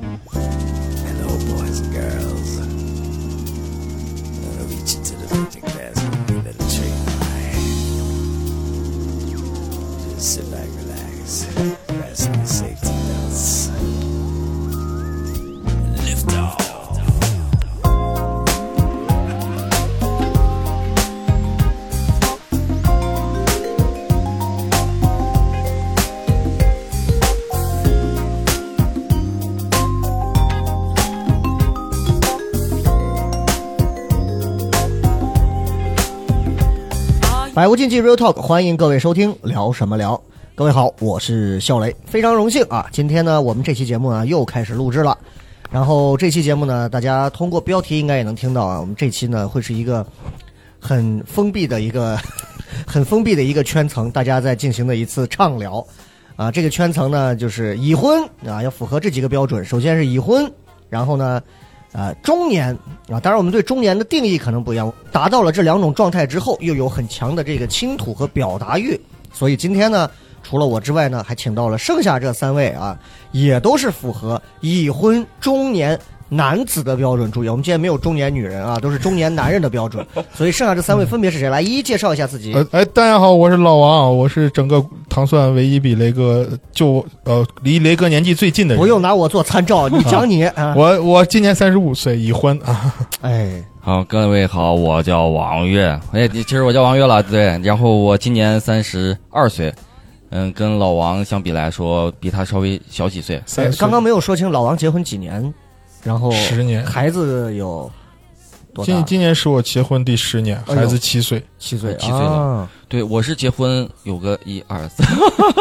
Hello, boys and girls. I'm gonna reach into the picture basket and give it a treat. Just sit back, relax, rest in the safety belts. Lift off. 《百无禁忌 Real Talk》，欢迎各位收听，聊什么聊？各位好，我是笑雷，非常荣幸啊！今天呢，我们这期节目呢又开始录制了。然后这期节目呢，大家通过标题应该也能听到啊，我们这期呢会是一个很封闭的一个很封闭的一个圈层，大家在进行的一次畅聊啊。这个圈层呢，就是已婚啊，要符合这几个标准。首先是已婚，然后呢，呃，中年啊，当然我们对中年的定义可能不一样。达到了这两种状态之后，又有很强的这个倾吐和表达欲，所以今天呢，除了我之外呢，还请到了剩下这三位啊，也都是符合已婚中年。男子的标准，注意，我们今天没有中年女人啊，都是中年男人的标准。所以剩下这三位分别是谁？来，一一介绍一下自 己。呃，哎，大家好，我是老王，啊我是整个糖蒜唯一比雷哥就呃离雷哥年纪最近的人。不用拿我做参照，你讲你啊。我我今年三十五岁，已婚啊。哎，好，各位好，我叫王月。哎，其实我叫王月了，对。然后我今年三十二岁，嗯，跟老王相比来说，比他稍微小几岁。三十哎刚刚没有说清老王结婚几年，然后十年，孩子有多大今？今年是我结婚第十年，哎呦孩子七岁。七岁，七岁了啊对，我是结婚有个一二三，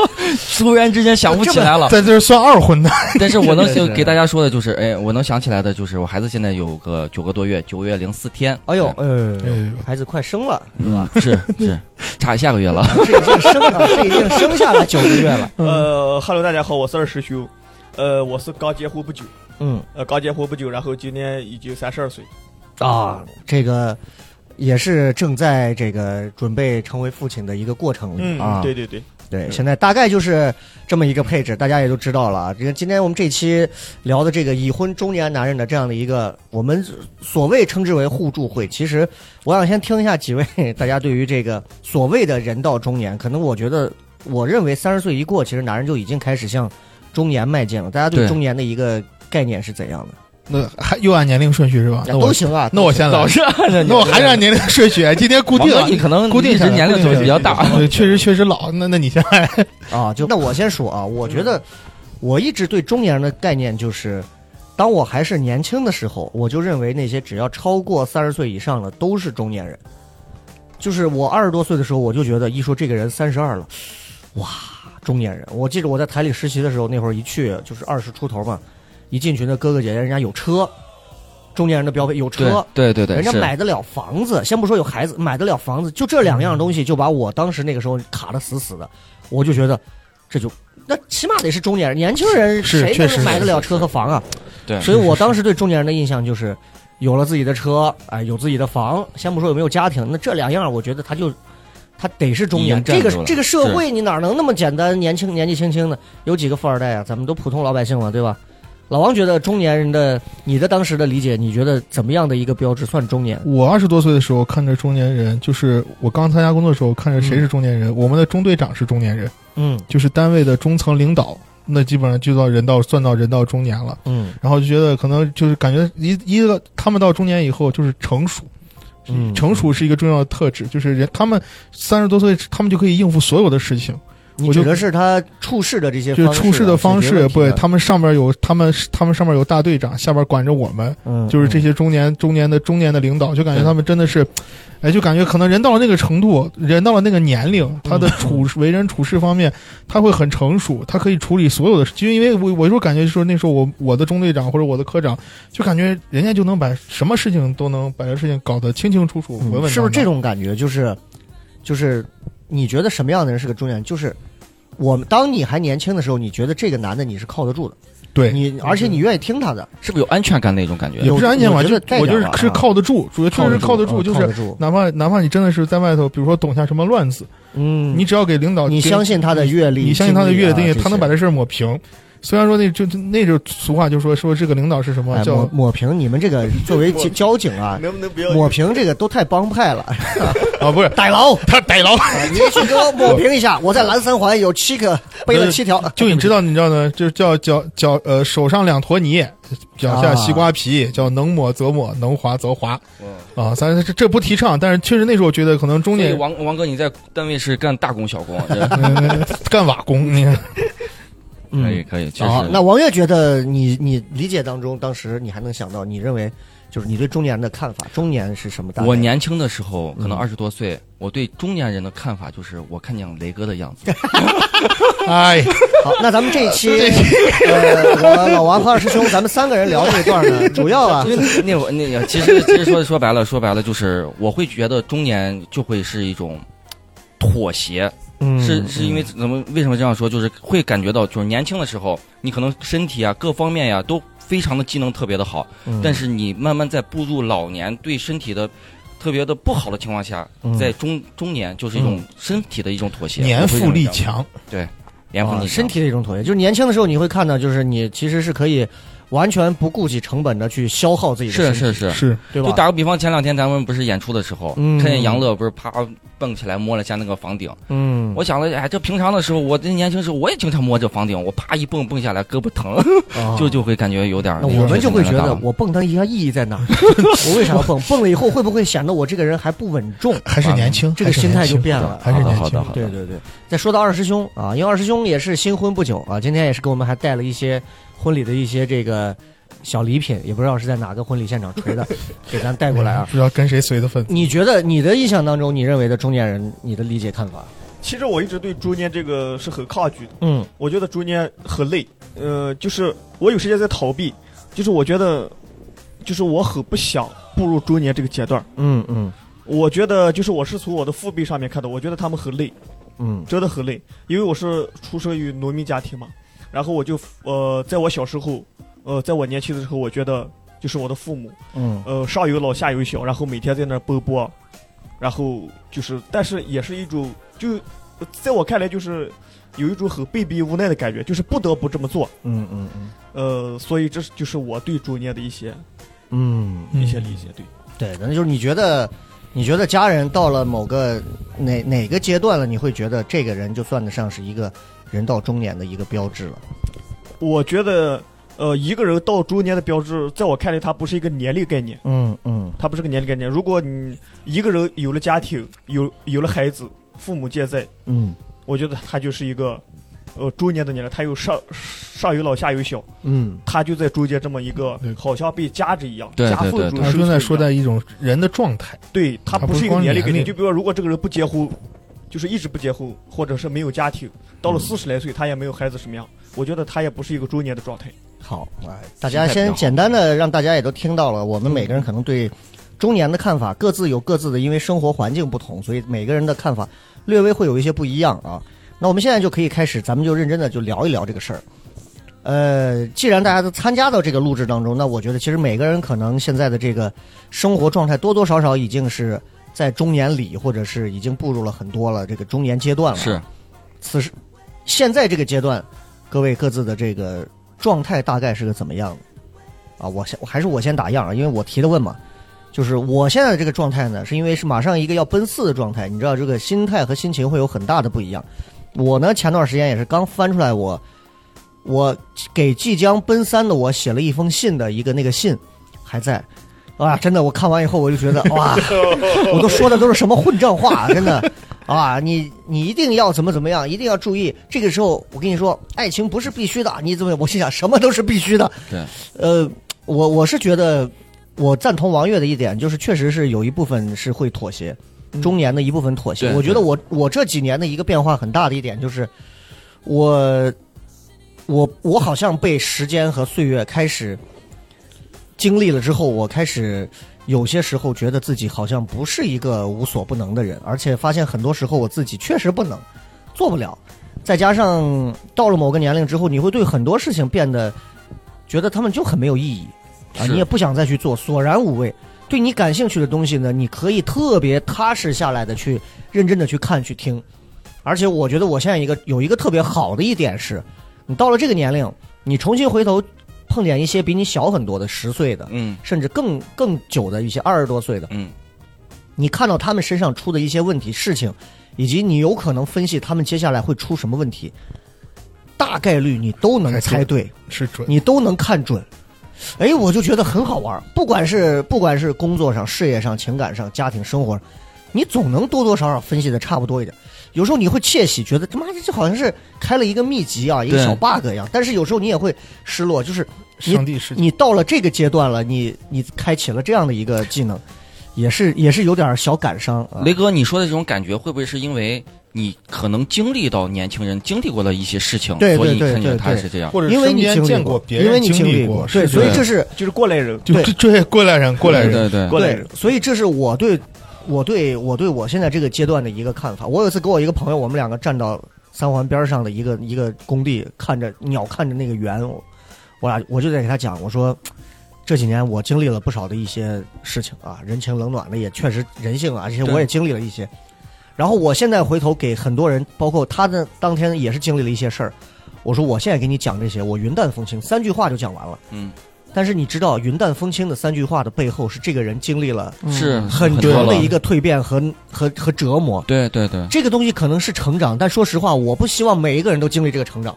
突然之间想不起来了。在这儿算二婚的，但是我能想给大家说的就是，哎，我能想起来的就是，我孩子现在有个九个多月，九个月零四天。哎呦，呃哎呦，孩子快生了，是吧？是是，差下个月 了。这已经生了， 这已经生下来九个月了。呃哈喽，大家好，我是二师兄，呃，我是刚结婚不久，嗯呃，刚结婚不久，然后今年已经三十二岁，啊，这个也是正在这个准备成为父亲的一个过程里、嗯，啊。对对对，嗯对，现在大概就是这么一个配置，大家也都知道了啊。这个今天我们这期聊的这个已婚中年男人的这样的一个，我们所谓称之为互助会，其实我想先听一下几位大家对于这个所谓的人到中年，可能我觉得，我认为三十岁一过，其实男人就已经开始向中年迈进了。大家对对中年的一个概念是怎样的？那 还又按年龄顺序是吧？那都我行啊，那我先来，是按着那我还是按年龄顺序。哎今天固定王了哥，你可能固定一下直来年龄就是比较大。啊对，确实确实老。那那你先来， 啊，就那我先说啊，我觉得我一直对中年人的概念就是，当我还是年轻的时候，我就认为那些只要超过三十岁以上的都是中年人。就是我二十多岁的时候，我就觉得一说这个人三十二了，哇，中年人。我记得我在台里实习的时候，那会儿一去就是二十出头嘛，一进群的哥哥姐姐，人家有车，中年人的标配有对车，对对对，人家是买得了房子，先不说有孩子，买得了房子，就这两样东西就把我当时那个时候卡的死死的，我就觉得这就那起码得是中年人，年轻人是谁确实能买得了车和房啊？对所以我当时对中年人的印象就是，有了自己的车，哎，有自己的房，先不说有没有家庭，那这两样，我觉得他就他得是中年。已经站这住个了这个社会，你哪能那么简单？年轻年纪轻轻的，有几个富二代啊？咱们都普通老百姓嘛，对吧？老王觉得中年人的，你的当时的理解，你觉得怎么样的一个标志算中年？我二十多岁的时候看着中年人，就是我刚参加工作的时候看着谁是中年人，我们的中队长是中年人，嗯就是单位的中层领导，那基本上就到人到算到人到中年了。嗯然后就觉得可能就是感觉一一个他们到中年以后就是成熟，嗯成熟是一个重要的特质，就是人他们三十多岁，他们就可以应付所有的事情，你我指就的是他处事的这些就方式是啊，处事的解方决式，问题对的他们上边有他们他们上面有大队长，下边管着我们，嗯就是这嗯些中年中年的中年的领导，就感觉对他们真的是，哎，就感觉可能人到了那个程度，人到了那个年龄，他的嗯处为人处事方面，他会很成熟，他可以处理所有的事。就因为我我就感觉说那时候我我的中队长或者我的科长，就感觉人家就能把什么事情都能把这事情搞得清清楚楚、嗯稳稳当当。是不是这种感觉？就是，就是，你觉得什么样的人是个中年人？就是我们当你还年轻的时候，你觉得这个男的你是靠得住的，对？嗯你而且你愿意听他的，是不是有安全感那种感觉？也不是安全吧，我觉就得带点我就是吧是啊靠得住，主要确实靠靠得得住，啊住，就靠是得住哪怕哪怕你真的是在外头，比如说捅下什么乱子，嗯，你只要给领导你给相信他的阅历，你相信他的阅经历历，啊他能把这这事儿抹平。虽然说那就那就俗话就说说这个领导是什些么哎叫抹抹平你们这个作为抹交警啊。能不能不要抹平这个都太帮派了，啊不是 逮牢！他逮牢， 你去给我 抹平一下。我在蓝三环有七个，背了七条。就你知道你知道呢，就叫脚脚呃手上两坨泥，脚下西瓜皮，叫能抹则抹，能滑则滑啊。咱这这不提倡，但是确实那时候我觉得可能中嗯所以年王王哥，你在单位是干大工小工？啊这嗯干瓦工，你看可 嗯以，可以，确啊实，。那王悦觉得你你理解当中，当时你还能想到，你认为就是你对中年人的看法，中年是什么大概？我年轻的时候，可能嗯二十多岁，我对中年人的看法就是，我看见雷哥的样 子。哎，好，那咱们这一期，呃，我老王和二师兄，咱们三个人聊这一段呢，主要啊，那我那个，其实其实说说白了，说白了就是，我会觉得中年就会是一种妥协，嗯是是因为怎么为什么这样说？就是会感觉到，就是年轻的时候，你可能身体啊各方面呀、都非常的机能特别的好，嗯但是你慢慢在步入老年，对身体的特别的不好的情况下，嗯在中中年就是一种身体的一种妥协，年我会这富么力讲，强，年富啊力强，身体的一种妥协，就是年轻的时候你会看到，就是你其实是可以完全不顾及成本的去消耗自己的身是体，啊是是。是对吧？就打个比方，前两天咱们不是演出的时候，嗯看见杨乐不是啪蹦起来摸了一下那个房顶，嗯，我想了，哎，这平常的时候，我这年轻时候我也经常摸这房顶，我啪一蹦蹦下来，胳膊疼，啊 就就会感觉有点儿那那种我们就会觉紧张得感了我蹦它一下意义在哪儿？我为啥要蹦？蹦了以后会不会显得我这个人还不稳重？还是年轻，这个还是心态年轻就变了还是年好的轻好的。好的对对对，再说到二师兄啊，因为二师兄也是新婚不久啊，今天也是给我们还带了一些婚礼的一些这个小礼品，也不知道是在哪个婚礼现场锤的，给咱哎带过来啊不。知道跟谁随的份子。你觉得你的印象当中，你认为的中年人，你的理解看法？其实我一直对中年这个是很抗拒的，嗯我觉得中年很累，呃，就是我有时间在逃避，就是我觉得，就是我很不想步入中年这个阶段。嗯嗯我觉得就是我是从我的父辈上面看到，我觉得他们很累，嗯真的很累，因为我是出生于农民家庭嘛。然后我就呃，在我小时候，呃，在我年轻的时候，我觉得就是我的父母，嗯呃，上有老下有小，然后每天在那儿奔波，然后就是，但是也是一种，就在我看来就是有一种很被逼无奈的感觉，就是不得不这么做。嗯嗯嗯呃，所以这是就是我对中年的一些嗯，一些理解。对，对，那就是你觉得，你觉得家人到了某个哪哪个阶段了，你会觉得这个人就算得上是一个人到中年的一个标志了。我觉得呃，一个人到中年的标志，在我看来，它不是一个年龄概念。嗯嗯它不是个年龄概念。如果你一个人有了家庭，有有了孩子，父母健在，嗯我觉得他就是一个呃中年的年龄，他有呃上上有老下有小，嗯他就在中间这么一个对，好像被夹着一样，对夹对缝对住他身正在处说一样在一种人的状态，对他它不不是一个光年龄年概念。龄就比如说，如果这个人不结婚，就是一直不结婚，或者是没有家庭，到了四十来岁他也没有孩子什么样，我觉得他也不是一个中年的状态。好，哎，大家先简单的让大家也都听到了，我们每个人可能对中年的看法各自有各自的，因为生活环境不同，所以每个人的看法略微会有一些不一样啊。那我们现在就可以开始，咱们就认真的就聊一聊这个事儿。呃，既然大家都参加到这个录制当中，那我觉得其实每个人可能现在的这个生活状态多多少少已经是在中年里，或者是已经步入了很多了这个中年阶段了。是，此时现在这个阶段，各位各自的这个状态大概是个怎么样的？啊，我先我还是我先打样啊，因为我提的问嘛，就是我现在的这个状态呢，是因为是马上一个要奔四的状态，你知道这个心态和心情会有很大的不一样。我呢前段时间也是刚翻出来我我给即将奔三的我写了一封信的一个那个信还在。啊，真的，我看完以后我就觉得哇， 我都说的都是什么混账话，真的。啊，你你一定要怎么怎么样，一定要注意。这个时候，我跟你说，爱情不是必须的。你怎么？我心想，什么都是必须的。对，呃，我我是觉得，我赞同王悦的一点，就是确实是有一部分是会妥协，中年的一部分妥协。对我觉得我我这几年的一个变化很大的一点就是，我我我好像被时间和岁月开始经历了之后，我开始有些时候觉得自己好像不是一个无所不能的人，而且发现很多时候我自己确实不能，做不了。再加上到了某个年龄之后，你会对很多事情变得觉得他们就很没有意义啊，是你也不想再去做，索然无味。对你感兴趣的东西呢，你可以特别踏实下来的去认真的去看去听。而且我觉得我现在一个有一个特别好的一点是，你到了这个年龄，你重新回头碰见一些比你小很多的十岁的，嗯甚至更更久的一些二十多岁的，嗯，你看到他们身上出的一些问题、事情，以及你有可能分析他们接下来会出什么问题，大概率你都能猜对，是准。你都能看准。哎，我就觉得很好玩儿，不管是不管是工作上、事业上、情感上、家庭生活上，你总能多多少少分析的差不多一点。有时候你会窃喜，觉得他妈的这好像是开了一个秘籍啊，一个对小 bug 一样。但是有时候你也会失落，就是你上帝视角，你到了这个阶段了，你你开启了这样的一个技能，也是也是有点小感伤啊。雷哥，你说的这种感觉会不会是因为你可能经历到年轻人经历过的一些事情，对所对以你对看见对他对是这样？或者因为身你边经历见过别因为人你经经历过，对，是所以这这样是就是过来人，就对这 这过来人，过来人，对对过来对人，，所以这是我对我对我对我现在这个阶段的一个看法。我有一次跟我一个朋友，我们两个站到三环边上的一个一个工地，看着鸟，看着那个圆，我我俩我就在给他讲，我说这几年我经历了不少的一些事情啊，人情冷暖的也确实人性啊，这些对我也经历了一些。然后我现在回头给很多人，包括他的当天也是经历了一些事儿。我说我现在给你讲这些，我云淡风轻，三句话就讲完了。嗯，但是你知道，云淡风轻的三句话的背后是这个人经历了嗯是嗯很嗯多长的了一个蜕变和和和折磨。对对对，这个东西可能是成长，但说实话，我不希望每一个人都经历这个成长。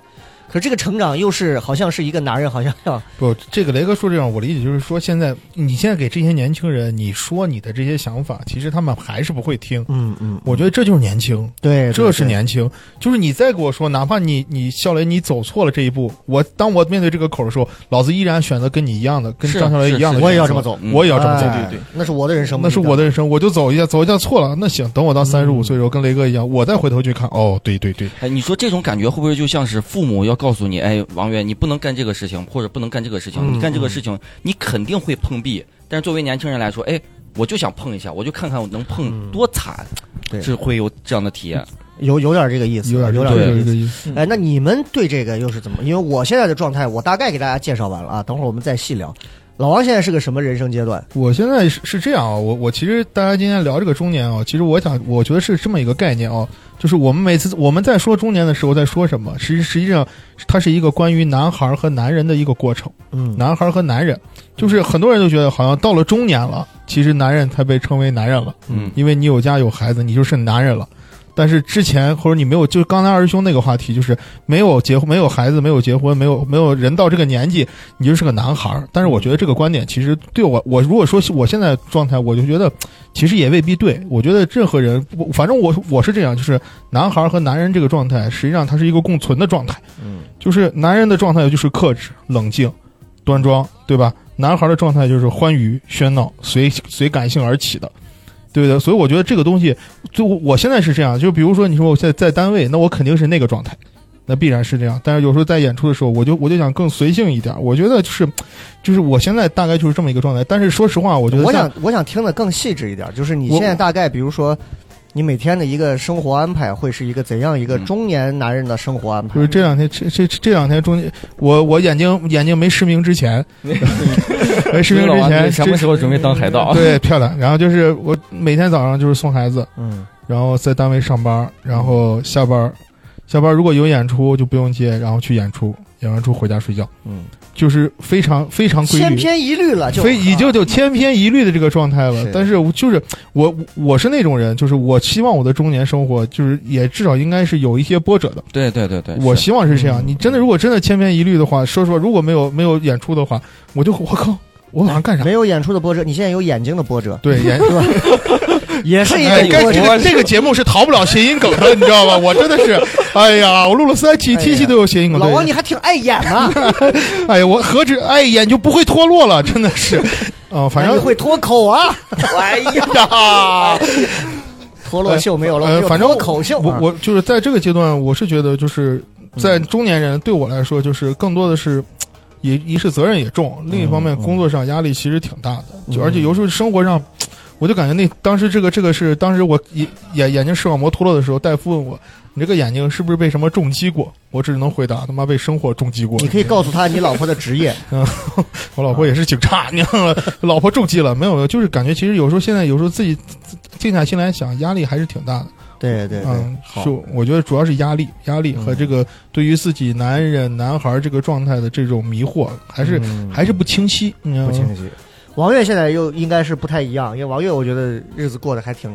可是这个成长又是好像是一个男人，好像要不，这个雷哥说这样，我理解就是说，现在你现在给这些年轻人，你说你的这些想法，其实他们还是不会听。嗯嗯，我觉得这就是年轻，对，这对是，年轻。就是你再给我说，哪怕你你笑雷你走错了这一步，我当我面对这个口的时候，老子依然选择跟你一样的，跟是张笑雷一是样的，是我也要这么走，嗯我也要这么走。哎对对，那是我的人生，那是我的人生，我就走一下，走一下错了，那行，等我到三十五岁的时候，跟雷哥一样，我再回头去看，哦，对对对，哎，你说这种感觉会不会就像是父母要告诉你，哎，王源，你不能干这个事情，或者不能干这个事情，嗯你干这个事情，你肯定会碰壁。但是作为年轻人来说，哎，我就想碰一下，我就看看我能嗯碰多惨，对是会有这样的体验。有有点这个意思，有点啊有这点个这个意思。有点意思。哎，那你们对这个又是怎么？因为我现在的状态，我大概给大家介绍完了啊，等会儿我们再细聊。老王现在是个什么人生阶段？我现在是是这样啊，我我其实大家今天聊这个中年啊，其实我想，我觉得是这么一个概念啊，就是我们每次我们在说中年的时候在说什么，实实际上它是一个关于男孩和男人的一个过程，嗯，男孩和男人，就是很多人都觉得好像到了中年了，其实男人才被称为男人了，嗯因为你有家有孩子，你就是男人了。但是之前或者你没有，就刚才二师兄那个话题，就是没有结婚、没有孩子、没有结婚、没有没有人到这个年纪，你就是个男孩儿。但是我觉得这个观点其实对我，我如果说我现在状态，我就觉得其实也未必对。我觉得任何人，我反正我我是这样，就是男孩儿和男人这个状态，实际上它是一个共存的状态。嗯，就是男人的状态就是克制、冷静、端庄，对吧？男孩的状态就是欢愉、喧闹，随随感性而起的，对不对？所以我觉得这个东西，就我我现在是这样，就比如说你说我现在在单位，那我肯定是那个状态，那必然是这样。但是有时候在演出的时候，我就我就想更随性一点。我觉得就是，就是我现在大概就是这么一个状态。但是说实话，我觉得我在想我想听的更细致一点，就是你我现在大概，比如说，你每天的一个生活安排会是一个怎样一个嗯中年男人的生活安排？就是这两天，这这这两天中间，我我眼睛眼睛没失明之 前，没失明之前，啊什么时候准备当海盗？这？ 对，漂亮。然后就是我每天早上就是送孩子，嗯，然后在单位上班，然后下班，下班如果有演出就不用接，然后去演出，演完出回家睡觉，嗯，就是非常非常规千律。篇一律啊了就，非已经就千篇一律的这个状态了是，但是我就是我我是那种人，就是我希望我的中年生活就是也至少应该是有一些波折的，对对对对，我哎是希望是这样。嗯你真的如果真的千篇一律的话，说实话，如果没有没有演出的话，我就我靠，我晚上干啥？没有演出的波折，你现在有眼睛的波折，对，演。是吧？ 也是一哎，个该波这折个。这个节目是逃不了谐音梗的，你知道吧？我真的是，哎呀，我录了三期，哎呀七期都有谐音梗。老王，你对还挺爱演呐，哎呀，我何止哎眼就不会脱落了，真的是， 啊， 反哎你正 会脱口啊，哎呀，呀， 脱落秀没有了，呃只有反正脱口秀啊，我我就是在这个阶段，我是觉得就是在嗯中年人对我来说，就是更多的是。也一是责任也重，另一方面嗯工作上压力其实挺大的，就嗯而且有时候生活上，我就感觉那当时这个这个是当时我眼眼眼睛视网膜脱落的时候，大夫问我你这个眼睛是不是被什么重击过？我只能回答他妈被生活重击过。你可以告诉他你老婆的职业，我老婆也是警察，你知道吗？ 老婆重击了没有？就是感觉其实有时候现在有时候自己自静下心来想，压力还是挺大的。对对对嗯，，好，就我觉得主要是压力，压力和嗯这个对于自己男人、男孩这个状态的这种迷惑，还是、嗯还是不清晰，嗯你知道吗不清晰。嗯王悦现在又应该是不太一样，因为王悦我觉得日子过得还挺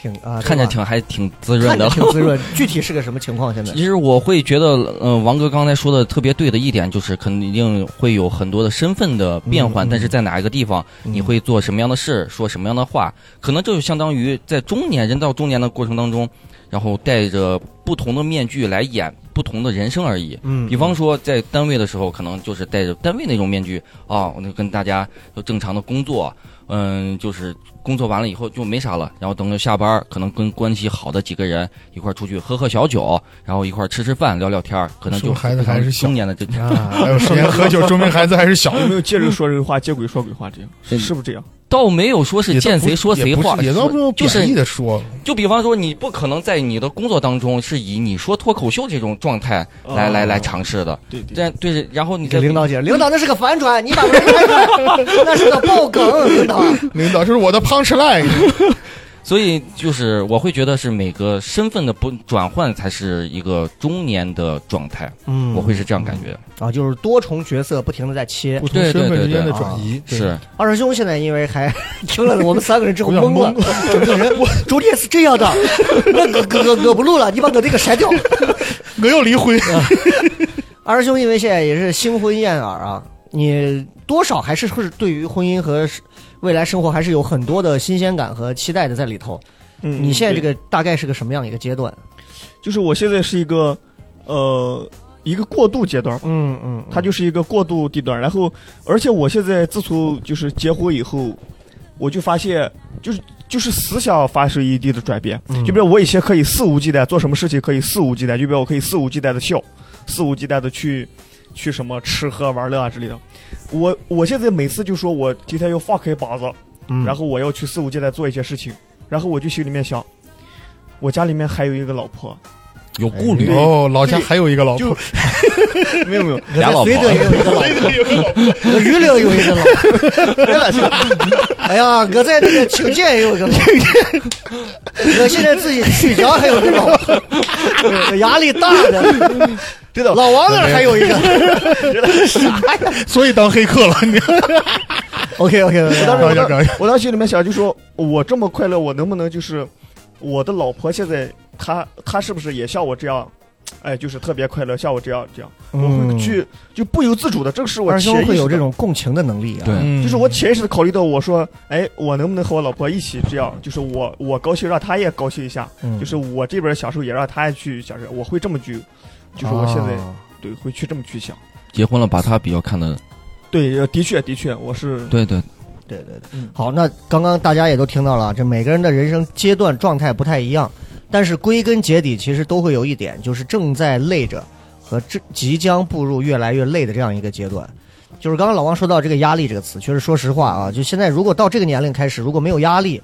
挺啊，看对着吧挺还挺滋润看着的。挺滋润。 具体是个什么情况？现在其实我会觉得，呃，王哥刚才说的特别对的一点就是，肯定会有很多的身份的变嗯换，嗯但是在哪一个地方，你会做什么样的事，说什么样的话，可能这就相当于在中年人到中年的过程当中，然后戴着不同的面具来演不同的人生而已。嗯，比方 说，在单位的时候，可能就是戴着单位那种面具啊，我就跟大家就正常的工作，嗯，就是工作完了以后就没啥了，然后等着下班儿，可能跟关系好的几个人一块儿出去喝喝小酒，然后一块儿吃吃饭、聊聊天儿，可能是就不是孩子非常还是小中年的这啊，还有时间喝酒，说明孩子还是小有没有见人说人话，见鬼说鬼话？这样嗯是不是这样？倒没有说是也倒 见不谁说谁话，也倒不用就贬义是的说，就比方说，你不可能在你的工作当中是以你说脱口秀这种状态来、哦来来尝试的，对对，这样对，然后你给在领导解释，领导那是个反转，你把我拆开，那是个爆梗， 领导。领导这是 我的 punch line，所以就是我会觉得是每个身份的不转换才是一个中年的状态，嗯我会是这样感觉。啊，就是多重角色不停的在切不。同对对身份对之间的对转移，对是，二师兄现在因为还听了 我们三个人之后有点懵了，整个人主题是这样的，那我我我我不录了，你把我这个删掉。我又离婚，二师兄因为现在也是新婚燕尔啊，你多少还是会对于婚姻和未来生活还是有很多的新鲜感和期待的在里头。嗯，你现在对这个大概是个什么样一个阶段？就是我现在是一个呃一个过渡阶段，嗯嗯它就是一个过渡地段。然后，而且我现在自从就是结婚以后，我就发现就是。就是思想发生一定的转变，嗯就比如我以前可以肆无忌惮做什么事情，可以肆无忌惮，就比如我可以肆无忌惮的笑，肆无忌惮的去去什么吃喝玩乐啊之类的。我我现在每次就说我今天要放开膀子，嗯然后我要去肆无忌惮做一些事情，然后我就心里面想，我家里面还有一个老婆，有顾虑哦，老家还有一个老就婆，没有没 有，俩老婆哎随德也有一个老婆，我榆林 有一个老婆， 哎呀，我在这个清涧也有一个老婆， 我现在自己曲江还有一个老婆， 我压力大的，真的老王那儿还有一个 所以当黑客了，你看， ，OK OK，我当时搞 我笑搞当笑我当时心里面想，就说我这么快乐，我能不能就是我的老婆现在她她是不是也像我这样？哎，就是特别快乐，像我这样这样，我会嗯嗯去、就不由自主的，这个是我二潜兄意识嗯会有的这，种共情的能力啊，对嗯就是我潜意识的考虑到，我说，哎，我能不能和我老婆一起这样？就是我我高兴，让她也高兴一下，嗯就是我这边享受，也让她也去享受。我会这么去，就是我现在、啊对会去这么去想。结婚了，把他比较看的，对，呃的确的确，我是对对，对对对嗯，好，那刚刚大家也都听到了，这每个人的人生阶段状态不太一样，但是归根结底，其实都会有一点，就是正在累着和这即将步入越来越累的这样一个阶段。就是刚刚老王说到这个压力这个词，确实说实话啊，就现在如果到这个年龄开始，如果没有压力，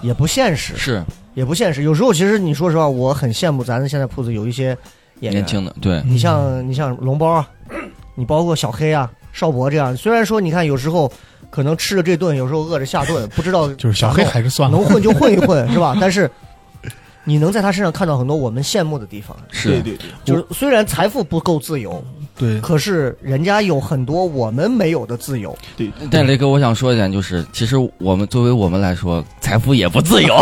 也不现实，是也不现实。有时候其实你说实话，我很羡慕咱现在铺子有一些演员年，轻的，对，嗯你像你像龙包啊，你包括小黑啊、邵博这样，虽然说你看有时候可能吃了这顿，有时候饿着下顿，不知道 就是小黑还是算了能，混就混一 混，是吧？但是你能在他身上看到很多我们羡慕的地方，是对对，就是虽然财富不够自由，对，可是人家有很多我们没有的自 由。但雷哥，我想说一点，就是其实我们作为我们来说，财富也不自由。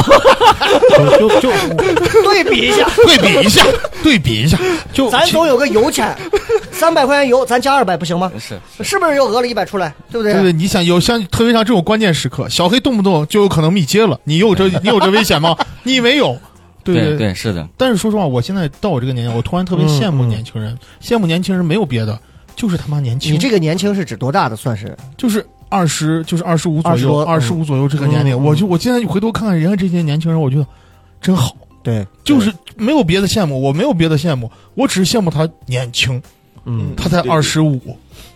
就就就 对比一下，对 比一下，对比一下，就咱其总有个油钱，三百块钱油，咱加二百不行吗？是， 是不是又讹了一百出来？对不对？对对，你想有像特别像这种关键时刻，小黑动不动就有可能密接了，你有这你有这危险 吗？你没有，对对对，是的，但是说实话，我现在到我这个年龄，我突然特别嗯羡慕年轻人，羡慕年轻人没有别的，就是他妈年轻，你这个年轻是指多大的算是？就是二十，就是二十五左20右，二十五左右这个年龄，嗯我就我现在回头看看人家这些年轻人，我觉得真好，对，就是没有别的羡慕，我没有别的羡慕，我只是羡慕他年轻，嗯，他才对对二十五，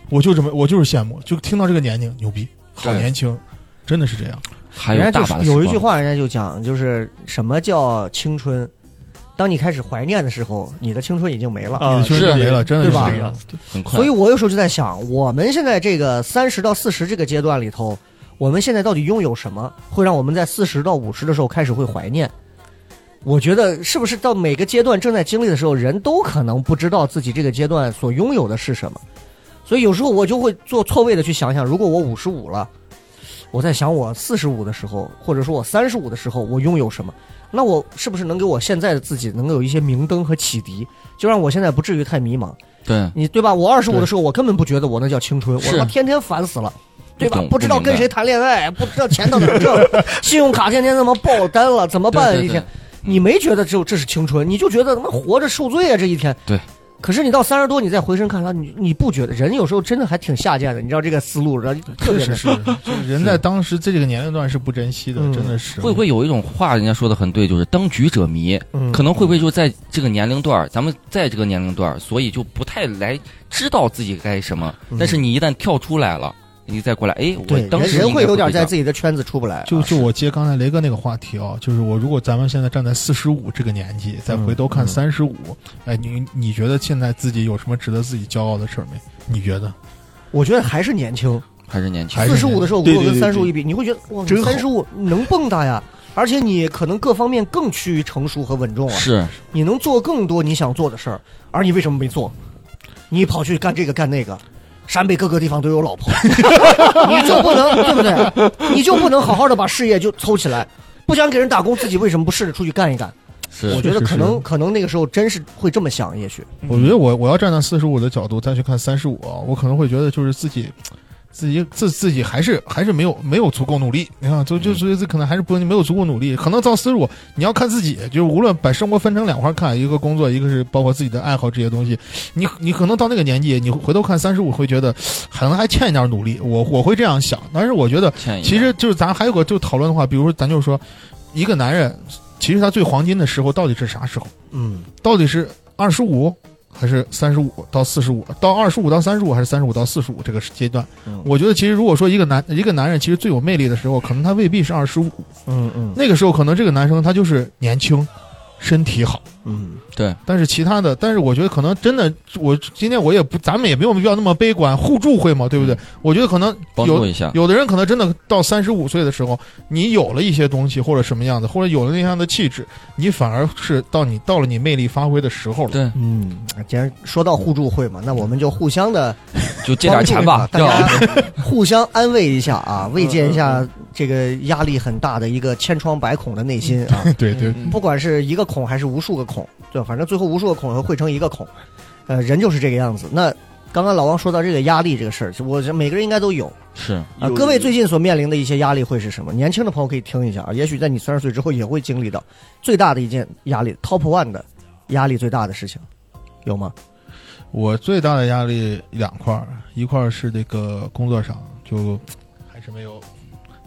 我就这么我就是羡慕，就听到这个年龄牛逼，好对年轻，真的是这样。还人有家大就是把的时有光一句，话，人家就讲，就是什么叫青春？当你开始怀念的时候，你的青春已经没了。啊你的青春是没了，真的对是吧这样。很快，所以我有时候就在想，我们现在这个三十到四十这个阶段里头，我们现在到底拥有什么，会让我们在四十到五十的时候开始会怀念？我觉得是不是到每个阶段正在经历的时候，人都可能不知道自己这个阶段所拥有的是什么，所以有时候我就会做错位的去想想，如果我五十五了，我在想我四十五的时候，或者说我三十五的时候，我拥有什么？那我是不是能给我现在的自己能够有一些明灯和启迪，就让我现在不至于太迷茫？对，你对吧？我二十五对的时候，我根本不觉得我那叫青春，我是他妈天天烦死了，对吧懂？不知道跟谁谈恋爱，不知道钱到哪儿 挣，信用卡天天他妈爆单了，怎么办？对一对天对，你没觉得这这是青春，你就觉得他妈活着受罪啊！这一天，对。可是你到三十多，你再回身看他，你你不觉得人有时候真的还挺下贱的？你知道这个思路，然后特确别实的是，就是人在当时这个年龄段是不珍惜的，嗯真的是。会不会有一种话，人家说的很对，就是当局者迷。嗯可能会不会就在这个年龄段儿，咱们在这个年龄段儿，所以就不太来知道自己该什么。但是你一旦跳出来了，你再过来，哎，我嗯对当人时人会有点在己自己的圈子出不来，就啊就我接刚才雷哥那个话题啊，就是我如果咱们现在站在四十五这个年纪，再回头看嗯三十五，哎，你你觉得现在自己有什么值得自己骄傲的事儿没？你觉得？我觉得还是年轻，还是年轻还，是四十五的时候，对如果对对跟三十五一比，你会觉得哇，真好三十五能蹦跶呀，而且你可能各方面更趋于成熟和稳重啊，是你能做更多你想做的事儿，而你为什么没做？你跑去干这个干那个，陕北各个地方都有老婆，你就不能对不对？你就不能好好的把事业就凑起来，不想给人打工，自己为什么不试着出去干一干？是我觉得是是可能可能那个时候真是会这么想，也许我觉得我我要站在四十五的角度再去看三十五啊，我可能会觉得就是自己。自己自自己还是还是没有没有足够努力，你看，就就所以这可能还是不没有足够努力，可能到四十五，你要看自己，就是无论把生活分成两块儿看，一个工作，一个是包括自己的爱好这些东西，你你可能到那个年纪，你回头看三十五会觉得可能还欠一点努力，我我会这样想，但是我觉得欠一点其实就是咱还有个就讨论的话，比如说咱就说一个男人，其实他最黄金的时候到底是啥时候？嗯，到底是二十五还是三十五到四十五，到二十五到三十五还是三十五到四十五这个阶段？嗯我觉得其实如果说一个男一个男人其实最有魅力的时候，可能他未必是二十五，嗯嗯那个时候可能这个男生他就是年轻，身体好。嗯，对，但是其他的，但是我觉得可能真的，我今天我也不，咱们也没有必要那么悲观，互助会嘛，对不对？我觉得可能嗯帮有助一下，有的人可能真的到三十五岁的时候，你有了一些东西或者什么样子，或者有了那样的气质，你反而是到你到了你魅力发挥的时候了。对，嗯，既然说到互助会嘛，那我们就互相的就借点钱吧，啊大对吧？家 互相安慰一下啊，慰藉一嗯下这个压力很大的一个千疮百孔的内心 啊。对对嗯不管是一个孔还是无数个孔，对吧，反正最后无数个孔汇成一个孔，呃，人就是这个样子。那刚刚老王说到这个压力这个事儿，我觉得每个人应该都有是啊。有各位有最近所面临的一些压力会是什么？年轻的朋友可以听一下啊，也许在你三十岁之后也会经历到最大的一件压力，top one 的压力最大的事情，有吗？我最大的压力两块儿，一块儿是这个工作上，就还是没有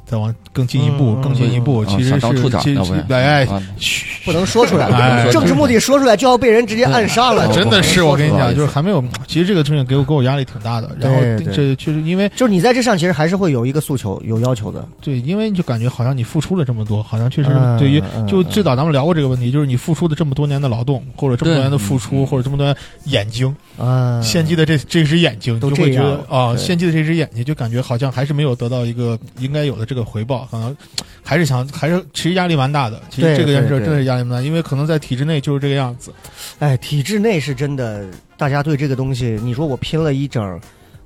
再往更进一步，嗯嗯更进一步，嗯其实想当处是长，其要不实然来，哎啊嘘不能说出哎来，政治目的说出来就要被人直接暗杀了。哎真的是，不能说出来我跟你不好讲，意思就是还没有，其实这个东西给我给我压力挺大的。对然后对这确实因为就是你在这上其实还是会有一个诉求、有要求的。对，因为就感觉好像你付出了这么多，好像确实嗯对于嗯就嗯最早咱们聊过这个问题，就是你付出的这么多年的劳动，或者这么多对年的付嗯出，或者这么多年眼睛，啊，献祭的这这只眼睛，都就会这觉样得啊，对献祭的这只眼睛就感觉好像还是没有得到一个应该有的这个回报，可能还是想还是其实压力蛮大的。其对实这个件事对对真的是压力蛮大，因为可能在体制内就是这个样子。哎，体制内是真的，大家对这个东西，你说我拼了一整儿，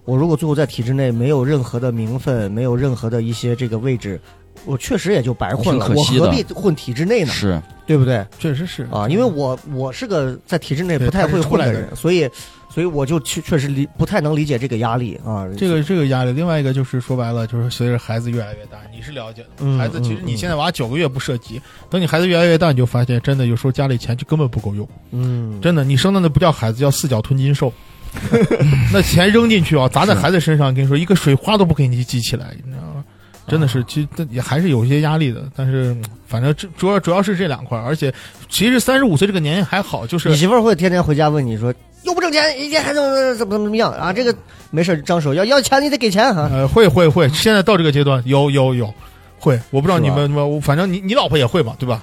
我如果最后在体制内没有任何的名分，没有任何的一些这个位置，我确实也就白混了。挺可我惜的何必混体制内呢？是对不对？确实是啊，因为我我是个在体制内对不太会混他是出来的的人，所以所以我就确确实理不太能理解这个压力啊。这个这个压力，另外一个就是说白了，就是随着孩子越来越大，你是了解的。嗯孩子其实嗯你现在娃九个月不涉及，等你孩子越来越大，你就发现真的有时候家里钱就根本不够用。嗯，真的，你生的那不叫孩子，叫四脚吞金兽。 那钱扔进去啊，砸在孩子身上，跟你说一个水花都不给你激起来，你知道吗？真的啊是，其实但也还是有一些压力的。但是嗯反正这主要主要是这两块儿，而且其实三十五岁这个年龄还好，就是你媳妇儿会天天回家问你说又不挣钱，一天还怎么怎么怎么样啊？这个没事儿张手要要钱你得给钱哈、呃会会会，现在到这个阶段有有有会，我不知道你是吧们我反正你你老婆也会吧，对吧？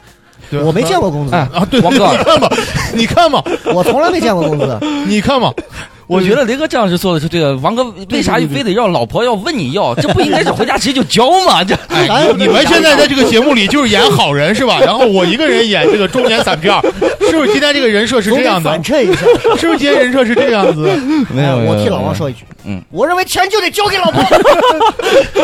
对吧我没见过工资，哎啊，对，王哥你看吧，你看吧，我从来没见过工 资。你看吧，我觉得雷哥这样是做的是对的。王哥为啥非得要老婆要问你要？这不应该是回家直接就交吗？这哎，你们现在在这个节目里就是演好人是吧？然后我一个人演这个中年散片儿，是不是？今天这个人设是这样总得反，的衬一 下。是不是？今天人设是这样子的？没有，哎我替老王说一句，嗯，我认为钱就得交给老 婆。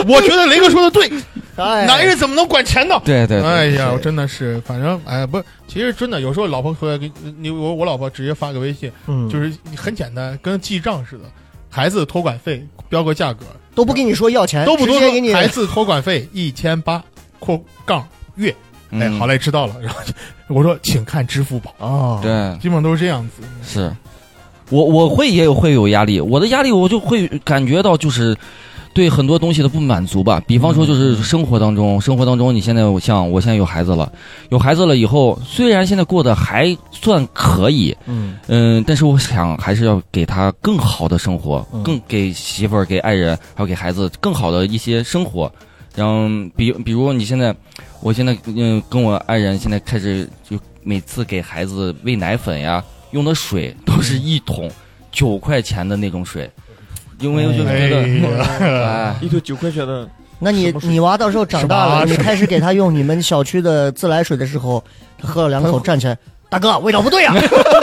我觉得雷哥说的对，哎，男人怎么能管钱呢？对对，对哎呀，是我真的是，反正哎，不，其实真的有时候老婆回来给你，我我老婆直接发个微信，嗯就是很简单，跟记账似的。孩子托管费标个价格，都不跟你说要钱，都不多哎直接给说。你孩子托管费一千八（括杠月）。哎，嗯好嘞，知道了。然后就我说，请看支付宝，哦，对，基本上都是这样子。是，我我会也有会有压力，我的压力我就会感觉到就是对很多东西的不满足吧。比方说就是生活当嗯中，生活当中你现在我像我现在有孩子了，有孩子了以后，虽然现在过得还算可以，嗯嗯，但是我想还是要给他更好的生活嗯，更给媳妇儿、给爱人，还有给孩子更好的一些生活。然后，比比如你现在，我现在嗯，跟我爱人现在开始就每次给孩子喂奶粉呀，用的水都嗯是一桶九块钱的那种水，因为我就哎觉得，呀，哎，一头九块钱的，那你什么水你娃到时候长大什了，么你开始给他用你们小区的自来水的时候，他喝了两口，站起来，大哥味道不对啊，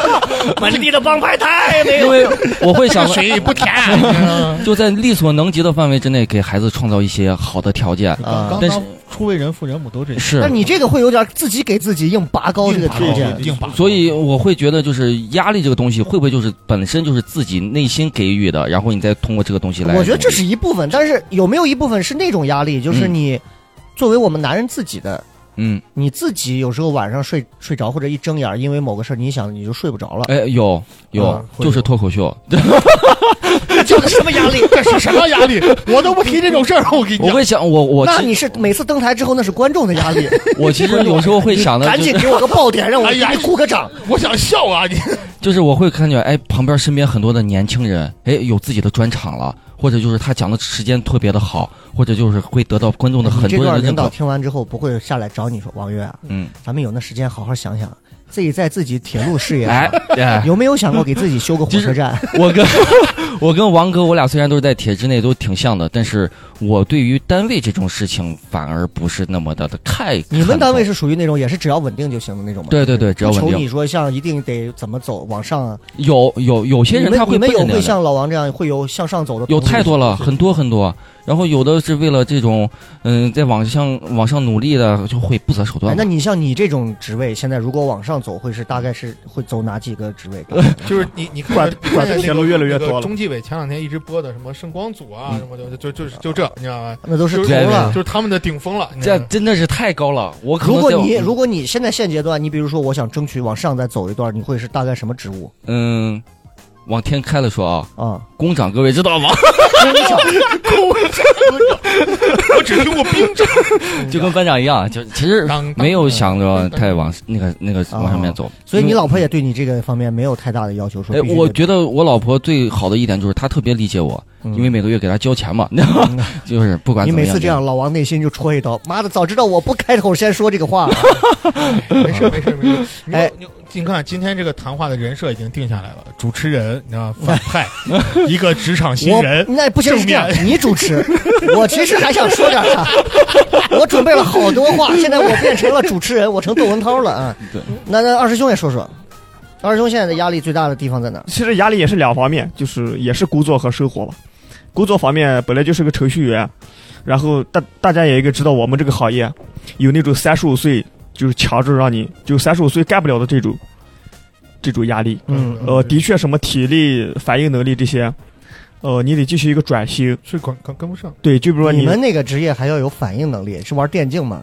满地的帮派太没因为我 会想水不甜。嗯就在力所能及的范围之内给孩子创造一些好的条 件。啊刚但是刚初为人父人母都这样，是，但你这个会有点自己给自己硬拔高这个条硬拔件高，硬拔。所以我会觉得，就是压力这个东西，会不会就是本身就是自己内心给予的，然后你再通过这个东西来？我觉得这是一部分，但是有没有一部分是那种压力，就是嗯你作为我们男人自己的。嗯，你自己有时候晚上睡睡着，或者一睁眼儿，因为某个事儿，你想你就睡不着了，哎，有有啊，会就是脱口秀。哎这是什么压力？这是什么压力？我都不提这种事儿，我跟你我讲。会想，我我那其你是每次登台之后，那是观众的压力。我其实有时候 会想的，赶就是紧给我个爆点，让我给哎你呀鼓个掌。我想笑啊！你就是我会看见，哎，旁边身边很多的年轻人，哎，有自己的专场了，或者就是他讲的时间特别的好，或者就是会得到观众的你很这多人段的领认导可。听完之后，不会下来找你说王悦啊，嗯，咱们有那时间好好想想，自己在自己铁 路事业哎上。哎，有没有想过给自己 修个火车站？我跟我跟王哥，我俩虽然都是在体制内，都挺像的，但是我对于单位这种事情反而不是那么的的太。你们单位看是属于那种也是只要稳定就行的那种吗？重对对对，只要不稳求定你。说像一定得怎么走往上啊？有有有些人你他们会你们奔着有那会样的像老王这样会有向上走的？有太多了，很多很多。然后有的是为了这种，嗯，在往上往上努力的，就会不择手哎段。那你像你这种职位，现在如果往上走，会是大概是会走哪几个职位？ 就是你，你看管管的铁路越来越那个多了中纪委前两天一直播的什么圣光组啊，嗯什么的，就就就就这，你知道吧？那都是就头是对对了就。是他们的顶峰了。你知道这吗真的是太高了，我可如能果在你如果你现在现阶段，你比如说我想争取往上再走一段，你会是大概什么职务嗯，往天开了说啊，啊？工长各位知道吗？工长， 我只听过冰镇， 就跟班长一样，就其实当没有想着太往那个那个哦往上面走。所以你因为老婆也对你这个方面没有太大的要求，说哎，必须我得觉得我老婆最好的一点就是她特别理解我，嗯因为每个月给她交钱嘛，你知道吗？ 就是不管你怎么每样，次这样，老王内心就戳一刀。妈的，早知道我不开口先说这个话了。没事没事没事。你哎你你看今天这个谈话的人设已经定下来了，主持人，你知道反派，一个职场新我人，那不行，是这样，你 主持。我其实还想说点啥，我准备了好多话，现在我变成了主持人，我成窦文涛了啊。对，那那二师兄也说说，二师兄现在的压力最大的地方在哪？其实压力也是两方面，就是也是工作和生活吧。工作方面本来就是个程序员，然后大大家也应该知道，我们这个行业有那种三十五岁就是强制让你就三十五岁干不了的这种这种压力。嗯呃，的确，什么体力、反应能力这些，呃，你得进行一个转型。是跟跟跟不上，对，就比如说你你们那个职业还要有反应能力，是玩电竞吗？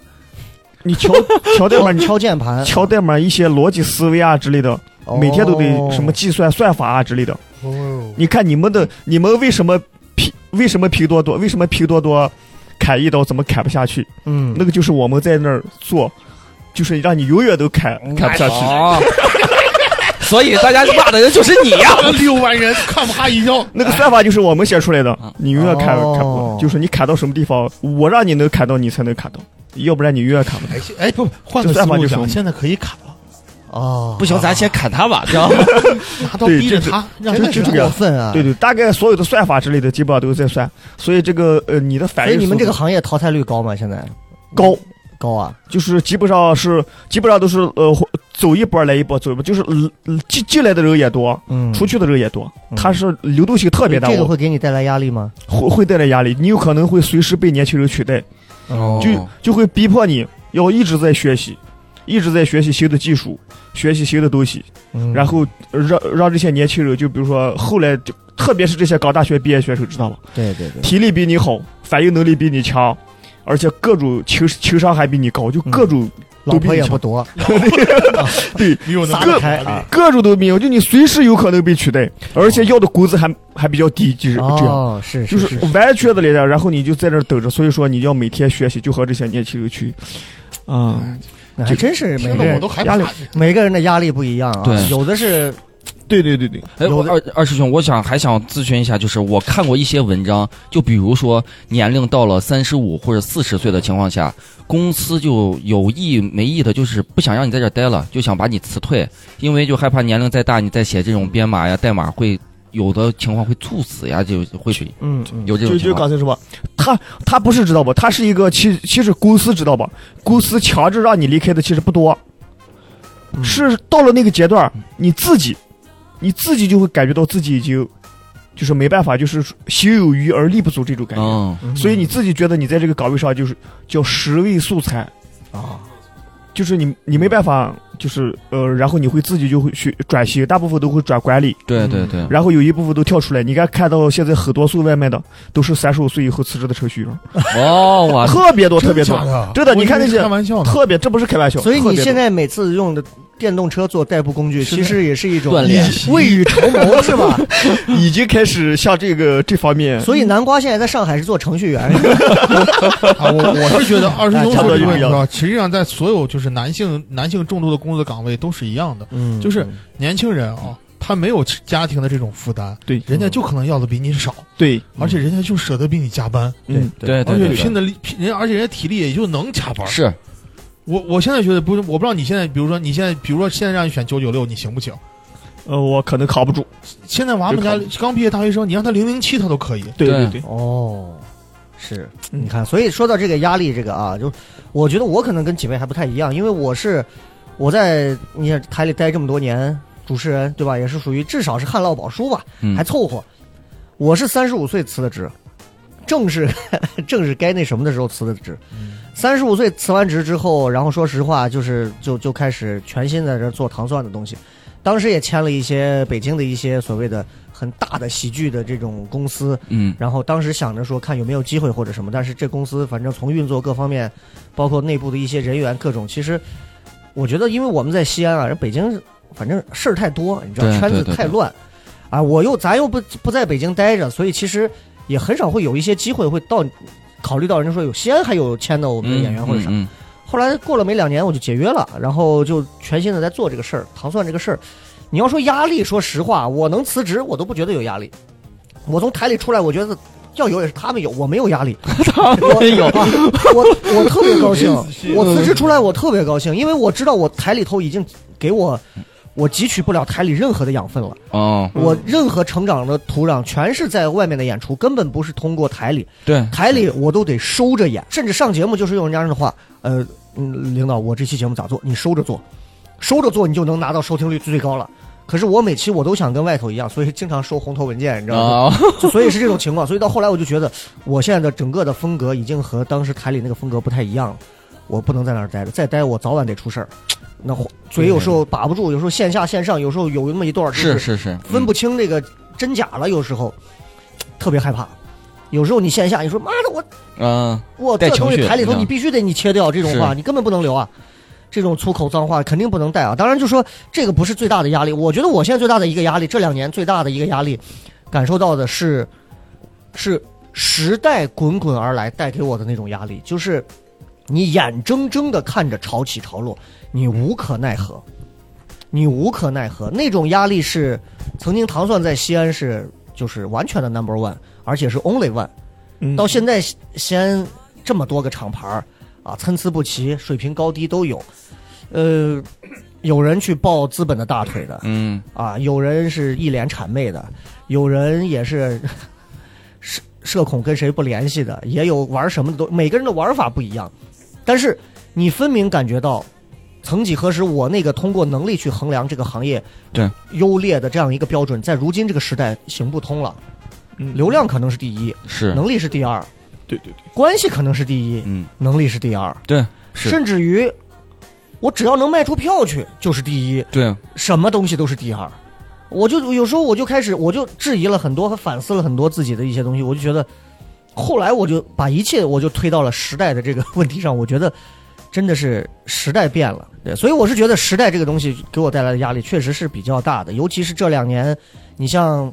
你敲敲代码，你敲键 盘，敲代码一些逻辑思维啊之类的，哦每天都得什么计算算法啊之类的。哦你看你们的，你们为什么拼？为什么拼多多？为什么拼多多砍一刀怎么砍不下去？嗯那个就是我们在那儿做，就是让你永远都砍嗯砍不下哎去。啊。 所以大家骂的人就是你呀、 六万人看他一跳，那个算法就是我们写出来的嗯，你永远砍哦砍不过，就是你砍到什么地方，我让你能砍到，你才能砍到，要不然你永远砍不到。哎哎不换这个思算法路就是我想，们现在可以砍了，哦，不行，咱先砍他吧，知道吗？拿刀对逼着这他，让真他的知是道这个过分啊！对对，大概所有的算法之类的基本上都在算，所以这个呃，你的反所以应你们速这个度行业淘汰率高吗？现在高，高啊？就是基本上是基本上都是呃走一波来一波，走一波，就是呃呃进进来的人也多，嗯，出去的人也多，嗯它是流动性特别大，这个我会给你带来压力吗？会会带来压力，你有可能会随时被年轻人取代，哦就就会逼迫你要一直在学习，一直在学习新的技术，学习新的东西，嗯然后让让这些年轻人，就比如说后来就特别是这些刚大学毕业选手，知道吧？对对对，体力比你好，反应能力比你强，而且各种情情商还比你高，就各种、老婆也不多，对没有那撒么得多开能力啊！各种都没有，就你随时有可能被取代，而且要的工资还还比较低，就是这样。哦，是就是是完全的来的，然后你就在那儿等着，所以说你要每天学习，就和这些年轻人去，啊、那还真是每听个得我人都害压怕力。每个人的压力不一样啊，对有的是对对对对，哎，有我的二二师兄，我想还想咨询一下，就是我看过一些文章，就比如说年龄到了三十五或者四十岁的情况下，公司就有意没意的，就是不想让你在这儿待了，就想把你辞退，因为就害怕年龄再大，你再写这种编码呀、代码会有的情况会猝死呀，就会是嗯嗯有这就就种情况刚。才说吧，他他不是知道吧，他是一个其其实公司知道吧，公司强制让你离开的其实不多，嗯是到了那个阶段儿，你自己你自己就会感觉到自己已经就是没办法，就是心有余而力不足这种感觉，嗯，所以你自己觉得你在这个岗位上就是叫十位素材，啊，就是你你没办法，就是呃，然后你会自己就会去转型，大部分都会转管理，对对对，嗯然后有一部分都跳出来。你看看到现在很多送外卖的都是三十五岁以后辞职的程序员，哦， 我特别多，特别假多，的，真的我你以看为那是些开玩笑呢，特别，这不是开玩笑。所以特别你多现在每次用的电动车做代步工具，是其实也是一种锻炼未雨绸缪，是吧？已经开始向这个这方面，所以南瓜现在在上海是做程序员，啊，我我是 觉得二师兄差不多说这个问一题样啊，实际上在所有就是男性男性众多的工作岗位都是一样的，嗯就是年轻人啊，他没有家庭的这种负担，对人家就可能要的比你少，对而且人家就舍得比你加班，嗯对而对且对对拼的力拼人，而且人家体力也就能加班。是我我现在觉得不是，我不知道你现在，比如说你现在，比如说现在让你选九九六，你行不行？呃，我可能扛不住。现在娃们家就刚毕业大学生，你让他零零七他都可以。对对对，哦，是，嗯你看，所以说到这个压力，这个啊，就我觉得我可能跟几位还不太一样，因为我是我在你看台里待这么多年，主持人对吧，也是属于至少是旱涝保收吧，嗯还凑合。我是三十五岁辞的职，正是 正是该那什么的时候辞的职。三十五岁辞完职之后，然后说实话，就是就就开始全心在这儿做糖蒜的东西。当时也签了一些北京的一些所谓的很大的喜剧的这种公司，嗯然后当时想着说看有没有机会或者什么，但是这公司反正从运作各方面，包括内部的一些人员各种，其实我觉得，因为我们在西安啊，人北京反正事儿太多，你知道对圈子对对太对乱，啊，我又咱又不不在北京待着，所以其实也很少会有一些机会会到考虑到人家说有西安还有签到我们的演员或者啥，嗯后来过了没两年我就解约了，然后就全心的在做这个事儿，糖蒜这个事儿。你要说压力，说实话，我能辞职，我都不觉得有压力。我从台里出来，我觉得要有也是他们有，我没有压力。 我没有啊我我特别高兴，我辞职出来我特别高兴，因为我知道我台里头已经给我，我汲取不了台里任何的养分了。哦，我任何成长的土壤全是在外面的演出，根本不是通过台里，对，台里我都得收着演，甚至上节目就是用人家的话，呃，嗯，领导，我这期节目咋做？你收着做，收着做你就能拿到收听率最高了。可是我每期我都想跟外头一样，所以经常收红头文件，你知道吗？啊，就 所以是这种情况，所以到后来我就觉得，我现在的整个的风格已经和当时台里那个风格不太一样了，我不能在那儿待着，再待我早晚得出事儿。那火嘴有时候把不住，有时候线下线上，有时候有那么一段儿就是是是，分不清这个真假了，有时候特别害怕。有时候你线下你说妈的我嗯，我带这东情西绪台里头嗯你必须得你切掉这种话，是你根本不能留啊。这种粗口脏话肯定不能带啊。当然就说这个不是最大的压力，我觉得我现在最大的一个压力，这两年最大的一个压力，感受到的是是时代滚滚而来带给我的那种压力，就是你眼睁睁的看着潮起潮落，你无可奈何，你无可奈何。那种压力是曾经糖蒜在西安是就是完全的 number one，而且是 only one。嗯到现在西西安这么多个厂牌儿啊，参差不齐，水平高低都有。呃，有人去抱资本的大腿的嗯，啊，有人是一脸谄媚的，有人也是 社社恐跟谁不联系的，也有玩什么的都，每个人的玩法不一样。但是你分明感觉到，曾几何时，我那个通过能力去衡量这个行业对优劣的这样一个标准，在如今这个时代行不通了。嗯流量可能是第一，是，能力是第二，对对对，关系可能是第一，嗯，能力是第二，对，是，甚至于我只要能卖出票去就是第一，对，什么东西都是第二。我就有时候我就开始我就质疑了很多和反思了很多自己的一些东西，我就觉得，后来我就把一切我就推到了时代的这个问题上，我觉得真的是时代变了，对，所以我是觉得时代这个东西给我带来的压力确实是比较大的，尤其是这两年，你像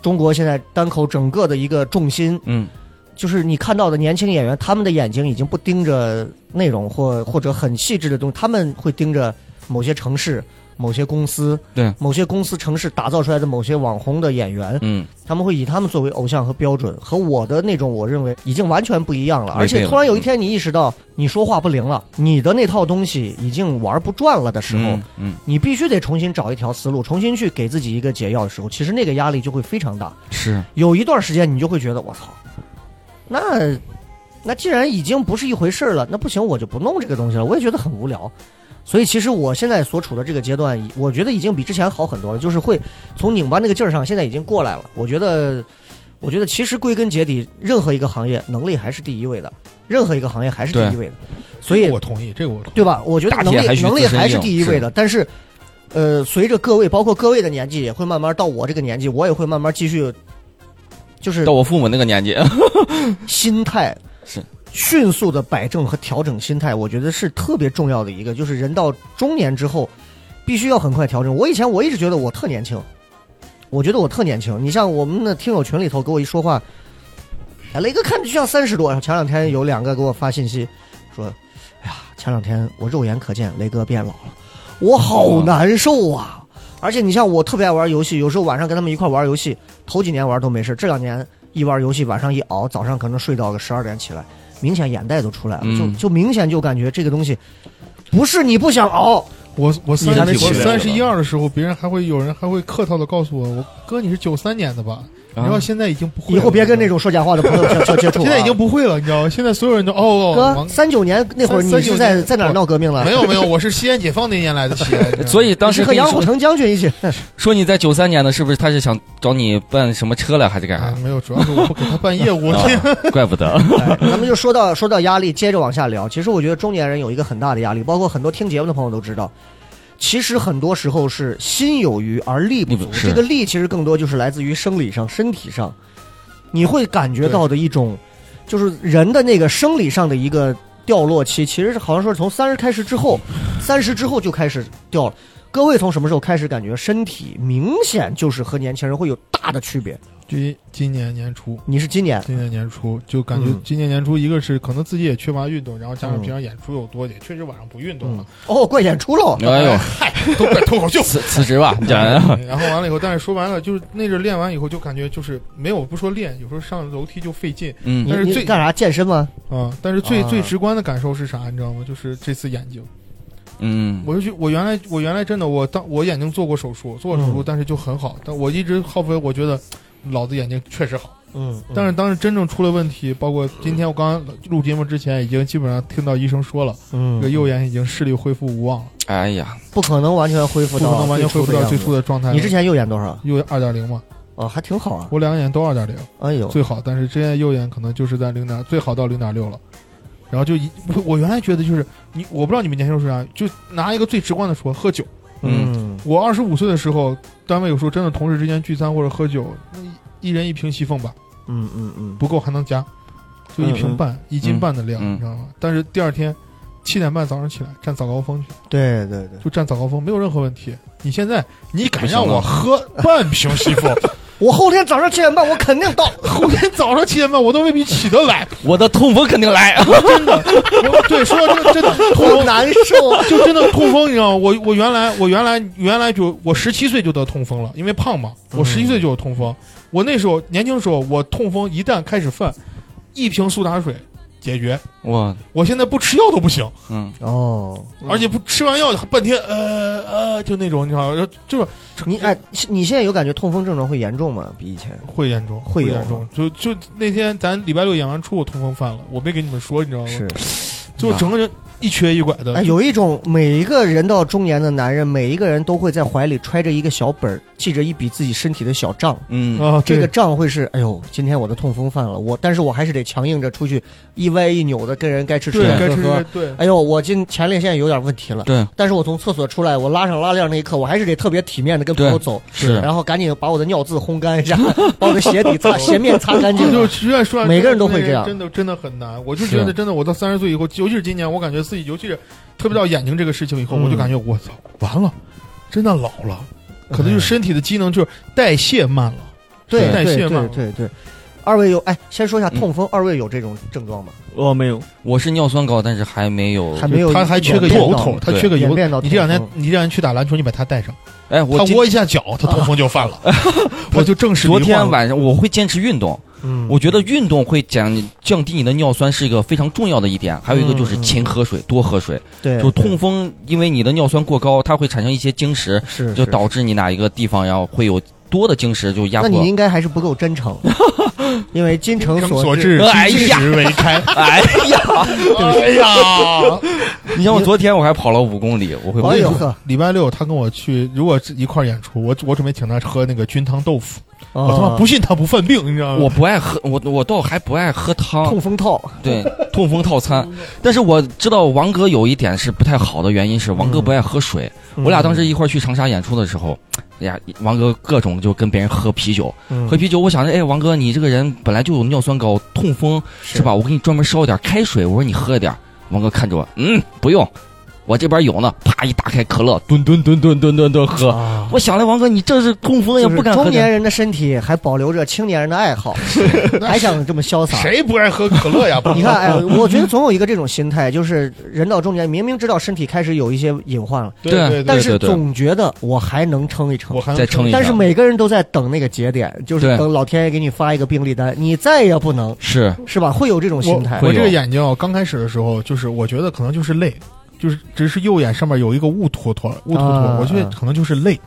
中国现在单口整个的一个重心嗯，就是你看到的年轻演员，他们的眼睛已经不盯着内容或或者很细致的东西，他们会盯着某些城市、某些公司、对某些公司、城市打造出来的某些网红的演员，嗯，他们会以他们作为偶像和标准，和我的那种我认为已经完全不一样了。违而背了且突然有一天你意识到你说话不灵了，你的那套东西已经玩不转了的时候，嗯，嗯，你必须得重新找一条思路，重新去给自己一个解药的时候，其实那个压力就会非常大。是，有一段时间你就会觉得我操，那那既然已经不是一回事儿了，那不行，我就不弄这个东西了。我也觉得很无聊，所以其实我现在所处的这个阶段，我觉得已经比之前好很多了，就是会从拧巴那个劲儿上，现在已经过来了。我觉得，我觉得其实归根结底，任何一个行业能力还是第一位的，任何一个行业还是第一位的，所以这个我同意，这个我同对吧？我觉得大能体力还需能力自身还是应第一位的，但是，呃，随着各位，包括各位的年纪，也会慢慢到我这个年纪，我也会慢慢继续，就是到我父母那个年纪，心态是迅速的摆正和调整心态，我觉得是特别重要的一个，就是人到中年之后，必须要很快调整。我以前我一直觉得我特年轻，我觉得我特年轻。你像我们的听友群里头给我一说话，哎，雷哥看着就像三十多。然后前两天有两个给我发信息说，哎呀，前两天我肉眼可见雷哥变老了，我好难受啊。而且你像我特别爱玩游戏，有时候晚上跟他们一块玩游戏，头几年玩都没事，这两年一玩游戏晚上一熬，早上可能睡到个十二点起来，明显眼袋都出来了，嗯就就明显就感觉这个东西不是你不想熬，我我三还没我起来三十一二的时候，别人还会有人还会客套的告诉我，我哥你是九三年的吧？你知道现在已经不会了，啊以后别跟那种说假话的朋友接接接触、啊。现在已经不会了，你知道吗？现在所有人都哦哦，哥忙三九年那会儿，你是39在年在哪儿闹革命了？没有没有，我是西安解放那年来的西 安，你知道吗所以当时你是和跟你杨虎说城将军一起。说你在九三年的，是不是他是想找你办什么车来，还是干哎啥？没有，主要是我不给他办业务。啊怪不得，哎咱们就说到说到压力，接着往下聊。其实我觉得中年人有一个很大的压力，包括很多听节目的朋友都知道。其实很多时候是心有余而力不力足不，是这个力其实更多就是来自于生理上、身体上，你会感觉到的一种，就是人的那个生理上的一个掉落期，其实是好像说是从三十开始之后，三十之后就开始掉了。各位从什么时候开始感觉身体明显就是和年轻人会有大的区别？就一 今年年初，你是今年，今年年初就感觉嗯今年年初，一个是可能自己也缺乏运动，然后加上嗯平常演出又多，也确实晚上不运动嗯了，，哦，怪演出喽，哎呦，都怪脱口秀。辞辞职吧，你讲哎讲。然后完了以后，但是说完了，就是那阵练完以后，就感觉就是没有不说练，有时候上楼梯就费劲嗯你但是你最干啥健身吗？啊。但是最啊最直观的感受是啥，你知道吗？就是这次眼睛，嗯，我就去，我原来我原来真的我当我眼睛做过手术，做过手术，嗯但是就很好，但我一直好飞，我觉得老子眼睛确实好。嗯，但是当时真正出了问题，包括今天我刚刚录节目之前，已经基本上听到医生说了，这个嗯，右眼已经视力恢复无望了，哎呀，不可能完全恢复不可到能完全恢复到最初的样的状子。态了。你之前右眼多少？右眼二点零嘛，哦，还挺好啊。我两个眼都二点零，哎呦，最好，但是之前右眼可能就是在零点，最好到零点六了。然后就一我我原来觉得就是你，我不知道你们年轻人是啥，就拿一个最直观的说，喝酒。嗯我二十五岁的时候，单位有时候真的同事之间聚餐或者喝酒，那一一人一瓶西凤吧，嗯嗯嗯，不够还能加，就一瓶半、一斤半的量，嗯你知道吗？但是第二天七点半早上起来站早高峰去，对对对，就站早高峰没有任何问题。你现在你敢不行让我了喝半瓶西凤，我后天早上七点半我肯定到。后天早上七点半我都未必起得来，我的痛风肯定来。真的。对，说到这个真的好痛风，难受。啊就真的痛风，你知道吗？我我原来我原来原来就我十七岁就得痛风了，因为胖嘛，我嗯十七岁就有痛风。我那时候年轻时候，我痛风一旦开始犯，一瓶苏打水解决。我我现在不吃药都不行，嗯，哦，而且不吃完药半天，呃呃，就那种你知道吗，就是你哎，你现在有感觉痛风症状会严重吗？比以前？会严重，会会有啊严重。就就那天咱礼拜六演完出，我痛风犯了，我没给你们说，你知道吗？是，就整个人一瘸一拐的。哎，有一种每一个人到中年的男人，每一个人都会在怀里揣着一个小本儿，记着一笔自己身体的小账。嗯，啊，这对个账会是，哎呦，今天我的痛风犯了，我，但是我还是得强硬着出去，一歪一扭的跟人该吃吃，对该该喝吃喝。对。哎呦，我今前列腺有点问题了，对，但是我从厕所出来，我拉上拉链那一刻，我还是得特别体面的跟朋对友走，是然后赶紧把我的尿渍烘干一下，把我的鞋底擦鞋面擦干净。 就实在说，啊每个人都会这样真的真的很难。我就是觉得真的，我到三十岁以后，尤其是今年，我感觉自己，尤其是特别到眼睛这个事情以后，嗯哎我就感觉我操，完了，真的老了，可能就是身体的机能就是代谢慢了。对代对谢对慢对了对对。二位有哎，先说一下嗯痛风，二位有这种症状吗？我没有，我是尿酸高，但是还没有。还没有，他还缺个演变油到头，他对缺个演油变到头。你这两天痛你这两天去打篮球，你把它带上，哎，他我今窝一下脚，他痛风就 犯了，我就正式昨罹患天了晚上我会坚持运动，嗯，我觉得运动会降降低你的尿酸是一个非常重要的一点，还有一个就是嗯嗯勤喝水，多喝水。对就痛风，因为你的尿酸过高，它会产生一些晶石，是就是导致你哪一个地方然后会有多的晶石就压那你迫。应该还是不够真 诚，因为金诚诚所所至，哎金呀石为 开。 哎呀，哎呀，你像我昨天我还跑了五公里，我会哎呦呵，礼拜六他跟我去，如果是一块儿演出，我我准备请他喝那个菌汤豆腐。我他妈啊不信他不犯病，你知道吗？我不爱喝，我我倒还不爱喝嗯汤痛，风套，对，痛风套餐。但是我知道王哥有一点是不太好的原因是王哥不爱喝水。嗯嗯我俩当时一块儿去长沙演出的时候，哎呀，王哥各种就跟别人喝啤酒，嗯喝喝啤酒。我想着，哎，王哥你这个人本来就有尿酸高、痛风是吧？？我给你专门烧一点开水，我说你喝一点。王哥看着我，嗯，不用，我这边有呢。啪一打开可乐，吨吨吨吨吨吨吨喝。啊我想了，王哥你这是痛风也就是不敢喝中年点。人的身体还保留着青年人的爱 好，还想这么潇洒。谁不爱喝可 乐呀？ 不你看，哎，我觉得总有一个这种心态，就是人到中年，明明知道身体开始有一些隐患了，对对对，但是对对总觉得我还能撑一撑我。还再撑一下但是每个人都在等那个节点，就是对等老天爷给你发一个病历单，你再也不能是，是吧？会有这种心态我。我这个会有眼睛啊，刚开始的时候，就是我觉得可能就是累，就是只是右眼上面有一个雾坨坨，雾坨坨，啊我觉得可能就是累，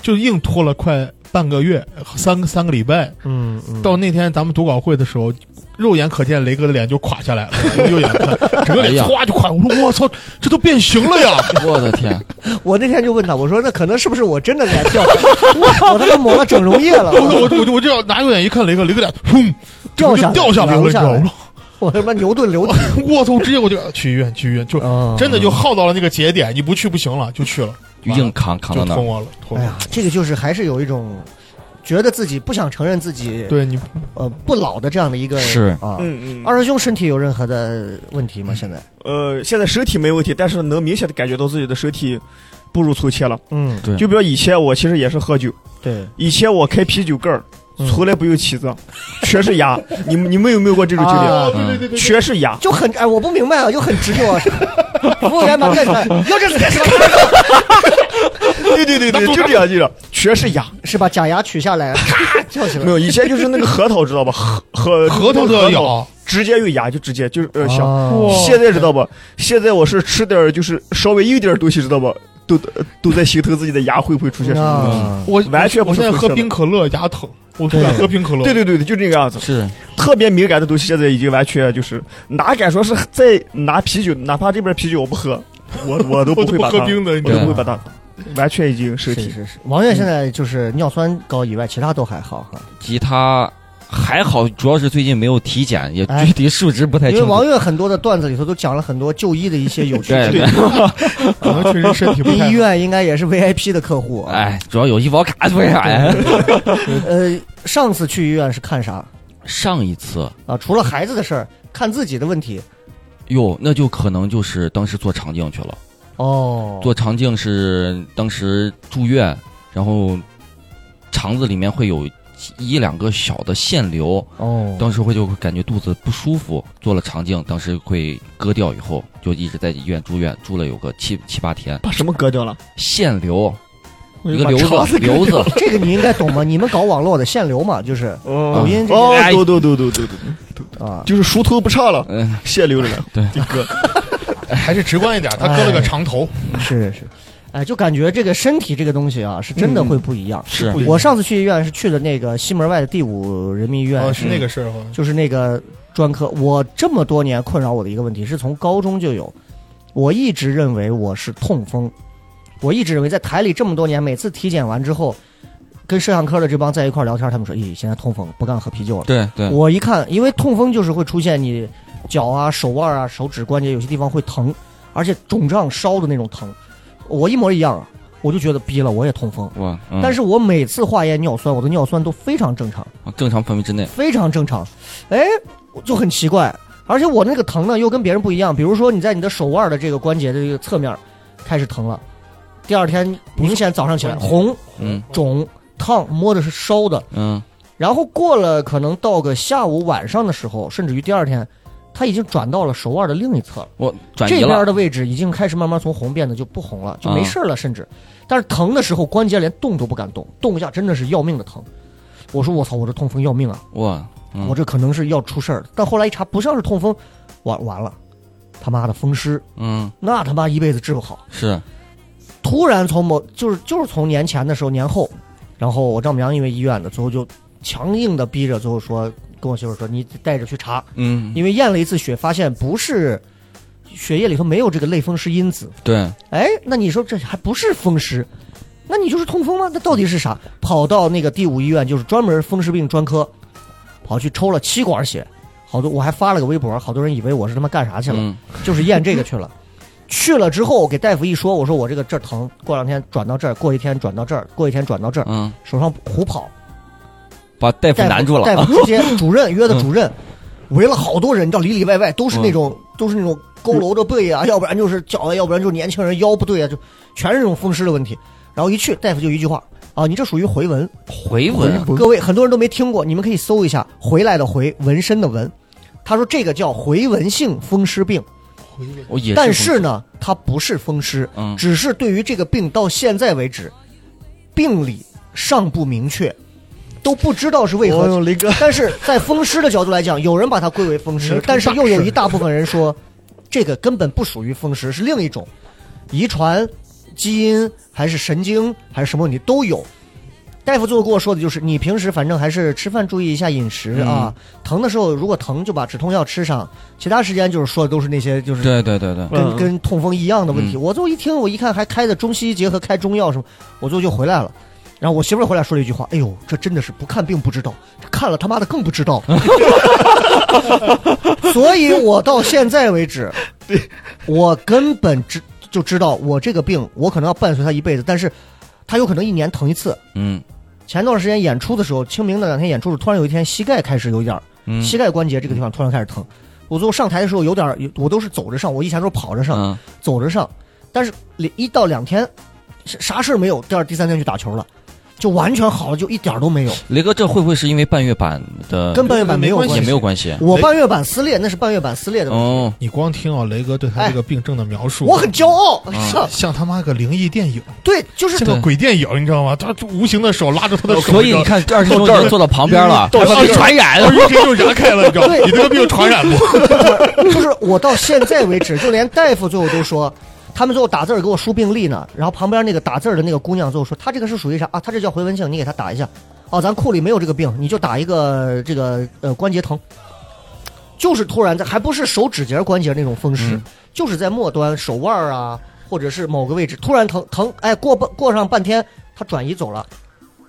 就硬拖了快半个月，三个三个礼拜。嗯，嗯到那天咱们读稿会的时候，肉眼可见雷哥的脸就垮下来了，我右眼看，整个哎脸呀唰就垮。我说我操，这都变形了呀！ 我的天，我那天就问他，我说那可能是不是我真的在掉？ 我我他妈抹了整容液了， 我我我我这样拿右眼一看，雷哥，雷哥脸轰掉下来就掉下来了，流你知下来道吗？我他妈牛顿流体。我操！直接我就去医院，去医院，就啊 真的就耗到了那个节点，你不去不行了，就去了，就硬扛扛就到那吞儿。我了，吞哎我呀了。，这个就是还是有一种觉得自己不想承认自己对你呃不老的这样的一个是啊。嗯嗯，二师兄身体有任何的问题吗？现在呃，现在身体没问题，但是能明显的感觉到自己的身体步入粗切了。嗯，对就比如以前我其实也是喝酒，对，以前我开啤酒盖儿嗯，从来不用起子， 全是牙。你们你们有没有过这种经历？哦啊嗯全是牙。就很哎，我不明白啊，就很执拗啊。服务员把盖子翻，要这是干什么？对对对对，就这样就这样，全是牙。是把假牙取下来，咔叫起没来。有，以前就是那个核桃，知道吧？核核核桃都要核咬，直接用牙就直接就是呃想。哦哇现在知道吧？现在我是吃点儿就是稍微有点儿东西，知道吧？都都在心疼自己的牙会不会出现什么问题。啊我完全不我是现在灰喝色的冰可乐牙疼，我不敢对喝冰可乐。对对对对，就这个样子。是特别敏感的东西，现在已经完全就是哪敢说是再拿啤酒，哪怕这边啤酒我不喝，我我都 我不都会不把它，喝冰的，你我知都道不会把吗？它，完全已经收是体。是是，王悦现在就是尿酸高以外，其他都还好哈。吉他还好，主要是最近没有体检，也哎具体数值不太因为清王楚。悦很多的段子里头都讲了很多就医的一些有趣对之对处。 可能确实身体不 太医好。院应该也是 VIP 的客户。，啊哎，主要有医保卡，为啥呀？呃，上次去医院是看啥 上一次，啊？除了孩子的事儿，看自己的问题。哟，那就可能就是当时做肠镜去了。哦，做肠镜是当时住院，然后肠子里面会有一两个小的腺瘤，哦，当时会就会感觉肚子不舒服，做了肠镜，当时会割掉以后就一直在医院住院，住了有个七七八天。把什么割掉了？腺瘤，一个把瘤肠子，瘤 子，哦这个你应该懂吗？你们搞网络的限流嘛，就是哦抖音这哦些，哎对对对对对对，啊，就是熟头不差了， 嗯，血流着了。对，这个还是直观一点，他割了哎个长头，是是，哎，就感觉这个身体这个东西啊，是真的会不一样。是嗯不一样我上次去医院是去的那个西门外的第五人民医院，哦，是那个事儿哈。就是那个专科。我这么多年困扰我的一个问题是从高中就有，我一直认为我是痛风，我一直认为在台里这么多年，每次体检完之后，跟摄像科的这帮在一块儿聊天，他们说：“咦，现在痛风，不干喝啤酒了。”对对，我一看，因为痛风就是会出现你脚啊、手腕啊、手指关节有些地方会疼，而且肿胀烧的那种疼，我一模一样啊，我就觉得逼了，我也痛风。我，嗯但是我每次化验尿酸，我的尿酸都非常正常，正常范围之内，非常正常。哎，我就很奇怪，而且我那个疼呢又跟别人不一样，比如说你在你的手腕的这个关节的这个侧面开始疼了，第二天明显早上起来红、嗯肿、烫，摸的是烧的，嗯，然后过了可能到个下午晚上的时候，甚至于第二天，它已经转到了手腕的另一侧了，我转移这边了，啊的位置已经开始慢慢从红变得就不红了，就没事儿了，甚至，但是疼的时候关节连动都不敢动，动一下真的是要命的疼。我说我操，我这痛风要命啊！我，嗯我这可能是要出事儿了。但后来一查，不像是痛风，完完了，他妈的风湿，嗯那他妈一辈子治不好。是，突然从某就是就是从年前的时候年后，然后我丈母娘因为医院的，最后就强硬的逼着，最后说跟我媳妇说你带着去查，嗯，因为验了一次血，发现不是血液里头没有这个类风湿因子。对，哎，那你说这还不是风湿？那你就是痛风吗？那到底是啥？跑到那个第五医院，就是专门风湿病专科，跑去抽了七管血，好多我还发了个微博，好多人以为我是他妈干啥去了。嗯就是验这个去了。去了之后给大夫一说，我说我这个这儿疼，过两天转到这儿，过一天转到这儿，过一天转到这儿，嗯，手上虎跑，把大夫大夫难住大了，啊嗯夫直接 主任约的主任，围了好多人，你知道里里外外都是那种、都是那种佝偻的背嗯啊，要不然就是脚啊，要不然就是年轻人腰不对啊，就全是这种风湿的问题。然后一去，大夫就一句话啊，你这属于回纹，回文，各位很多人都没听过，你们可以搜一下“回来的回”纹身的纹。他说这个叫回纹性风湿病，我也，但是，呢，它不是风湿，嗯只是对于这个病到现在为止，病理尚不明确，都不知道是为哦何。呦，雷哥，但是在风湿的角度来讲，有人把它归为风嗯湿大，但是又有一大部分人说，这个根本不属于风湿，是另一种遗传、基因还是神经还是什么问题都有。大夫最后跟我说的就是，你平时反正还是吃饭注意一下饮食啊，疼的时候如果疼就把止痛药吃上，其他时间就是说的都是那些就是对对对对，跟嗯跟痛风一样的问题。我最后一听，我一看还开的中西医结合，开中药什么，我最后就回来了。然后我媳妇儿回来说了一句话：“哎呦，这真的是不看病不知道，这看了他妈的更不知道。”所以，我到现在为止，我根本知就知道我这个病，我可能要伴随他一辈子，但是他有可能一年疼一次。嗯前段时间演出的时候，清明那两天演出的时候，突然有一天膝盖开始有一点儿嗯，膝盖关节这个地方突然开始疼。我最后上台的时候有点儿，有我都是走着上，我以前都是跑着上，嗯走着上，但是连一到两天啥事儿没有，第二第三天去打球了，就完全好了，就一点儿都没有，雷哥，这会不会是因为半月板的跟半月板没有没关关系也没系。有关系？我半月板撕裂，那是半月板撕裂的问题。哦，你光听啊，雷哥对他这个病症的描述，哎啊我很骄傲，是像他妈个灵异电影，对，就是像个对鬼电影，你知道吗？他无形的手拉着他的手，所以你知道吗，你看，这二师兄已经坐到旁边了，到这儿还被传染了我。一直就燃开了，你知道吗？对你这个病传染不？ 就是我到现在为止，就连大夫最后都说，他们最后打字儿给我输病历呢。然后旁边那个打字儿的那个姑娘最后说，她这个是属于啥啊？她这叫回纹性，你给她打一下。哦，咱库里没有这个病，你就打一个这个呃关节疼，就是突然在，还不是手指节关节那种风湿，嗯就是在末端手腕儿啊，或者是某个位置突然疼疼，哎，过半过上半天，它转移走了。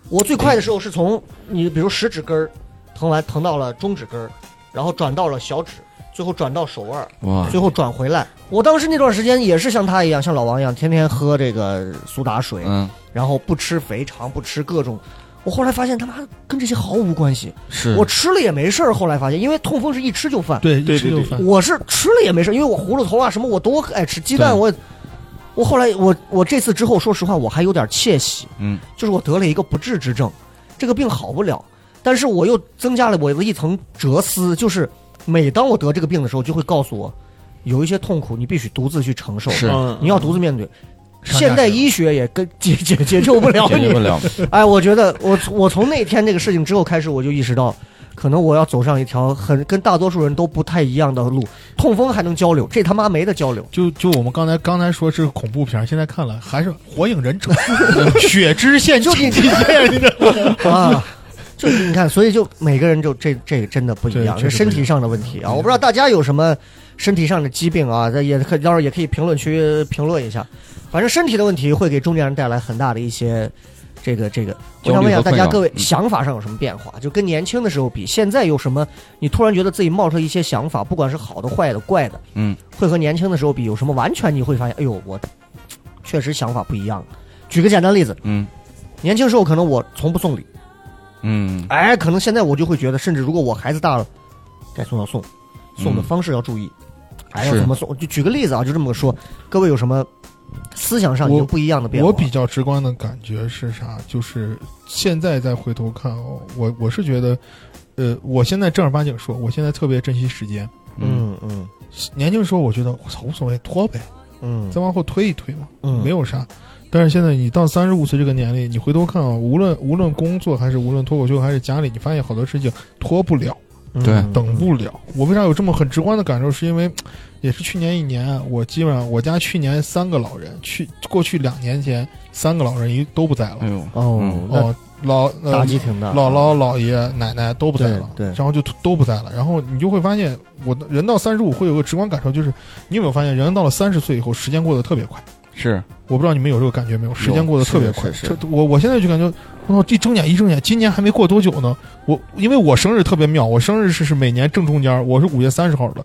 我最快的时候是从你比如食指根儿疼完疼到了中指根儿，然后转到了小指，最后转到手腕儿，哇，最后转回来。我当时那段时间也是像他一样，像老王一样，天天喝这个苏打水，嗯，然后不吃肥肠，不吃各种。我后来发现他妈跟这些毫无关系， 是嗯我吃了也没事儿。后来发现，因为痛风是一吃就犯，对对一吃就对嗯犯。我是吃了也没事儿，因为我葫芦头啊什么我都爱吃，鸡蛋对我也。我后来我我这次之后，说实话我还有点窃喜，嗯，就是我得了一个不治之症，这个病好不了，但是我又增加了我的一层哲思，就是每当我得这个病的时候，就会告诉我，有一些痛苦你必须独自去承受，是嗯你要独自面对。上价值现代医学也跟解解解救不了解决不你。了。 哎，我觉得我我从那天这个事情之后开始，我就意识到，可能我要走上一条很跟大多数人都不太一样的路。痛风还能交流，这他妈没得交流。就就我们刚才刚才说是恐怖片，现在看了还是《火影 忍者》《血之线》就你见你知道吗？啊，就是你看，所以就每个人就这这真的不一样，是对确实身不一体样上的问题啊。我不知道大家有什么身体上的疾病啊，在也可到时候也可以评论区评论一下。反正身体的问题会给中年人带来很大的一些这个这个。我焦虑想问一下和大困家扰各位，嗯想法上有什么变化？就跟年轻的时候比，现在有什么？你突然觉得自己冒出一些想法，不管是好的、坏的、怪的，嗯，会和年轻的时候比有什么？完全你会发现，哎呦，我确实想法不一样了。举个简单例子，嗯年轻时候可能我从不送礼。嗯，哎，可能现在我就会觉得，甚至如果我孩子大了，该送要送，送的嗯方式要注意，还要是怎么送？就举个例子啊，就这么说，各位有什么思想上我有不一样的变化？我比较直观的感觉是啥？就是现在再回头看哦，我我是觉得，呃，我现在正儿八经说，我现在特别珍惜时间。嗯嗯嗯年轻时候我觉得我操无所谓，拖呗，嗯再往后推一推嘛，嗯，没有啥。但是现在你到三十五岁这个年龄，你回头看啊，无论无论工作还是无论脱口秀还是家里，你发现好多事情拖不了。嗯对等不了。我为啥有这么很直观的感受？是因为也是去年一年，我基本上我家去年三个老人，去过去两年前三个老人一都不在了哎。呦，哦嗯，那哦，老打呃击挺大。姥姥、姥爷、奶奶都不在了，对对然后就都不在了，然后你就会发现，我的人到三十五会有个直观感受，就是你有没有发现，人到了三十岁以后，时间过得特别快。是我不知道你们有这个感觉没有？时间过得特别快，是是是这我我现在就感觉，我操，一睁眼一睁眼，今年还没过多久呢。我因为我生日特别妙，我生日是是每年正中间，我是五月三十号的。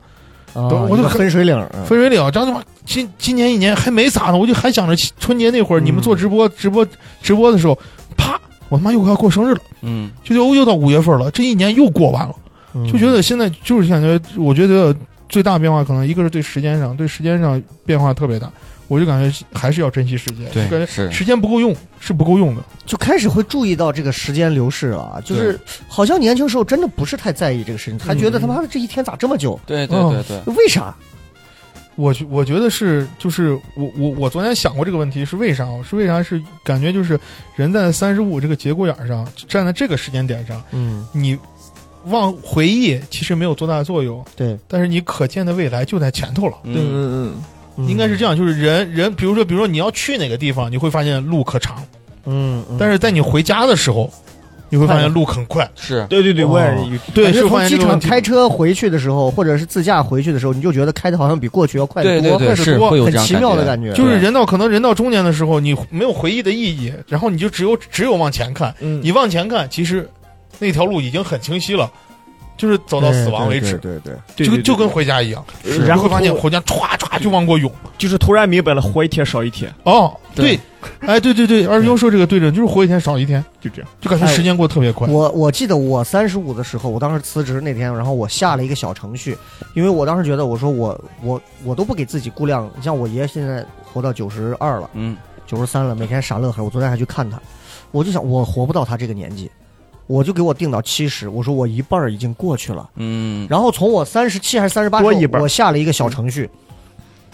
啊，等我一就个很分水岭儿，嗯分水岭，张他妈今今年一年还没咋呢，我就还想着春节那会儿嗯你们做直播、直播直播的时候，啪，我他妈又快要过生日了，嗯，就又又到五月份了，这一年又过完了。嗯就觉得现在就是感觉，我觉得最大变化可能一个是对时间上，对时间上变化特别大，我就感觉还是要珍惜时间，对就感觉是时间不够用是不够用的，就开始会注意到这个时间流逝了啊，就是好像年轻时候真的不是太在意这个事情，还觉嗯得他妈的这一天咋这么久？对对哦对对，为啥？我觉我觉得是，就是我我我昨天想过这个问题是为啥？是为啥？是感觉就是人在三十五这个节骨眼儿上，站在这个时间点上，嗯，你忘回忆其实没有多大作用，对，但是你可见的未来就在前头了。嗯嗯应该是这样，样，就是人人，比如说，比如说你要去哪个地方，你会发现路可长，嗯，嗯但是在你回家的时候，你会发现路很快。是对对对，哦我也是有对，感觉是发从现机这个场问题开车回去的时候，或者是自驾回去的时候，你就觉得开的好像比过去要快得对多，对对，是是多会有很这样奇妙的感觉。就是人到可能人到中年的时候，你没有回忆的意义，然后你就只有只有往前看。嗯，你往前看，其实那条路已经很清晰了，就是走到死亡为止，对对对对对就就跟回家一样。对是然你后会发现突回家歘歘就往过涌。就是突然明白了，活一天少一天，哦，对对，哎，对对对，二师兄说这个对着，就是活一天少一天，就这样。就感哎觉时间过得特别快。我我记得我三十五的时候，我当时辞职那天，然后我下了一个小程序，因为我当时觉得我说我我我都不给自己估量，你像我爷现在活到九十二了，嗯九十三了，每天傻乐呵。我昨天还去看他，我就想我活不到他这个年纪，我就给我定到七十。我说我一半儿已经过去了。嗯，然后从我三十七还是三十八，多一半儿我下了一个小程序，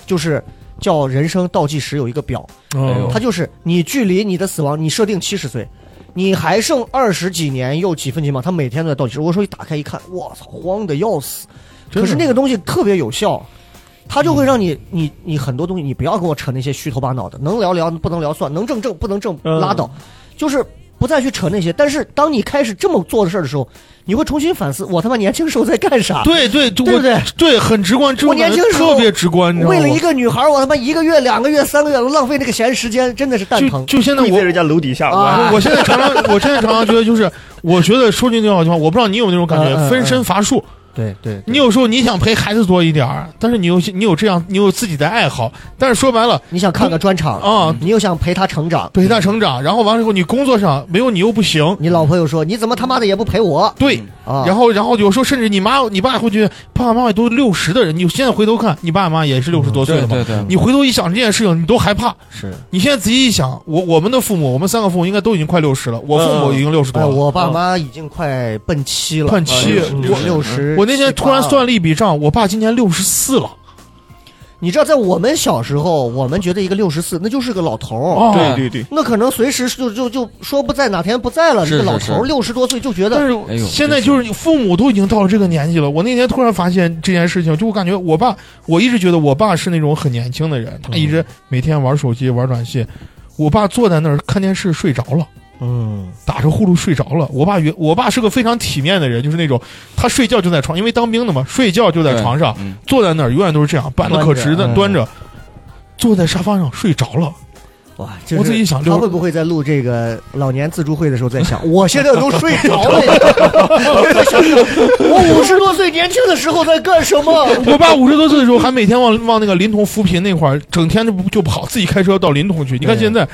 就是叫人生倒计时，有一个表，哎呦哦它就是你距离你的死亡，你设定七十岁，你还剩二十几年又几分几秒，它每天都在倒计时。我手机打开一看，我操，慌的要死。真可是的那个东西特别有效，它就会让你你你很多东西，你不要跟我扯那些虚头巴脑的，能聊聊，不能聊算，能正正，不能正嗯拉倒，就是不再去扯那些。但是当你开始这么做的事儿的时候，你会重新反思，我他妈年轻时候在干啥？对对，对对不对对，很直观，这种我年感觉轻时候特别直观，你知道吗为了一个女孩儿，我他妈一个月、两个月、三个月浪费那个闲时间，真的是蛋就疼。就现在跪我在人家楼底下，啊哇 我我现在常常，我现在常常觉得就是，我觉得说句那好听话，我不知道你有没有那种感嗯嗯觉，分身乏术。对对，你有时候你想陪孩子多一点儿，但是你有你有这样，你有自己的爱好，但是说白了你想看个专场，啊，你又想陪她成长，陪他成长，然后完了以后你工作上没有你又不行，你老婆又说你怎么他妈的也不陪我对。啊？然后，然后有时候甚至你妈、你爸会觉得爸爸妈妈都六十的人，你现在回头看，你爸妈也是六嗯十多岁对了嘛。对对，你回头一想这件事情，你都害怕。是，你现在仔细一想，我我们的父母，我们三个父母应该都已经快六十了，我父母已经六十多哎，了。我爸妈已经快奔七了，奔哦七六我六十。我那天突然算了，了一笔账，我爸今年六十四了。你知道，在我们小时候，我们觉得一个六十四那就是个老头儿。哦，对对对对，那可能随时就就就说不在哪天不在了，这是个老是是头六十多岁就觉但得哎是呦现在就是父母都已经到了这个年纪了。我那天突然发现这件事情，就我感觉我爸，我一直觉得我爸是那种很年轻的人，他一嗯直每天玩手机玩短信。我爸坐在那儿看电视睡着了，嗯打着呼噜睡着了。我爸原我爸是个非常体面的人，就是那种他睡觉就在床，因为当兵的嘛，睡觉就在对床上，嗯坐在那儿永远都是这样，板的可直的端着端着，坐在沙发上睡着了。哇，就是我自己想他六会不会在录这个老年自助会的时候在 想，我现在都睡着了，我五十多岁年轻的时候在干什么？ 我爸五十多岁的时候，还每天往往那个临潼扶贫那块儿，整天就不就跑，自己开车到临潼去。你看对现在，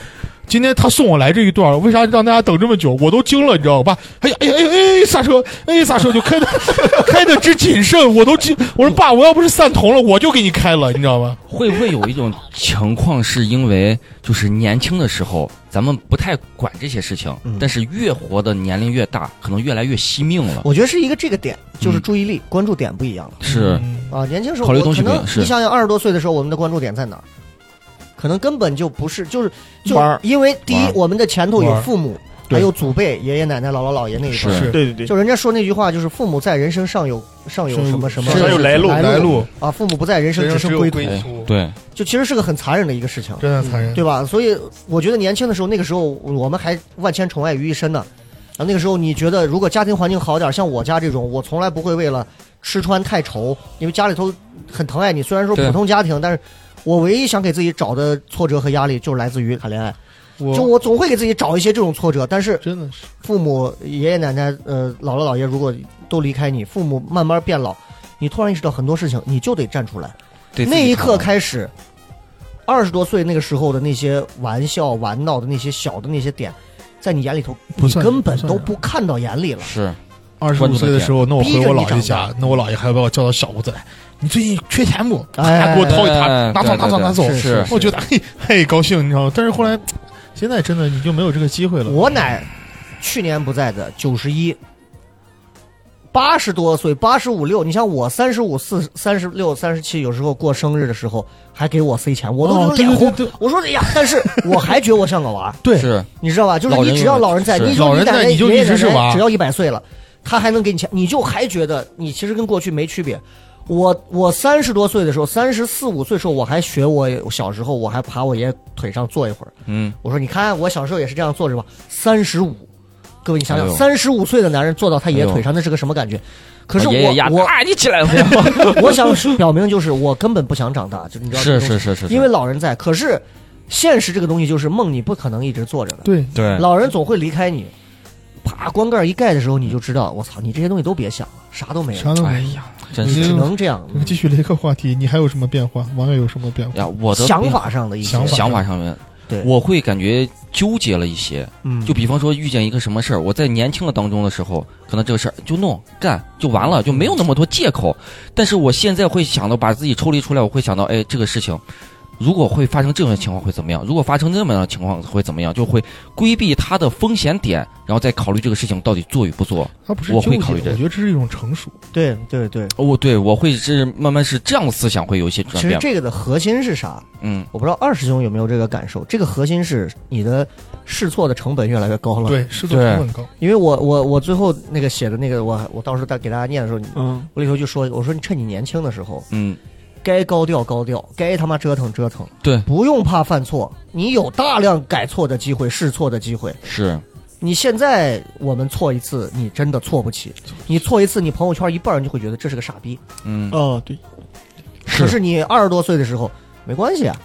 今天他送我来这一段儿，为啥让大家等这么久？我都惊了，你知道吧？哎呀，哎呀，哎呀哎，刹车，哎刹车，就开的 开的之谨慎，我都惊。我说爸，我要不是散瞳了，我就给你开了，你知道吧？会不会有一种情况，是因为就是年轻的时候咱们不太管这些事情，嗯但是越活的年龄越大，可能越来越惜命了。我觉得是一个这个点，就是注意力、关注点不一样了是，嗯啊。年轻时候嗯考虑我东西可能不一样是你想想二十多岁的时候，我们的关注点在哪儿？可能根本就不是，就是就玩儿因为第一玩儿，我们的前头有玩儿父母，对还有祖辈、爷爷奶奶、姥姥姥爷那一辈是。是对对对，就人家说那句话，就是父母在人生上有上有什么什么，上有来路来路，啊，父母不在，人生只剩归途。哎对，就其实是个很残忍的一个事情，真的残忍。对吧？所以我觉得年轻的时候，那个时候我们还万千宠爱于一身呢。啊，那个时候你觉得如果家庭环境好点，像我家这种，我从来不会为了吃穿太愁，因为家里头很疼爱你。虽然说对普通家庭，但是我唯一想给自己找的挫折和压力，就是来自于谈恋爱。就我我总会给自己找一些这种挫折，但是真的是，父母、爷爷奶奶、呃姥姥姥爷如果都离开你，父母慢慢变老，你突然意识到很多事情，你就得站出来。对那一刻，开始，二十多岁那个时候的那些玩笑、玩闹的那些小的那些点，在你眼里头，不你算根本不算啊都不看到眼里了。是二十关五注的岁的点时候，那我逼回着我你姥长爷家大，那我姥爷还把我叫到小屋子来，你最近缺钱不？哎哎，给我掏一哎沓，拿走，对拿走，对拿走。是是我觉得嘿嘿高兴，你知道吗？但是后来，现在真的你就没有这个机会了。我奶去年不在的，九十一，八十多岁，八十五六。你像我三十五、四、三十六、三十七，有时候过生日的时候还给我塞钱，我都哦有对脸对红。对对我说哎呀，但是我还觉得我像个娃儿。 对是，你知道吧？就是老你人只要有老人在，是你说老人你奶奶在你就爷爷一直是奶奶娃只要一百岁了，他还能给你钱，你就还觉得你其实跟过去没区别。我我三十多岁的时候，三十四五岁的时候，我还学我小时候，我还爬我爷爷腿上坐一会儿。嗯，我说你看我小时候也是这样坐着吧。三十五，各位你想想哎，呦三十五岁的男人坐到他爷爷哎呦腿上，那是个什么感觉？可是把我爷爷压我啊，你起来了， 我想表明就是我根本不想长大，就你知道这个是东是西是是，因为老人在，可是现实这个东西就是梦，你不可能一直坐着的。对，对老人总会离开你，啪光盖一盖的时候，你就知道，我操，你这些东西都别想了，啥都没啥了，都哎没有。呀，真你是只能这样我。们继续雷克话题，你还有什么变化？网友有什么变化？呀，我的想法上的一些想法想法上面，对我会感觉纠结了一些。嗯，就比方说遇见一个什么事儿，我在年轻的当中的时候，可能这个事儿就弄干就完了，就没嗯有那么多借口。但是我现在会想到把自己抽离出来，我会想到，哎，这个事情如果会发生这种情况会怎么样？如果发生这么样的情况会怎么样？就会规避它的风险点，然后再考虑这个事情到底做与不做。啊他不是我纠会结，考虑这我觉得这是一种成熟。对对对，哦，对，我会是慢慢是这样的思想会有一些其转实变。这个的核心是啥？嗯，我不知道二师兄有没有这个感受。这个核心是你的试错的成本越来越高了。，对，是度成本高。因为我我我最后那个写的那个，我我到时候再给大家念的时候，嗯，我里头就说，我说你趁你年轻的时候，嗯，该高调高调，该他妈折腾折腾，对，不用怕犯错，你有大量改错的机会、试错的机会。是，你现在我们错一次，你真的错不起。你错一次，你朋友圈一半人就会觉得这是个傻逼。嗯，哦，对，可是你二十多岁的时候，没关系啊。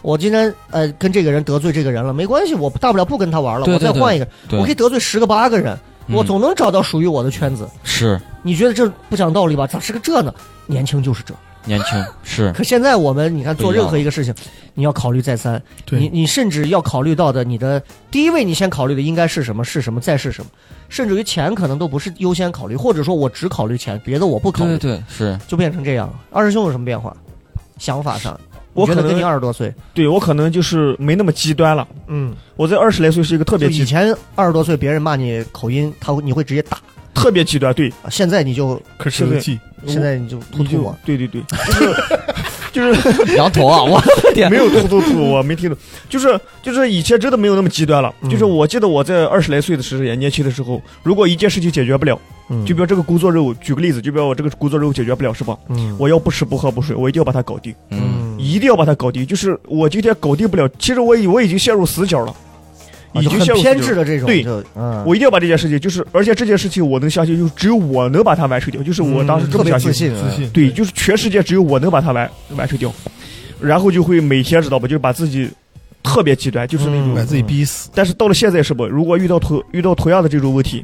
我今天呃跟这个人得罪这个人了，没关系，我大不了不跟他玩了，对对我再换一个，对我可以得罪十个八个人，嗯我总能找到属于我的圈子。是你觉得这不讲道理吧？咋是个这呢？年轻就是这。年轻，是可现在我们你看不一做样任何一个事情，你要考虑再三，对，你你甚至要考虑到的，你的第一位你先考虑的应该是什么？是什么？再是什么？甚至于钱可能都不是优先考虑，或者说我只考虑钱，别的我不考虑，对对是，就变成这样了。二师兄有什么变化？想法上，我你可觉得跟你能二十多岁，对我可能就是没那么极端了。嗯，我在二十来岁是一个特别就以极前二十多岁别人骂你口音，他会你会直接打，特别极端，对，现在你就可是个计，现在你就吐啊你吐 就我，对对对，就是 就是摇头啊，我的天没有突突突，我没听懂，就是就是以前真的没有那么极端了。嗯就是我记得我在二十来岁的时候，也年轻的时候，如果一件事情解决不了，嗯就比如这个工作任务，举个例子，就比如我这个工作任务解决不了，是吧？嗯我要不吃不喝不睡，我一定要把它搞定，嗯，一定要把它搞定。就是我今天搞定不了，其实我已我已经陷入死角了，啊已就经很陷入死角偏执的这种，对就嗯，我一定要把这件事情，就是而且这件事情我能相信，就只有我能把它完成掉，就是我当时这嗯特么别相自信，信，自信。啊对，就是全世界只有我能把它完完成掉，然后就会每天知道吧，就把自己特别极端，就是那嗯种。把自己逼死。但是到了现在是不，如果遇到同遇到同样的这种问题，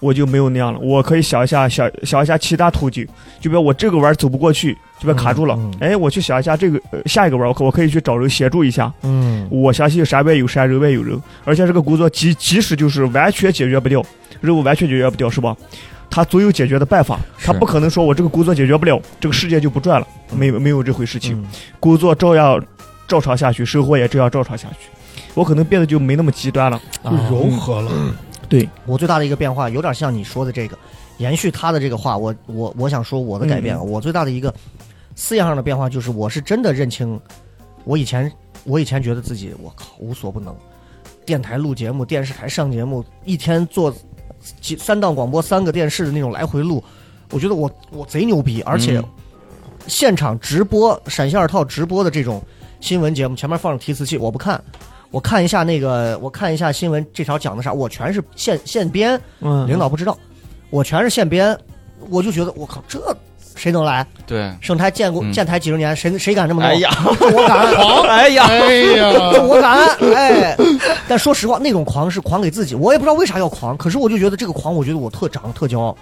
我就没有那样了，我可以想一下想想一下其他途径，就比如我这个弯儿走不过去，就被卡住了嗯，哎，我去想一下这个、呃下一个弯儿，我可我可以去找人协助一下，嗯我相信山外有山，人外有人，而且这个工作即即使就是完全解决不掉，任务完全解决不掉，是吧？他总有解决的办法，他是不可能说我这个工作解决不了，这个世界就不转了，没有没有这回事情，嗯工作照样照常下去，生活也照样照常下去。我可能变得就没那么极端了，啊就柔和了，我最大的一个变化，有点像你说的这个，延续他的这个话，我我我想说我的改变，啊，嗯我最大的一个思想上的变化就是，我是真的认清，我以前我以前觉得自己我靠无所不能，电台录节目，电视台上节目，一天做几三档广播，三个电视的那种来回录，我觉得我我贼牛逼，而且嗯现场直播闪现二套直播的这种新闻节目，前面放着提词器，我不看。我看一下那个，我看一下新闻这条讲的啥，我全是现现编，嗯领导不知道，我全是现编，我就觉得我靠，这谁能来？对，省台建国嗯建台几十年，谁谁敢这么弄？哎呀，我 敢，哎呀，哎 呀， 我敢， 哎！但说实话，那种狂是狂给自己，我也不知道为啥要狂，可是我就觉得这个狂，我觉得我特长特骄傲。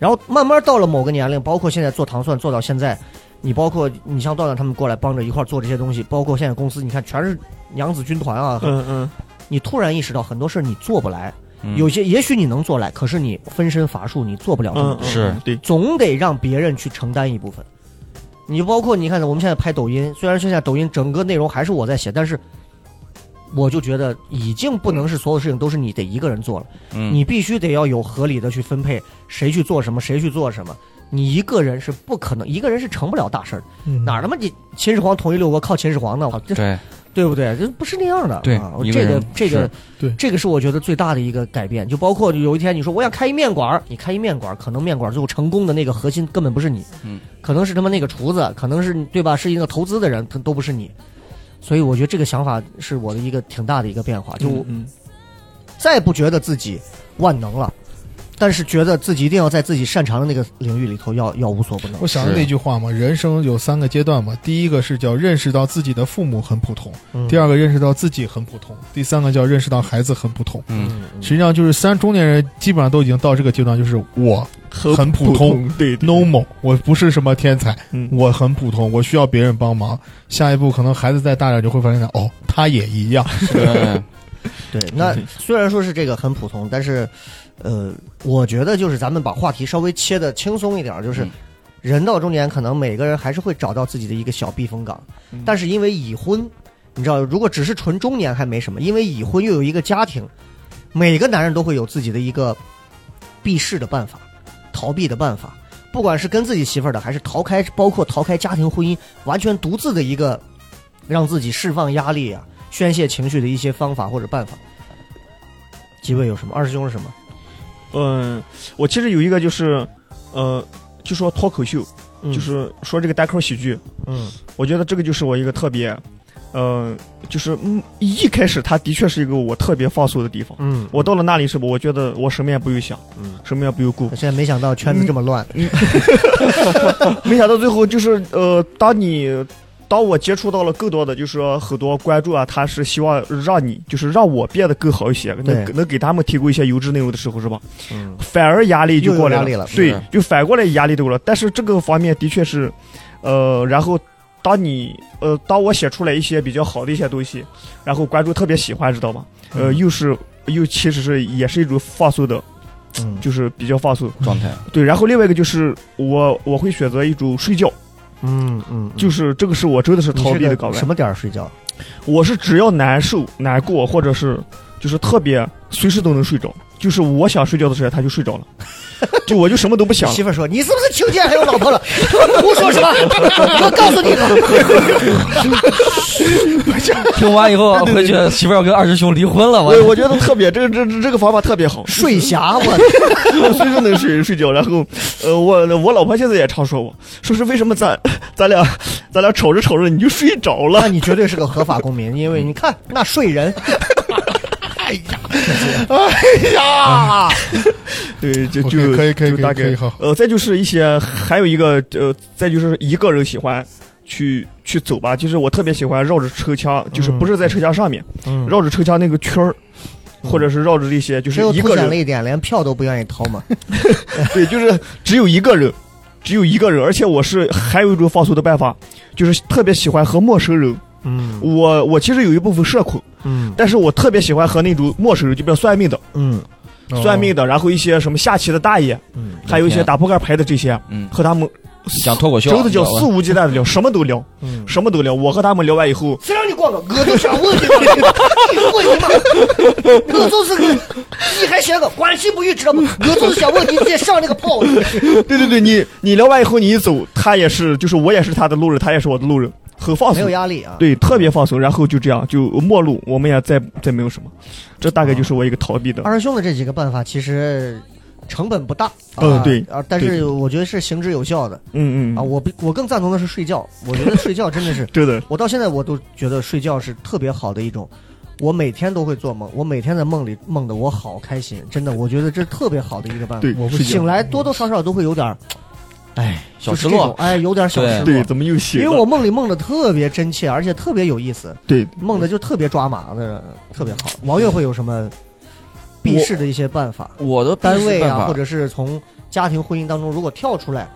然后慢慢到了某个年龄，包括现在做糖蒜做到现在，你包括你像道长他们过来帮着一块儿做这些东西，包括现在公司，你看全是娘子军团啊，嗯嗯，你突然意识到很多事儿你做不来，有些也许你能做来，可是你分身乏术，你做不了这么多嗯，是对，总得让别人去承担一部分。你包括你看，我们现在拍抖音，虽然现在抖音整个内容还是我在写，但是我就觉得已经不能是所有事情都是你得一个人做了，嗯你必须得要有合理的去分配谁去做什么，谁去做什么。你一个人是不可能，一个人是成不了大事儿的。嗯哪儿他妈你秦始皇统一六国靠秦始皇呢？我这对对不对？这不是那样的。对啊、我一个这个人这个是对这个是我觉得最大的一个改变。就包括有一天你说我想开一面馆儿，你开一面馆儿，可能面馆儿最后成功的那个核心根本不是你，嗯，可能是他妈那个厨子，可能是你对吧？是一个投资的人，他都不是你。所以我觉得这个想法是我的一个挺大的一个变化，就嗯嗯再不觉得自己万能了，但是觉得自己一定要在自己擅长的那个领域里头要要无所不能我。想的那句话嘛，人生有三个阶段嘛，第一个是叫认识到自己的父母很普通，嗯第，二个认识到自己很普通，第三个叫认识到孩子很普通。嗯实际上就是三中年人基本上都已经到这个阶段，就是我很普通，对对 normal，我不是什么天才，嗯我很普通，我需要别人帮忙。下一步可能孩子再大点就会发现，哦，他也一样。对，对，那虽然说是这个很普通，但是，呃，我觉得就是咱们把话题稍微切的轻松一点儿，就是嗯人到中年，可能每个人还是会找到自己的一个小避风港。嗯但是因为已婚，你知道，如果只是纯中年还没什么，因为已婚又有一个家庭，每个男人都会有自己的一个避世的办法、逃避的办法，不管是跟自己媳妇儿的，还是逃开，包括逃开家庭婚姻，完全独自的一个让自己释放压力啊、宣泄情绪的一些方法或者办法。几位有什么？二师兄是什么？嗯，我其实有一个就是，呃，就说脱口秀，嗯就是说这个单口喜剧，嗯我觉得这个就是我一个特别，呃，就是嗯，一开始它的确是一个我特别放松的地方。嗯，我到了那里是吧？我觉得我什么也不用想，嗯什么也不用顾我，现在没想到圈子这么乱。没想到最后就是呃，当你当我接触到了更多的，就是说很多观众啊，他是希望让你就是让我变得更好一些，对能能给他们提供一些优质内容的时候，是吧？嗯反而压力就过来又有压力了对是，就反过来压力就过来。但是这个方面的确是，呃，然后当你呃，当我写出来一些比较好的一些东西，然后观众特别喜欢，知道吗？呃，嗯又是又其实是也是一种放松的，嗯，就是比较放松。状态，对，然后另外一个就是我我会选择一种睡觉。嗯嗯，嗯就是这个是我真的是你逃避是的个岗位什。么点儿睡觉？我是只要难受、难过，或者是就是特别随时都能睡着，就是我想睡觉的时候他就睡着了，就我就什么都不想了。媳妇儿说：“你是不是听见还有老婆了？ 胡说什么？我告诉你了。 听完以后回去媳妇儿要跟二师兄离婚了，我我我觉得特别这个这这这个方法特别 好，睡侠，我随时能睡睡觉。然后，呃，我我老婆现在也常说我，说是为什么咱咱俩咱俩吵着吵着你就睡着了啊那。你绝对是个合法公民，因为你看那睡人。哎呀，哎呀，对，就 OK，就可以可以就可以大可以概好呃，再就是一些还有一个呃，再就是一个人喜欢去去走吧，就是我特别喜欢绕着车厢，就是嗯不是在车厢上面，嗯绕着车厢那个圈儿。或者是绕着这些，就是只有一凸个显了人，一点，连票都不愿意掏嘛。对，就是只有一个人，只有一个人，而且我是还有一种放松的办法，就是特别喜欢和陌生人。嗯我我其实有一部分社恐，嗯但是我特别喜欢和那种陌生人，就比如算命的、嗯算命的，的，然后一些什么下棋的大爷，嗯，还有一些打扑克牌的这些，嗯，和他们讲脱口秀，啊真的叫肆无忌惮的聊，什么都聊，嗯什么都聊。我和他们聊完以后，谁让你逛的？我都想问你，问你嘛，我就是个，你还嫌个关系不一，知道吗？我就是想问你，你上那个炮。 对对对，你 你聊完以后你一走，他也是，就是我也是他的路人，他也是我的路人，很放没有松，压力啊。对，特别放松。然后就这样就陌路，我们也再再没有什么，这大概就是我一个逃避的。二师兄的这几个办法其实成本不大，嗯啊对啊，但对是我觉得是行之有效的嗯嗯，啊。我比我更赞同的是睡觉，我觉得睡觉真的是真的，我到现在我都觉得睡觉是特别好的一种。我每天都会做梦，我每天在梦里梦的我好开心，真的，我觉得这是特别好的一个办法。对，我不醒来多多少少都会有点儿，哎，小就是失这落种，哎，有点小对失对，落。怎么又因醒了？为我梦里梦的特别真切，而且特别有意思，对梦的就特别抓马的，特别好。王月会有什么避世的一些办法？我的单位办啊，法或者是从家庭婚姻当中如果跳出来，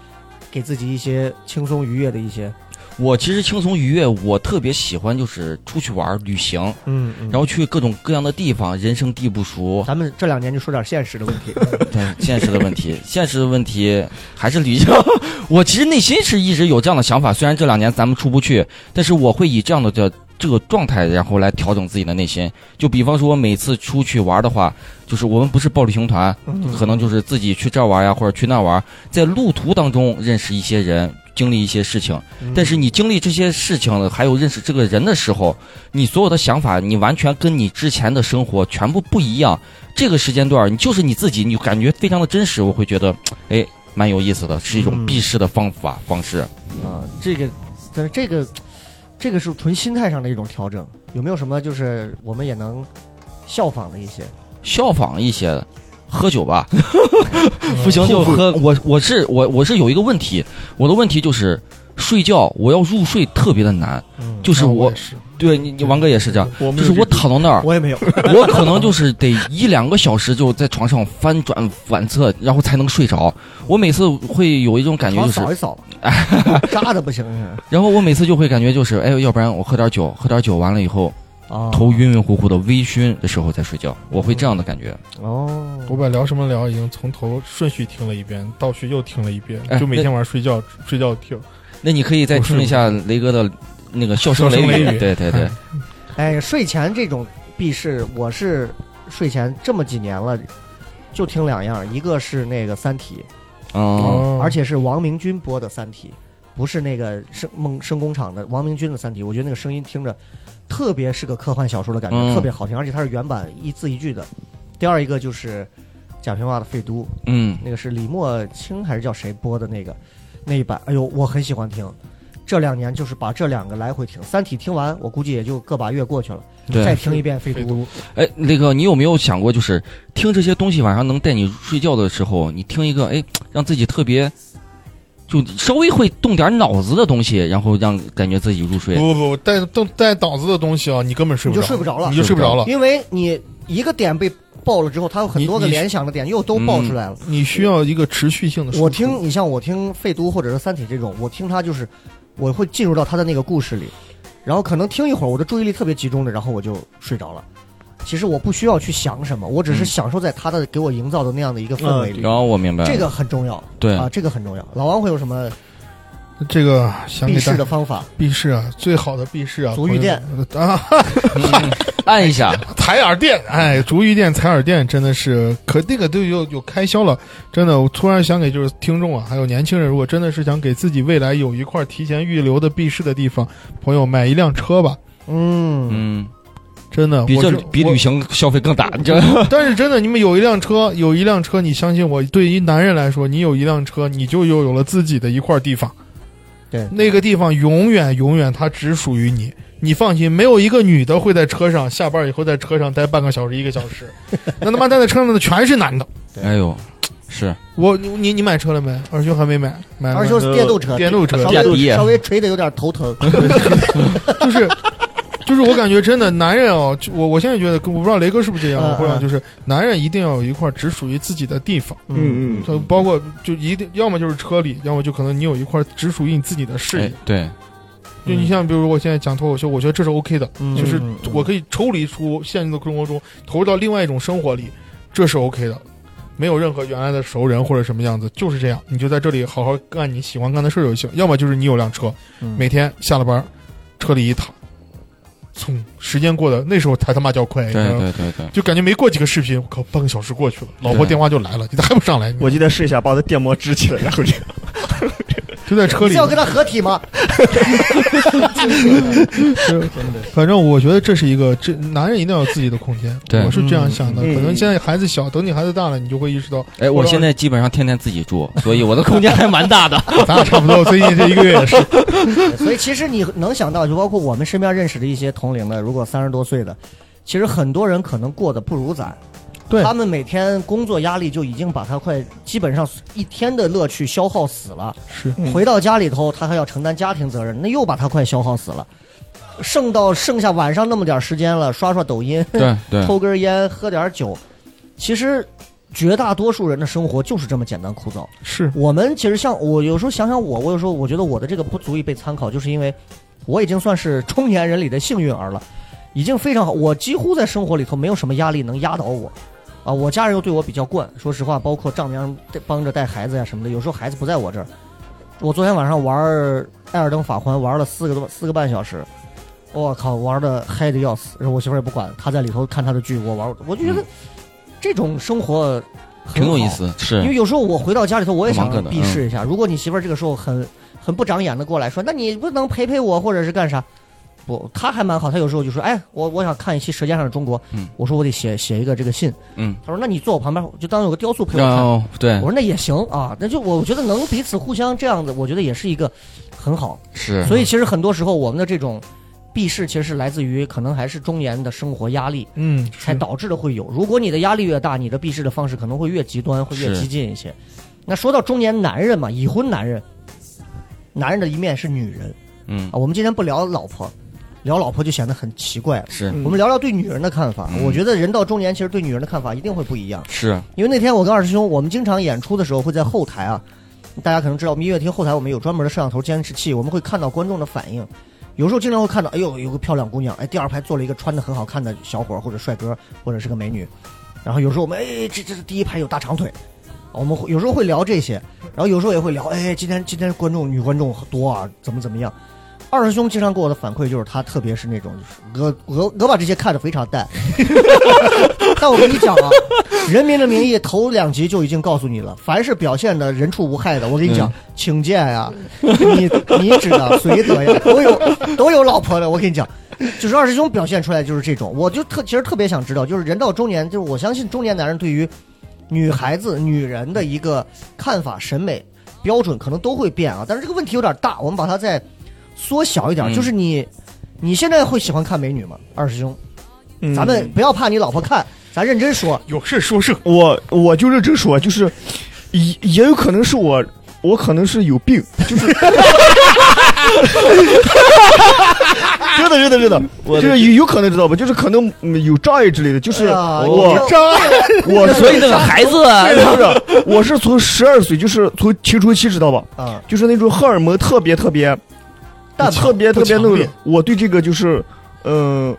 给自己一些轻松愉悦的一些，我其实轻松愉悦，我特别喜欢就是出去玩儿旅行，嗯，然后去各种各样的地方，人生地不熟，咱们这两年就说点现实的问 题，但现实的问题， 现实的问题还是旅行。 我其实内心是一直有这样的想法，虽然这两年咱们出不去，但是我会以这样的这这个状态，然后来调整自己的内心。就比方说，我每次出去玩的话，就是我们不是暴力熊团，可能就是自己去这儿玩呀，或者去那儿玩，在路途当中认识一些人，经历一些事情。但是你经历这些事情，还有认识这个人的时候，你所有的想法，你完全跟你之前的生活全部不一样。这个时间段儿，你就是你自己，你就感觉非常的真实。我会觉得，哎，蛮有意思的，是一种嗯避世的方法方式。啊，这个，但是这个，这个是纯心态上的一种调整，有没有什么就是我们也能效仿的一些？效仿一些，喝酒吧，不行就喝。我我是我我是有一个问题，我的问题就是睡觉，我要入睡特别的难，嗯，就是那我哦也是对你你王哥也是这样，我就们是我躺到那儿，我也没有，我可能就是得一两个小时就在床上翻转反侧，然后才能睡着。我每次会有一种感觉床就是扫一 扫，扎的不行，然后我每次就会感觉就是，哎，要不然我喝点酒，喝点酒完了以后，哦头晕晕乎乎的微醺的时候再睡觉，我会这样的感觉。哦，我把聊什么聊已经从头顺序听了一遍，倒序又听了一遍，哎就每天晚上睡觉睡觉听。那你可以再我是听一下雷哥的那个笑声笑声雷雷雨对对对哎，哎，睡前这种避世，我是睡前这么几年了，就听两样，一个是那个《三体》嗯，哦而且是王明君播的《三体》，不是那个声梦声工厂的王明君的《三体》，我觉得那个声音听着特别是个科幻小说的感觉，嗯特别好听，而且它是原版一字一句的。第二一个就是贾平凹的《废都》，嗯，那个是李默清还是叫谁播的那个那一版？哎呦，我很喜欢听。这两年就是把这两个来回听，《三体》听完，我估计也就个把月过去了。再对。听一遍《废废都》都，哎，雷哥，你有没有想过，就是听这些东西晚上能带你睡觉的时候，你听一个哎，让自己特别。就稍微会动点脑子的东西，然后让感觉自己入睡。不不不，带带带档子的东西啊，你根本睡不着，你就睡不着了你就睡不着了。因为你一个点被爆了之后，它有很多个你你联想的点又都爆出来了。你需要一个持续性的输出。我听你像我听《废都》或者是《三体》这种，我听它就是我会进入到它的那个故事里，然后可能听一会儿，我的注意力特别集中的，然后我就睡着了。其实我不需要去想什么，我只是嗯享受在它的给我营造的那样的一个氛围里然，后我明白了，这个很重要对啊，这个很重要。老王会有什么这个想避给大世的家方法？避世啊，最好的避世啊，足浴垫朋友们啊， 嗯按一下，采耳店，哎，足浴店、采耳店真的是，可那个都有有开销了。真的，我突然想给就是听众啊，还有年轻人，如果真的是想给自己未来有一块提前预留的避世的地方，朋友买一辆车吧，嗯，嗯，真的，比我这是比我嗯旅行消费更大，你知道吗？但是真的，你们有一辆车，有一辆车，你相信我，对于男人来说，你有一辆车，你就又有了自己的一块地方。对那个地方永远永远它只属于你，你放心，没有一个女的会在车上下班以后在车上待半个小时一个小时，那他妈待在车上的全是男的。哎呦，是我你你你买车了没？二兄还没买，买了而且就是电动车，电动车嗯稍电啊动微车稍微锤的有点头疼。 嗯就是。就是我感觉真的，男人哦，就我我现在觉得，我不知道雷哥是不是这样，嗯我不知道，嗯就是男人一定要有一块只属于自己的地方。嗯嗯，就包括就一定要么就是车里，要么就可能你有一块只属于你自己的事业哎。对，就你像比如说我现在讲脱口秀，我觉得这是 OK 的，嗯就是嗯嗯我可以抽离出现在的生活中，投入到另外一种生活里，这是 OK 的。没有任何原来的熟人或者什么样子，就是这样，你就在这里好好干你喜欢干的事儿就行。要么就是你有辆车，嗯每天下了班，车里一躺，从时间过得那时候才他妈叫快，你对知道吗对对对，就感觉没过几个视频，我靠，半个小时过去了，老婆对电话就来了，你咋还不上来？你我就得试一下，把我的电摩支起来，然后这样。就在车你里是要跟他合体吗？ 反正我觉得这是一个，这男人一定要有自己的空间。对我是这样想的。嗯可能现在孩子小，等你孩子大了，你就会意识到，哎，我现在基本上天天自己住，所以我的空间还蛮 大的。咱俩差不多。最近这一个月也是，所以其实你能想到，就包括我们身边认识的一些同龄的，如果三十多岁的，其实很多人可能过得不如咱。对他们每天工作压力就已经把他快基本上一天的乐趣消耗死了，是回到家里头他还要承担家庭责任，那又把他快消耗死了。剩到剩下晚上那么点儿时间了，刷刷抖音，对对抽根烟，喝点儿酒，其实绝大多数人的生活就是这么简单枯燥。是，我们其实像我有时候想想我，我有时候我觉得我的这个不足以被参考，就是因为我已经算是中年人里的幸运儿了，已经非常好。我几乎在生活里头没有什么压力能压倒我，啊，我家人又对我比较惯，说实话，包括丈母娘带帮着带孩子呀、什么的，有时候孩子不在我这儿。我昨天晚上玩儿《艾尔登法环》玩了四个多四个半小时，我靠，玩的嗨的要死。然后我媳妇儿也不管，她在里头看她的剧，我玩我的，我就觉得这种生活很嗯挺有意好思，因为是有时候我回到家里头，我也想嗯不忙嗯避世一下。如果你媳妇儿这个时候很很不长眼的过来说，那你不能陪陪我，或者是干啥？不，她还蛮好，她有时候就说，哎，我我想看一期《舌尖上的中国》，嗯我说我得写写一个这个信，嗯，哦她说那你坐我旁边，就当有个雕塑陪我然看。后对我说那也行啊，那就我觉得能彼此互相这样子，我觉得也是一个很好。是，所以其实很多时候我们的这种避世，其实是来自于可能还是中年的生活压力嗯，才导致的会有。如果你的压力越大，你的避世的方式可能会越极端，会越是激进一些。那说到中年男人嘛，已婚男人，男人的一面是女人嗯啊。我们今天不聊老婆，聊老婆就显得很奇怪了。是嗯我们聊聊对女人的看法。嗯我觉得人到中年，其实对女人的看法一定会不一样。是，因为那天我跟二师兄，我们经常演出的时候会在后台啊，大家可能知道，我们音乐厅后台我们有专门的摄像头监视器，我们会看到观众的反应。有时候经常会看到，哎呦，有个漂亮姑娘，哎，第二排坐了一个穿的很好看的小伙儿或者帅哥或者是个美女，然后有时候我们哎，这这是第一排有大长腿，我们会有时候会聊这些，然后有时候也会聊，哎，今天今天观众女观众多啊，怎么怎么样。二师兄经常给我的反馈就是他特别是那种，就是我我我把这些看得非常淡， 但我跟你讲啊，《人民的名义》头两集就已经告诉你了，凡是表现的人畜无害的，我跟你讲，请见呀，你你指的随德呀，都有都有老婆的，我跟你讲，就是二师兄表现出来就是这种，我就特其实特别想知道，就是人到中年，就是我相信中年男人对于女孩子、女人的一个看法、审美标准可能都会变啊，但是这个问题有点大，我们把它再缩小一点，嗯就是你你现在会喜欢看美女吗？二师兄，嗯咱们不要怕你老婆看，咱认真说。有事说事。我我就认真说，就是也也有可能是我，我可能是有病，就是。 真的，真的，真的，我的就是有有可能知道吧？就是可能嗯有障碍之类的，就是哎呀我有障碍，我所以那个孩子啊，不是，我是从十二岁，就是从青春期知道吧？啊，就是那种荷尔蒙特别特别，淡特别不特别强那种烈。我对这个就是，嗯、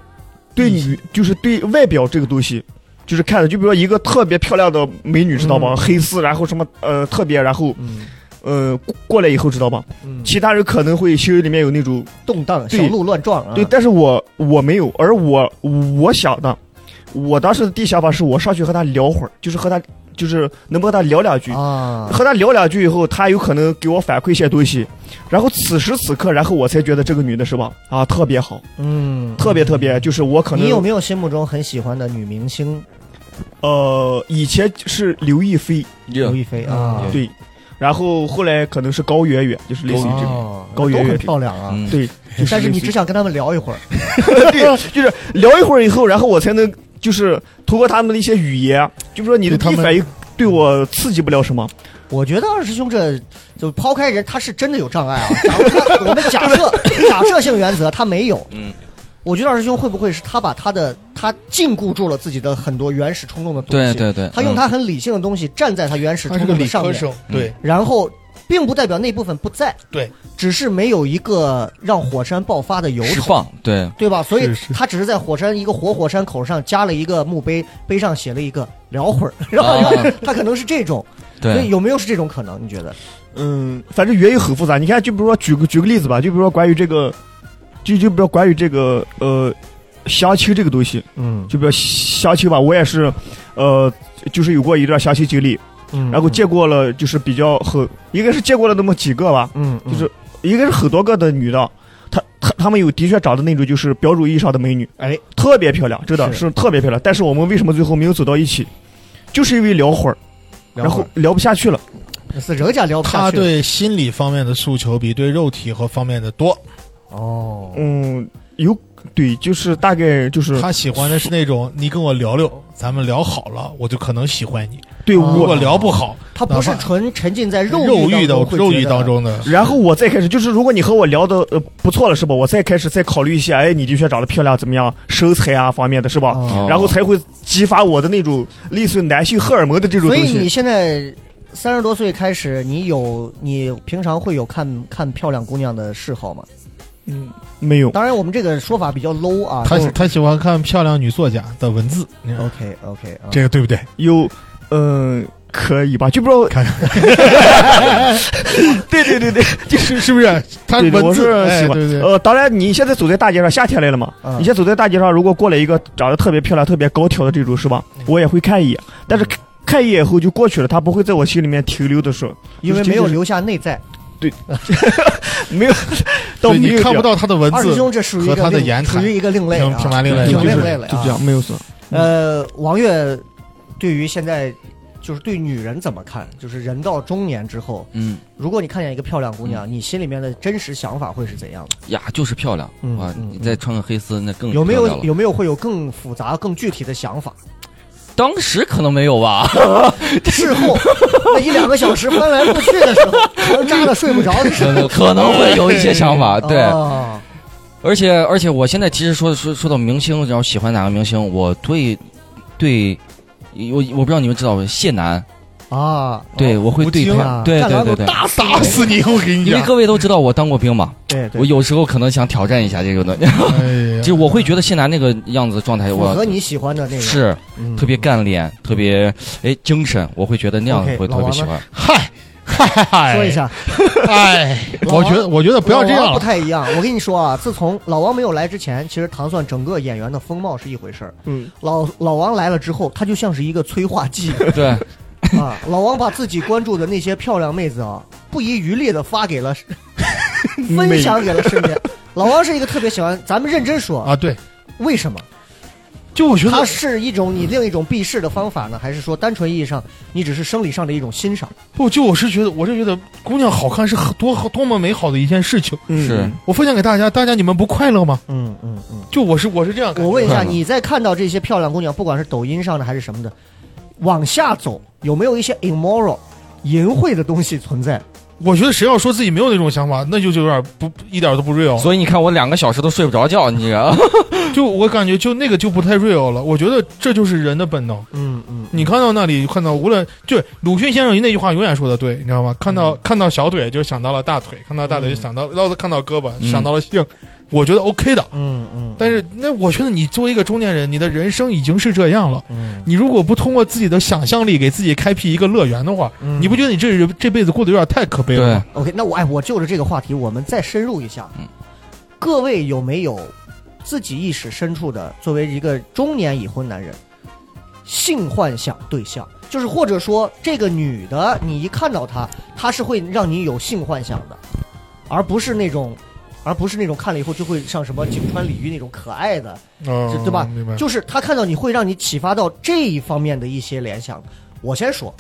对女就是对外表这个东西，就是看的，就比如说一个特别漂亮的美女，知道吗？嗯黑丝，然后什么呃特别，然后嗯呃过过来以后，知道吗？嗯，其他人可能会心里面有那种动荡小对鹿乱撞啊。对，但是我我没有，而我我想的，我当时的第一想法是我上去和她聊会儿，就是和她就是能不能和她聊两句，啊，和他聊两句以后，他有可能给我反馈一些东西，然后此时此刻，然后我才觉得这个女的是吧？啊，特别好，嗯，特别特别，就是我可能嗯你有没有心目中很喜欢的女明星呃，以前是刘亦菲刘有亦菲啊？嗯对，然后后来可能是高圆圆，就是类似于这种，哦高都圆很圆漂亮啊。嗯对，就是但是类你似只于想跟他们聊一会儿，对，就是聊一会儿以后，然后我才能就是通过他们的一些语言，就比如说你的对第他一们反应对我刺激不了什么，我觉得二师兄这就抛开人，他是真的有障 碍啊。咱们看我们假设 假设性原则，他没有。嗯，我觉得二师兄会不会是他把他的他禁锢住了自己的很多原始冲动的东对西？，对对，他用嗯他很理性的东西站在他原始他冲是个动的理上科面，生，嗯对，然后并不代表那部分不在，对，只是没有一个让火山爆发的由释头，放，对，对吧？所以是是他只是在火山一个活火山口上加了一个墓碑，碑上写了一个“聊会儿”，然后啊 他可能是这种，所以对，有没有是这种可能？你觉得？嗯，反正原因很复杂。你看，就比如说举个举个例子吧，就比如说关于这个，就就比如说关于这个呃相亲这个东西，嗯就比如相亲吧，我也是，呃，就是有过一段相亲经历，嗯然后见过了就是比较很，应该是见过了那么几个吧，嗯就是应该是很多个的女的，她她她们有的确长得那种就是标准意义上的美女，哎，特别漂亮，真的是是特别漂亮。但是我们为什么最后没有走到一起，就是因为聊会儿，然后聊不下去了。是人家聊不下他去了对心理方面的诉求比对肉体和方面的多。哦，嗯，有对，就是大概就是他喜欢的是那种你跟我聊聊，咱们聊好了，我就可能喜欢你；对哦如我果聊不好，他不是哪怕纯沉浸在肉肉当欲的中会肉觉欲得当中的，然后我再开始，就是如果你和我聊的呃不错了，是吧？我再开始再考虑一下，哎，你的确长得漂亮，怎么样，身材啊方面的是吧？哦然后才会激发我的那种类似于男性荷尔蒙的这种所东以你西。现在三十多岁开始，你有你平常会有看看漂亮姑娘的嗜好吗？嗯，没有，当然，我们这个说法比较 low 啊。他他喜欢看漂亮女作家的文字，你看 OK OK 啊，这个对不对？有，嗯、可以吧？就不知道，看看， 对对对对，是是不是？ 他对对文我字是哎喜欢。对对呃，当然，你现在走在大街上，夏天来了嘛，嗯你现在走在大街上，如果过来一个长得特别漂亮、特别高挑的这种，是吧？我也会看一眼，但是看看一眼以后就过去了，他不会在我心里面停留的时候，因为没有留下内在。没有， 到对没你有看不表到他的文二师字，兄，这属于一和个他的另言属谈于一个另类啊，挺挺蛮另类的挺就是另类了就啊这。样，没有错。呃，王悦对于现在就是对女人怎么看？就是人到中年之后，嗯如果你看见一个漂亮姑娘，你心里面的真实想法会是怎样的？呀，就是漂亮嗯啊！嗯你再穿个黑丝，那更有没嗯漂有亮了？有没有会有更复杂、更具体的想 法？当时可能没 有吧， 事后那一两个小时翻来覆去的时候，可能扎的睡不着的 时候，可能会有一些 想法，对。啊而且而且，我现在其实说说说到明星，然后喜欢哪个明星，我对对，我我不知道你们知道谢楠，啊，对，我会对吴京他啊，对战对狼对都对，打打死你！我跟你因为讲，各位都知道我当过兵嘛，对对我，有时候可能想挑战一下这个东西，哎呀就我会觉得谢楠那个样子状态，符合我你喜欢的那个，是嗯特别干练，特别哎精神，我会觉得那样 OK，会特老别王喜呢欢。嗨嗨嗨，说一，下，哎，我觉得我觉得不要这老样王不了，太一样。我跟你说啊，自从老王没有来之前，其实糖蒜整个演员的风貌是一回事儿。嗯，老老王来了之后，他就像是一个催化 剂对， 啊！老王把自己关注的那些漂亮妹子啊，不遗余力的发给 了，嗯分享给了身边。 老王是一个特别喜欢，咱们认真说，啊，对，为什么？就我觉它得是一种你另一种避世的方法呢，还是说单纯意义上你只是生理上的一种欣赏？不，就我是觉得，我是觉得姑娘好看是很多多么美好的一件事情。嗯是我分享给大家，大家你们不快乐吗？嗯嗯嗯。就我是我是这样感觉，嗯我问一下，快乐你在看到这些漂亮姑娘，不管是抖音上的还是什么的，往下走有没有一些 immoral 淫秽的东西存在？我觉得谁要说自己没有那种想法，那就就有点不一点都不嗯 real。所以你看我两个小时都睡不着觉，你知 道吗就我感觉就那个就不太 real 了。我觉得这就是人的本能。嗯嗯，你看到那里，看到无论就是鲁迅先生那句话永远说的对，你知道嗯吗？看到、看到小腿就想到了大腿，看到大腿就想到，然后看到胳膊、嗯想到了性，我觉得 OK 的。嗯嗯，但是那我觉得你作为一个中年人，你的人生已经是这样了。嗯你如果不通过自己的想象力给自己开辟一个乐园的话，嗯你不觉得你这人这辈子过得有点太可悲了对吗？， OK，那我哎，我就着这个话题，我们再深入一下。嗯各位有没有自己意识深处的，作为一个中年已婚男人，性幻想对象，就是或者说这个女的，你一看到她，她是会让你有性幻想的，而不是那种，而不是那种看了以后就会像什么井川鲤鱼那种可爱的，嗯这对吧明白。就是她看到你会让你启发到这一方面的一些联想。我先说，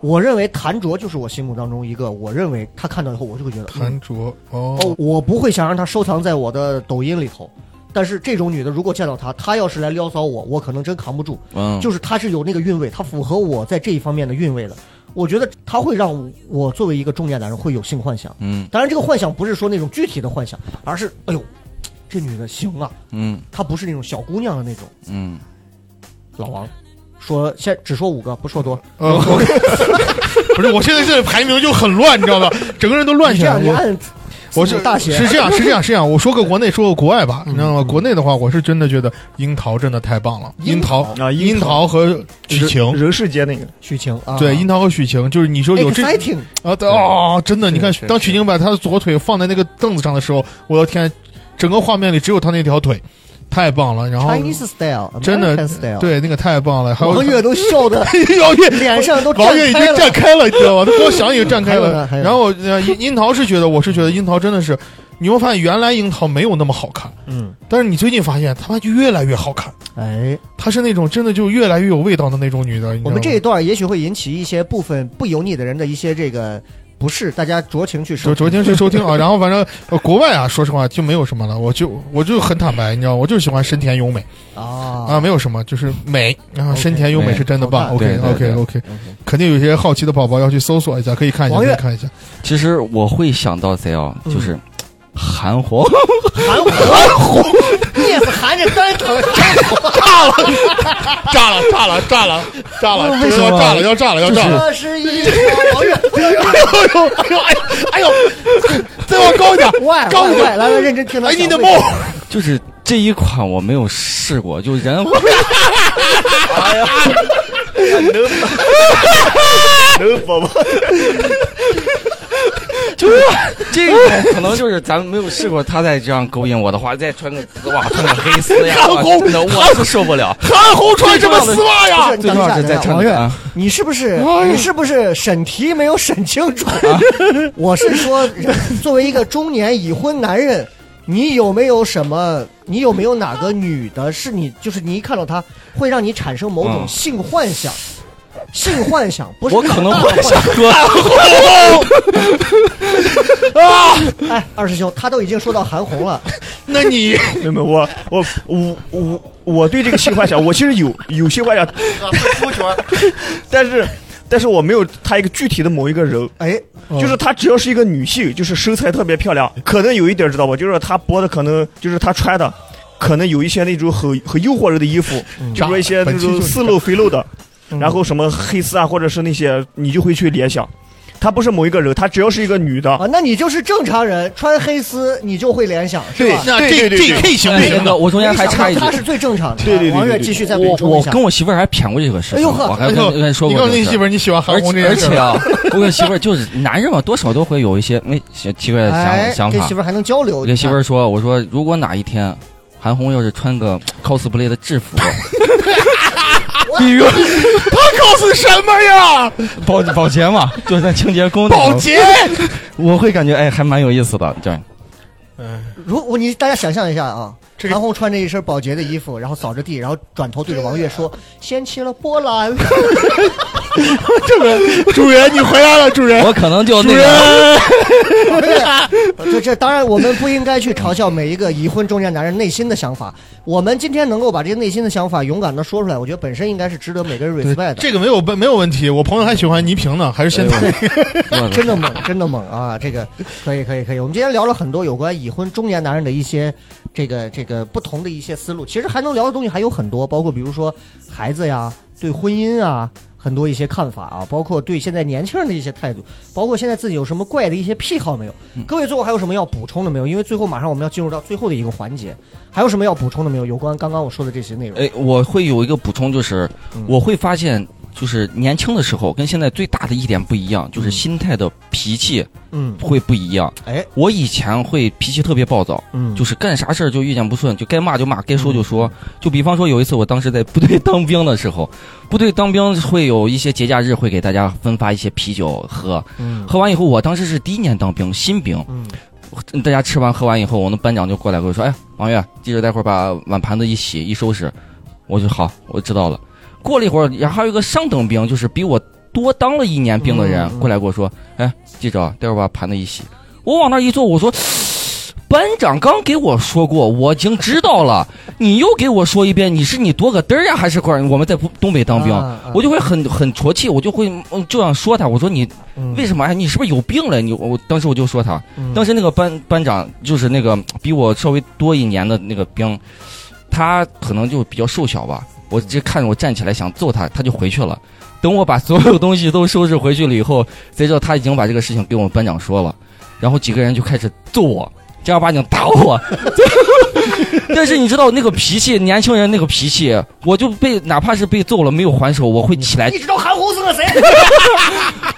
我认为谭卓就是我心目当中一个，我认为他看到以后我就会觉得，嗯谭卓哦哦，，我不会想让他收藏在我的抖音里头。但是这种女的，如果见到她，她要是来撩骚我，我可能真扛不住。嗯，就是她是有那个韵味，她符合我在这一方面的韵味的。我觉得她会让我我作为一个中年男人会有性幻想。嗯当然，这个幻想不是说那种具体的幻想，而是哎呦，这女的行啊，嗯她不是那种小姑娘的那种。嗯，老王说，先只说五个，不说多。呃，我哦 不是，我现在这排名就很乱，你知道 吧？整个人都乱你起这来样，你了。按我我自是己大写是这样，是这样，是这样。我说个国内，说个国外吧，你知道吗？国内的话，我是真的觉得樱桃真的太棒了，樱樱桃啊樱樱桃和许晴。人世间那个，许晴啊，对，樱桃和许晴，就是你说有这 exciting，啊，对哦，真的，是你看是，当许晴把她的左腿放在那个凳子上的时候，我的天，整个画面里只有她那条腿，太棒了。然后 Chinese style，真的 American style，，对那个太棒了，还有啊王月都笑的 王月脸上都王月 已绽开经了站开了，你知道吗？他光想已经站开还有呢了。还有呢然后呃樱樱桃是觉得，我是觉得樱桃真的是，你会发现原来樱桃没有那么好看，嗯，但是你最近发现她就越来越好看，哎，她是那种真的就越来越有味道的那种女的。你知道我吗们这一段也许会引起一些部分不油腻的人的一些这个不适，大家酌情去收昨。昨天去收听啊，然后反正、呃、国外啊，说实话就没有什么了，我就我就很坦白，你知道吗，我就喜欢深田优美啊啊，没有什么，就是美，然后 OK，深田优美美是真的棒好看，OK 对 OK 对 OK，肯定有些好奇的宝宝要去搜索一下，可以看一下，王可悦以看一下。其实我会想到谁啊，嗯就是 韩红，含糊含糊，叶子含着干疼， 炸了，炸了，炸了，炸了，为什么要炸了，要炸了，要炸了！这是一条 王月。哎呦，哎呦，哎呦，再往高一点，喂高一喂喂，点！来来，认真听他哎，讲你的为梦什么， 就是这一款我没有试过，就人能否吗？就是这一款可能就是咱们没有试过，他再这样勾引我的话，再穿个丝袜，穿个黑丝 呀，韩哇红真的我是受不了。韩红穿什么丝袜呀？不是，你最等重一要下，是在等一下唱王月啊，你是不是哎呦你是不是审题没有审清楚？啊 我是说，人作为一个中年已婚男人，你有没有什么？你有没有哪个女的是你就是你一看到她会让你产生某种嗯性幻想？性幻想不是我可能大的会幻想说，哎，二师兄，他都已经说到韩红 了， 那你没有，没有我我我我我对这个性幻想，我其实有有性幻想， 但是但是我没有他一个具体的某一个人，哎，嗯就是她只要是一个女性，就是身材特别漂亮，可能有一点知道吧，就是她播的可能就是她穿的，嗯可能有一些那种很很诱惑人的衣服，就是说一些那本期就种是四露肥露的，嗯然后什么黑丝啊，或者是那些，你就会去联想，她不是某一个人，她只要是一个女的，啊，那你就是正常人，穿黑丝你就会联想，是对吧？，那对 G 对对 G K 型哎型那个的，我中间还插一句他，是最正常的。对对对对王月对继续再补我充一我下跟。我媳妇儿还谝过这个事情，哎呦呵我还跟哎呦跟人说你过告这诉那个事媳儿。妇儿你喜欢而韩红这且而件事且儿，啊，我跟媳妇儿就是男人嘛，多少都会有一些那奇怪的想哎，想跟法媳。妇儿还能交流。我跟媳妇儿说，我说如果哪一天韩红要是穿个 cosplay 的制服，你说他告诉什么呀？保保洁嘛，就是那清洁工那种保洁，我会感觉哎，还蛮有意思的。对，你看，如果你大家想象一下啊，这个韩红穿着一身保洁的衣服，然后扫着地，然后转头对着王月说：“啊掀起了波 澜。主人你回来了，主人，我可能就那主个，这”这当然，我们不应该去嘲笑每一个已婚中年男人内心的想法。我们今天能够把这些内心的想法勇敢的说出来，我觉得本身应该是值得每个人 respect 的。这个没有问没有问题。我朋友还喜欢倪萍呢，还是现在 我 真的猛，真的猛啊！这个可以，可以，可以。我们今天聊了很多有关已婚中年男人的一些这个这个不同的一些思路，其实还能聊的东西还有很多，包括比如说孩子呀，对婚姻啊。很多一些看法啊，包括对现在年轻人的一些态度，包括现在自己有什么怪的一些癖好没有？嗯各位最后还有什么要补充的没有？因为最后马上我们要进入到最后的一个环节，还有什么要补充的没有？有关刚刚我说的这些内容，哎，我会有一个补充，就是嗯我会发现，就是年轻的时候跟现在最大的一点不一样，就是嗯心态的脾气嗯，会不一样。哎，我以前会脾气特别暴躁，嗯，就是干啥事儿就遇见不顺，就该骂就骂，该说就说。就比方说有一次，我当时在部队 当兵的时候，部队当兵会有一些节假日会给大家分发一些啤酒喝，嗯喝完以后，我当时是第一年当兵，新兵，嗯大家吃完喝完以后，我们班长就过来跟我说：“哎，王月，记着待会儿把碗盘子一洗一收拾。”我就好，我知道了。过了一会儿，然后还有一个上等兵，就是比我多当了一年兵的人、嗯嗯过来跟我说：“哎，记着啊，待会儿把盘子一洗。”我往那儿一坐，我说。嗯班长刚给我说过，我已经知道了。你又给我说一遍，你是你多个嘚儿呀，还是块儿？我们在东东北当兵，啊啊我就会很很啜气，我就会嗯这样说他。我说你嗯为什么呀？你是不是有病了？你我当时我就说他，嗯当时那个班班长就是那个比我稍微多一年的那个兵，他可能就比较瘦小吧。我这看着我站起来想揍他，他就回去了。等我把所有东西都收拾回去了以后，才知道他已经把这个事情跟我们班长说了，然后几个人就开始揍我，正儿八经打我。 但是你知道那个脾气，年轻人那个脾气，我就被哪怕是被揍了没有还手，我会起来你知道韩红是个谁？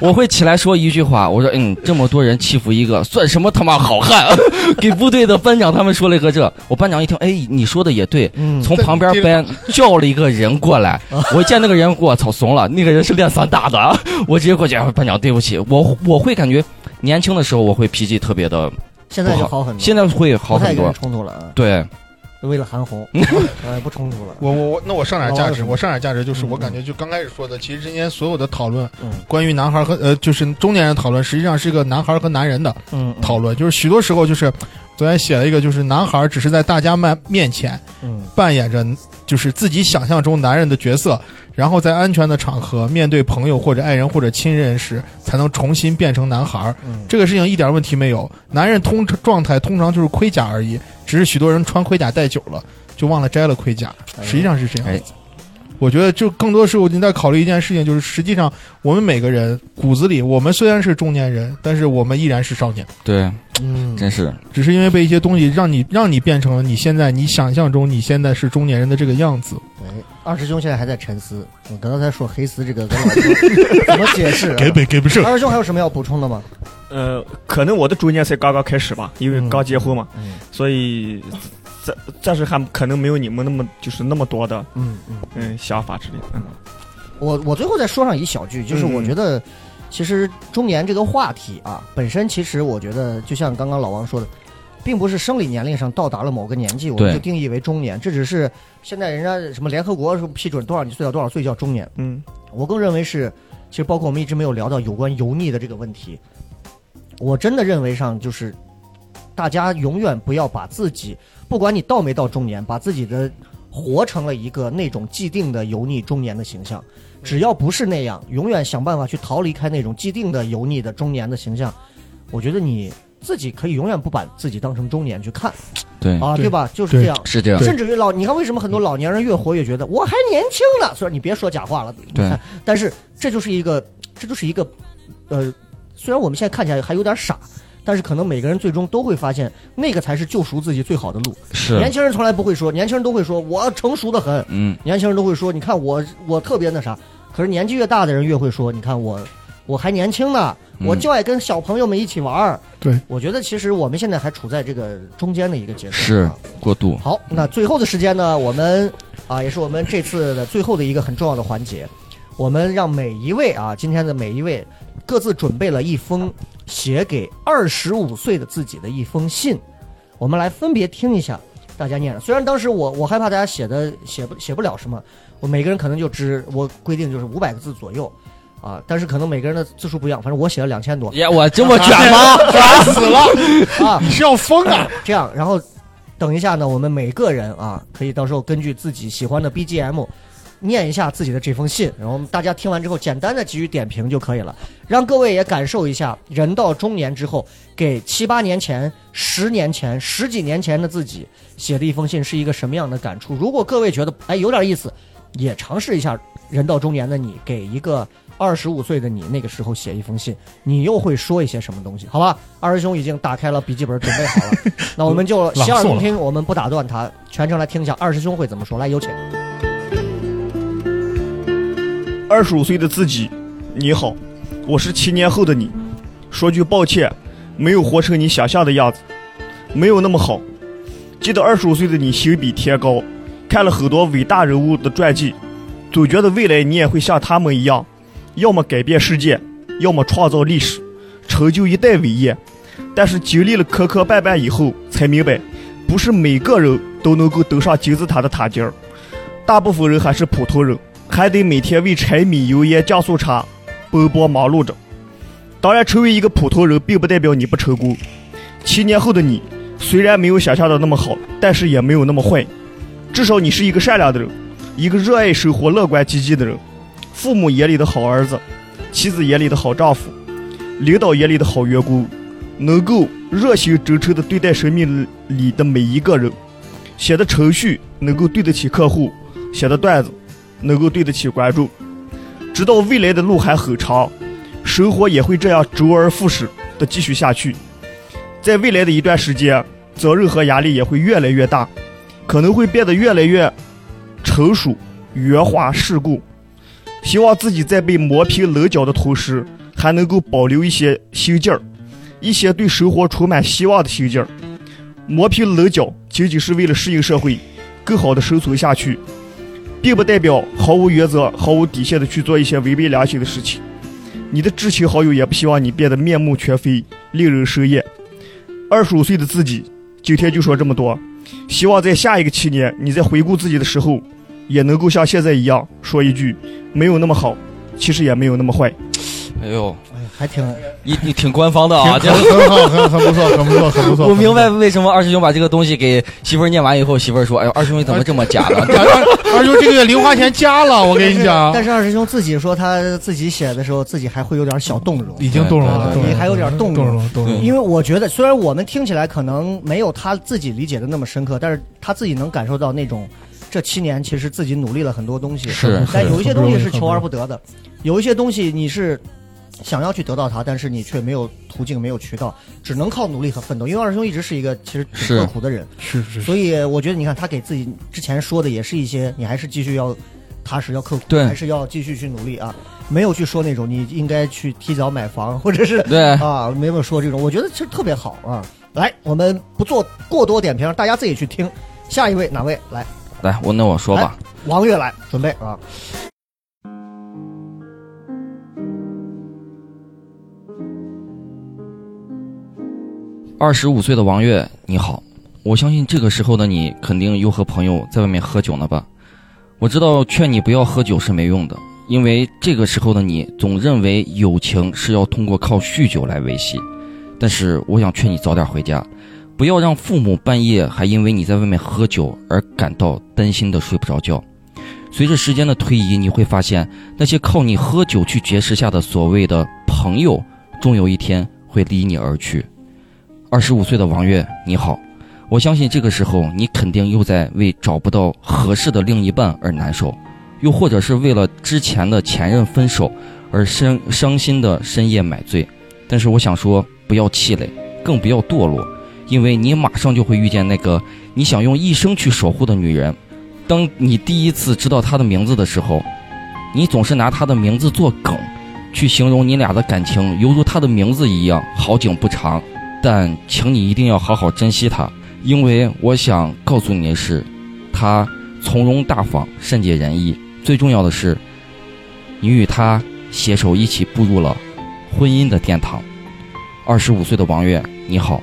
我会起来说一句话，我说，嗯，这么多人欺负一个，算什么他妈好汉？ 给部队的班长他们说了一个这，我班长一听，哎，你说的也对，嗯从旁边班叫了一个人过来， 我见那个人，我操，怂了，那个人是练散打的， 我直接过去，哎班长对不起，我我会感觉年轻的时候我会脾气特别的，现在就好很多，现在会好不太很跟人多，冲突了啊。对，为了韩 红，哎，不冲突了。我我我，那我上点老王价值，有什么我上点价值就是嗯我感觉就刚开始说的，其实今天所有的讨论嗯，关于男孩和呃就是中年人讨论，实际上是一个男孩和男人的嗯，讨论，就是许多时候就是昨天写了一个，就是男孩只是在大家面面前嗯，扮演着就是自己想象中男人的角色，然后在安全的场合面对朋友或者爱人或者亲人时，才能重新变成男孩儿。嗯这个事情一点问题没有。男人通状态通常就是盔甲而已，只是许多人穿盔甲戴久了就忘了摘了盔甲，哎实际上是这样的哎我觉得就更多时候你在考虑一件事情，就是实际上我们每个人骨子里，我们虽然是中年人，但是我们依然是少年，对，嗯，真是，只是因为被一些东西让你让你变成了你现在你想象中你现在是中年人的这个样子。哎二师兄现在还在沉思，我刚才说黑丝这个跟老师 怎么解释啊？不给不是二师兄还有什么要补充的吗？ 呃，可能我的中间才刚刚开始吧，因为嗯刚结婚嘛，嗯所以暂暂时还可能没有你们那么就是那么多的嗯嗯，嗯想法之类的。嗯我我最后再说上一小句，就是嗯我觉得其实中年这个话题啊，本身其实我觉得就像刚刚老王说的。并不是生理年龄上到达了某个年纪，我们对就定义为中年。这只是现在人家什么联合国说批准多少岁到多少岁叫中年，嗯我更认为是，其实包括我们一直没有聊到有关油腻的这个问题，我真的认为上就是，大家永远不要把自己，不管你到没到中年，把自己的活成了一个那种既定的油腻中年的形象。只要不是那样，永远想办法去逃离开那种既定的油腻的中年的形象。我觉得你自己可以永远不把自己当成中年去看嗯对，啊，对对吧？就是这样。是这样，甚至于老，你看为什么很多老年人越活越觉得我还年轻呢？虽然你别说假话了，你对看，但是这就是一个，这就是一个，呃，虽然我们现在看起来还有点傻，但是可能每个人最终都会发现，那个才是救赎自己最好的路。是年，轻人从来不会说，年轻人都会说我成熟的很，嗯，年轻人都会说，你看我我特别那啥，可是年纪越大的人越会说，你看我我还年轻呢，嗯我就爱跟小朋友们一起玩儿。对，我觉得其实我们现在还处在这个中间的一个阶段。是啊过度，好，那最后的时间呢，我们啊也是我们这次的最后的一个很重要的环节，我们让每一位啊今天的每一位各自准备了一封写给二十五岁的自己的一封信，我们来分别听一下大家念的。虽然当时我我害怕大家写的写不写不了什么，我每个人可能就只我规定就是五百个字左右。啊，但是可能每个人的字数不一样，反正我写了两千 多呀，我这么卷吗？烦死了！啊，你是要疯啊？这样，然后等一下呢，我们每个人啊，可以到时候根据自己喜欢的 BGM 念一下自己的这封信，然后我们大家听完之后，简单的给予点评就可以了，让各位也感受一下人到中年之后，给七八年前、十年前、十几年前的自己写的一封信是一个什么样的感触。如果各位觉得哎有点意思，也尝试一下人到中年的你给一个。二十五岁的你那个时候写一封信，你又会说一些什么东西？好吧，二师兄已经打开了笔记本，准备 好了。那我们就朗洗耳诵恭了听，我们不打断他，全程来听一下二师兄会怎么说。来，有请。二十五岁的自己，你好，我是七年后的你。说句抱歉，没有活成你想象的样子，没有那么好。记得二十五岁的你心比天高，看了很多伟大人物的传记，总觉得未来你也会像他们一样，要么改变世界，要么创造历史，成就一代伟业。但是经历了磕磕绊绊以后，才明白，不是每个人都能够登上金字塔的塔尖儿，大部分人还是普通人。还得每天为柴米油盐酱醋茶奔波忙碌着。当然，成为一个普通人并不代表你不成功。七年后的你，虽然没有想象的那么好，但是也没有那么坏，至少你是一个善良的人，一个热爱生活、乐观积极的人，父母眼里的好儿子，妻子眼里的好丈夫，领导眼里的好员工，能够热心真诚的对待生命里的每一个人，写的程序能够对得起客户，写的段子。能够对得起观众。直到未来的路还很长，生活也会这样周而复始的继续下去。在未来的一段时间，责任和压力也会越来越大，可能会变得越来越成熟、圆滑、世故。希望自己在被磨平棱角的同时，还能够保留一些心劲儿，一些对生活充满希望的心劲儿。磨平棱角仅仅是为了适应社会，更好的生存下去。并不代表毫无原则、毫无底线的去做一些违背良心的事情。你的至亲好友也不希望你变得面目全非、令人生厌。二十五岁的自己，今天就说这么多。希望在下一个七年，你在回顾自己的时候，也能够像现在一样说一句：没有那么好，其实也没有那么坏。 哎呦，还挺你你挺官方的 啊，这挺很好，很很不错，很不错，很不错。 我明白为什么二师兄把这个东西给媳妇儿念完以后，媳妇儿说：“哎呦，二师兄怎么这么假呢？二二二叔这个月零花钱加了，我跟你讲啊但，是二师兄自己说他自己写的时候，自己还会有点小动容，已经动容了，对动容了你还有点动容动容了，动容了。因为我觉得虽然我们听起来可能没有他自己理解的那么深刻，但是他自己能感受到那种这七年其实自己努力了很多东西，是但有一些东西是很不容易求而不得的，有一些东西你是想要去得到它，但是你却没有途径，没有渠道，只能靠努力和奋斗。因为二师兄一直是一个其实挺是刻苦的人，是是是，所以我觉得，你看他给自己之前说的也是一些，你还是继续要踏实，要刻苦，对还是要继续去努力啊，没有去说那种你应该去提早买房 或者是对，啊，没有说这种，我觉得其实特别好啊。来，我们不做过多点评，大家自己去听。下一位哪位来？来，我那我说吧，王月来，准备啊！二十五岁的王月，你好，我相信这个时候的你肯定又和朋友在外面喝酒呢吧？我知道劝你不要喝酒是没用的，因为这个时候的你总认为友情是要通过靠酗酒来维系。但是我想劝你早点回家，不要让父母半夜还因为你在外面喝酒而感到担心的睡不着觉。随着时间的推移，你会发现那些靠你喝酒去结识下的所谓的朋友，终有一天会离你而去。二十五岁的王悦，你好。我相信这个时候你肯定又在为找不到合适的另一半而难受，又或者是为了之前的前任分手而深伤心的深夜买醉。但是我想说，不要气馁，更不要堕落，因为你马上就会遇见那个你想用一生去守护的女人。当你第一次知道她的名字的时候，你总是拿她的名字做梗，去形容你俩的感情，犹如她的名字一样。好景不长，但请你一定要好好珍惜她，因为我想告诉你的是，她从容大方，善解人意。最重要的是，你与她携手一起步入了婚姻的殿堂。二十五岁的王悦，你好，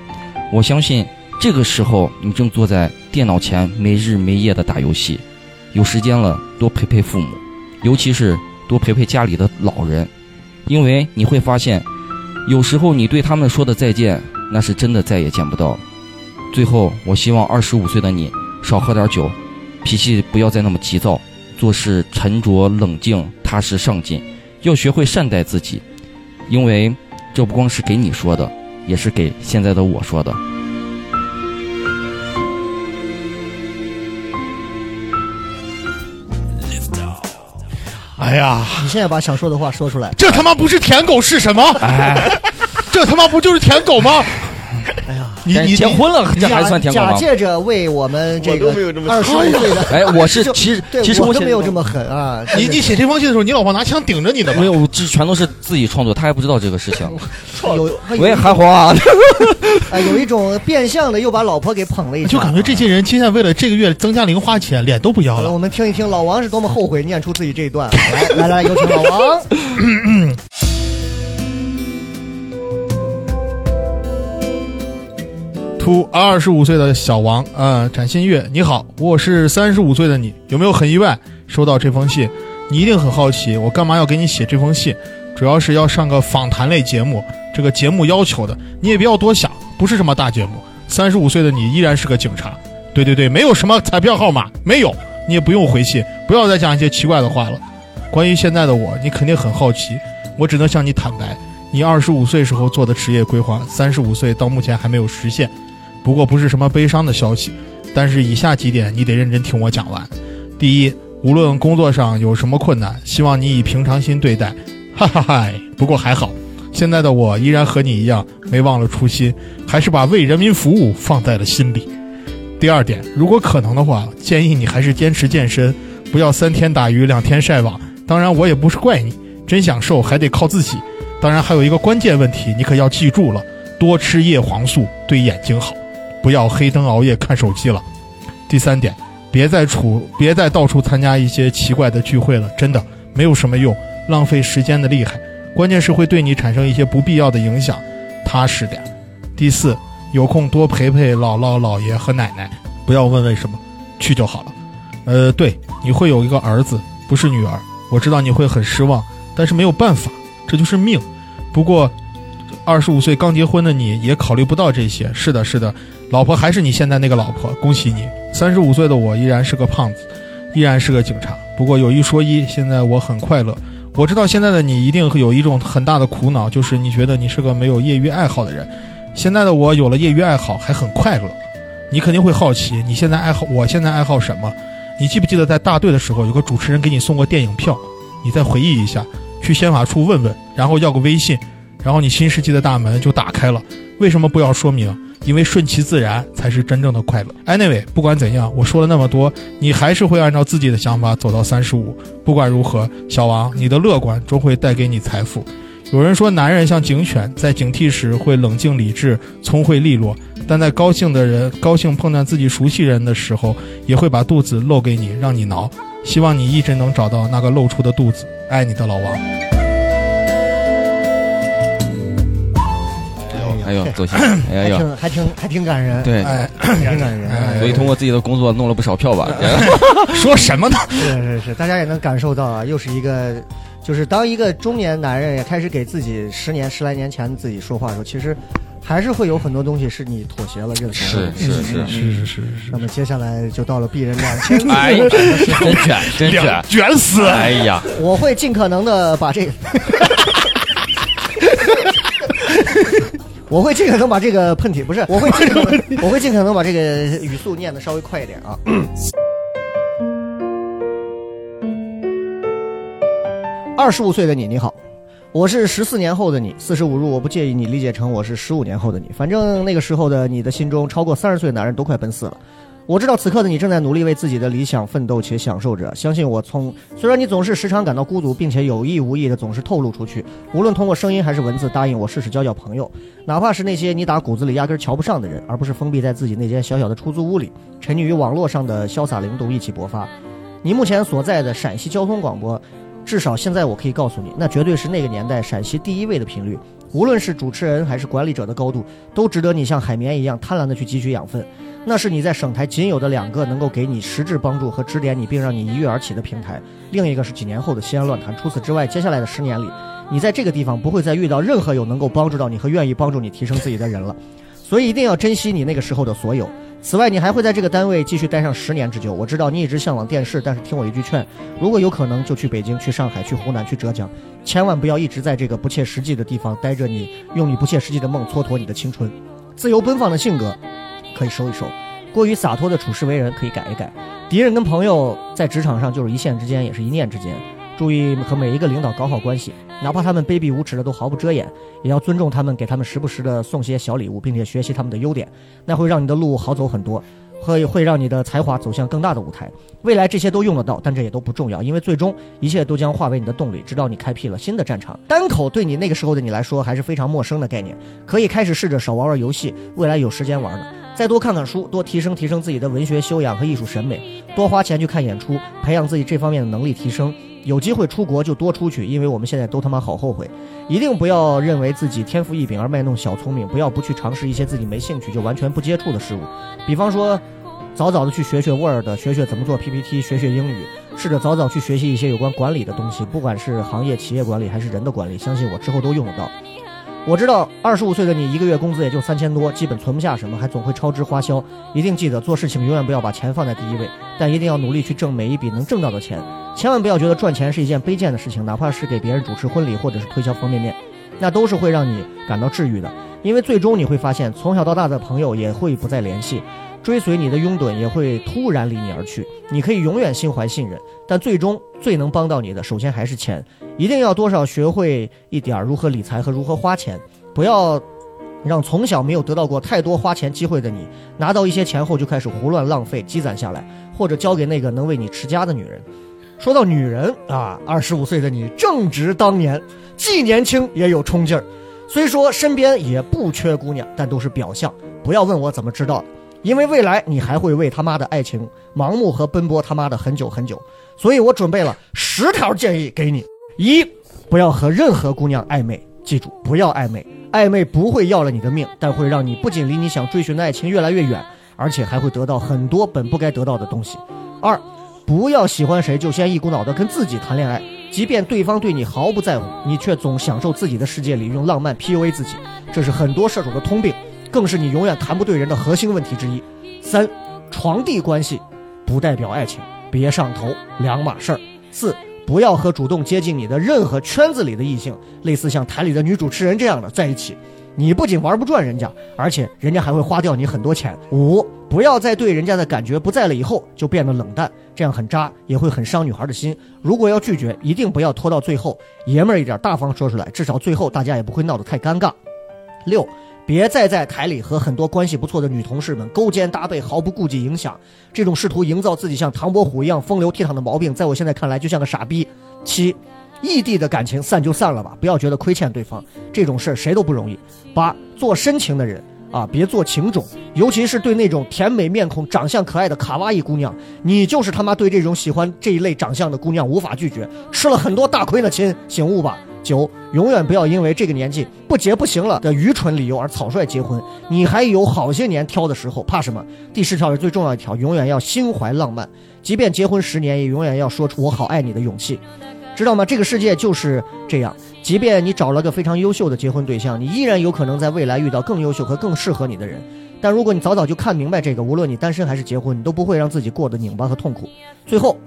我相信这个时候你正坐在电脑前没日没夜的打游戏，有时间了多陪陪父母，尤其是多陪陪家里的老人，因为你会发现，有时候你对他们说的再见，那是真的再也见不到了。最后，我希望二十五岁的你少喝点酒，脾气不要再那么急躁，做事沉着冷静、踏实上进，要学会善待自己，因为这不光是给你说的，也是给现在的我说的。哎呀，你现在把想说的话说出来，这他妈不是舔狗是什么？这他妈不就是舔狗吗？哎呀，你但是你结婚了， 这假还算舔狗假吗？借着为我们这个我都没有这么二十五岁的，哎我是就其实对其实我我都写没有这么狠啊，你你写这封信的时候，你老婆拿枪顶着你的吗没？有，这全都是自己创作，他还不知道这个事情。有喂，韩红啊，哎有一种变相的又把老婆给捧了一下，就感觉这些人现在为了这个月增加零花钱，脸都不要好了，了。我们听一听老王是多么后悔念出自己这一段。来来来，有请老王。图二十五岁的小王，呃，展新月，你好，我是三十五岁的你，有没有很意外收到这封信？你一定很好奇，我干嘛要给你写这封信？主要是要上个访谈类节目，这个节目要求的，你也不要多想，不是什么大节目。三十五岁的你依然是个警察，对对对，没有什么彩票号码，没有，你也不用回信，不要再讲一些奇怪的话了。关于现在的我，你肯定很好奇，我只能向你坦白，你二十五岁时候做的职业规划，三十五岁到目前还没有实现。不过不是什么悲伤的消息，但是以下几点你得认真听我讲完。第一，无论工作上有什么困难，希望你以平常心对待。哈哈嗨，不过还好，现在的我依然和你一样没忘了初心，还是把为人民服务放在了心里。第二点，如果可能的话，建议你还是坚持健身，不要三天打鱼两天晒网。当然，我也不是怪你，真想瘦还得靠自己。当然，还有一个关键问题，你可要记住了，多吃叶黄素对眼睛好。不要黑灯熬夜看手机了。第三点，别再处别再到处参加一些奇怪的聚会了，真的没有什么用，浪费时间的厉害。关键是会对你产生一些不必要的影响，踏实点。第四，有空多陪陪姥姥、姥爷和奶奶，不要问为什么，去就好了。呃，对，你会有一个儿子，不是女儿，我知道你会很失望，但是没有办法，这就是命。不过，二十五岁刚结婚的你也考虑不到这些。是的，是的，老婆还是你现在那个老婆，恭喜你！三十五岁的我依然是个胖子，依然是个警察。不过有一说一，现在我很快乐。我知道现在的你一定会有一种很大的苦恼，就是你觉得你是个没有业余爱好的人。现在的我有了业余爱好，还很快乐。你肯定会好奇，你现在爱好，我现在爱好什么？你记不记得在大队的时候，有个主持人给你送过电影票？你再回忆一下，去宪法处问问，然后要个微信，然后你新世纪的大门就打开了。为什么不要说明？因为顺其自然才是真正的快乐。Anyway，不管怎样，我说了那么多，你还是会按照自己的想法走到三十五。不管如何，小王，你的乐观终会带给你财富。有人说，男人像警犬，在警惕时会冷静理智、聪慧利落，但在高兴的人高兴碰见自己熟悉人的时候，也会把肚子露给你，让你挠。希望你一直能找到那个露出的肚子。爱你的老王。 哎呦，走心，哎还呦，挺还挺还挺感人，对，哎，挺感人。啊哎所以通过自己的工作弄了不少票吧？说什 么呢？是是是，大家也能感受到啊，又是一个，就是当一个中年男人也开始给自己十年十来年前自己说话的时候，其实还是会有很多东西是你妥协了、认怂了。是是是是是是，那么接下来就到了鄙人两千字，哎，真卷，真两卷，卷死！哎呀，我会尽可能的把这， 我会尽可能把这个喷嚏不是，我会尽可能我会尽可能把这个语速念的稍微快一点啊。二十五岁的你，你好，我是十四年后的你，四舍五入，我不介意你理解成我是十五年后的你，反正那个时候的你的心中，超过三十岁的男人都快奔四了。我知道此刻的你正在努力为自己的理想奋斗且享受着，相信我从。虽然你总是时常感到孤独，并且有意无意的总是透露出去，无论通过声音还是文字，答应我试试交交朋友。哪怕是那些你打骨子里压根儿瞧不上的人，而不是封闭在自己那间小小的出租屋里，沉溺于网络上的潇洒灵动意气勃发。你目前所在的陕西交通广播，至少现在我可以告诉你，那绝对是那个年代陕西第一位的频率。无论是主持人还是管理者的高度，都值得你像海绵一样贪婪地去汲取养分。那是你在省台仅有的两个能够给你实质帮助和指点你，并让你一跃而起的平台。另一个是几年后的西安论坛。除此之外，接下来的十年里，你在这个地方不会再遇到任何有能够帮助到你和愿意帮助你提升自己的人了，所以一定要珍惜你那个时候的所有。此外，你还会在这个单位继续待上十年之久。我知道你一直向往电视，但是听我一句劝，如果有可能，就去北京、去上海、去湖南、去浙江，千万不要一直在这个不切实际的地方待着你。用你不切实际的梦蹉跎你的青春，自由奔放的性格可以收一收，过于洒脱的处世为人可以改一改。敌人跟朋友在职场上就是一线之间，也是一念之间。注意和每一个领导搞好关系，哪怕他们卑鄙无耻的都毫不遮掩，也要尊重他们，给他们时不时的送些小礼物，并且学习他们的优点，那会让你的路好走很多，会会让你的才华走向更大的舞台。未来这些都用得到，但这也都不重要，因为最终一切都将化为你的动力，直到你开辟了新的战场。单口对你那个时候的你来说还是非常陌生的概念，可以开始试着少玩玩游戏，未来有时间玩了。再多看看书，多提升提升自己的文学修养和艺术审美，多花钱去看演出，培养自己这方面的能力提升。有机会出国就多出去，因为我们现在都他妈好后悔。一定不要认为自己天赋异禀而卖弄小聪明，不要不去尝试一些自己没兴趣就完全不接触的事物，比方说。早早的去学学 Word，学学怎么做 PPT，学学英语，试着早早去学习一些有关管理的东西，不管是行业、企业管理还是人的管理，相信我之后都用得到。我知道二十五岁的你一个月工资也就三千多，基本存不下什么，还总会超支花销。一定记得做事情永远不要把钱放在第一位，但一定要努力去挣每一笔能挣到的钱，千万不要觉得赚钱是一件卑贱的事情，哪怕是给别人主持婚礼或者是推销方便面，那都是会让你感到治愈的。因为最终你会发现，从小到大的朋友也会不再联系，追随你的拥趸也会突然离你而去。你可以永远心怀信任，但最终最能帮到你的，首先还是钱。一定要多少学会一点儿如何理财和如何花钱，不要让从小没有得到过太多花钱机会的你，拿到一些钱后就开始胡乱浪费，积攒下来，或者交给那个能为你持家的女人。说到女人啊，二十五岁的你正值当年，既年轻也有冲劲儿。虽说身边也不缺姑娘，但都是表象。不要问我怎么知道的，因为未来你还会为他妈的爱情盲目和奔波他妈的很久很久。所以我准备了十条建议给你：一、不要和任何姑娘暧昧，记住不要暧昧，暧昧不会要了你的命，但会让你不仅离你想追寻的爱情越来越远，而且还会得到很多本不该得到的东西。二、不要喜欢谁就先一股脑的跟自己谈恋爱，即便对方对你毫不在乎，你却总享受自己的世界里用浪漫 PUA 自己，这是很多射手的通病，更是你永远谈不对人的核心问题之一。三，床地关系不代表爱情，别上头，两码事儿。四，不要和主动接近你的任何圈子里的异性，类似像台里的女主持人这样的在一起，你不仅玩不转人家，而且人家还会花掉你很多钱。五，不要再对人家的感觉不在了以后就变得冷淡，这样很渣，也会很伤女孩的心。如果要拒绝，一定不要拖到最后，爷们儿一点，大方说出来，至少最后大家也不会闹得太尴尬。六，别再在台里和很多关系不错的女同事们勾肩搭背，毫不顾忌影响。这种试图营造自己像唐伯虎一样风流倜傥的毛病，在我现在看来就像个傻逼。七，异地的感情散就散了吧，不要觉得亏欠对方，这种事儿谁都不容易。八，做深情的人啊，别做情种，尤其是对那种甜美面孔、长相可爱的卡哇伊姑娘，你就是他妈对这种喜欢这一类长相的姑娘无法拒绝，吃了很多大亏呢，亲，醒悟吧。九，永远不要因为这个年纪不结不行了的愚蠢理由而草率结婚，你还有好些年挑的时候，怕什么？第十条是最重要一条，永远要心怀浪漫，即便结婚十年，也永远要说出“我好爱你”的勇气。知道吗？这个世界就是这样，即便你找了个非常优秀的结婚对象，你依然有可能在未来遇到更优秀和更适合你的人。但如果你早早就看明白这个，无论你单身还是结婚，你都不会让自己过得拧巴和痛苦。最后，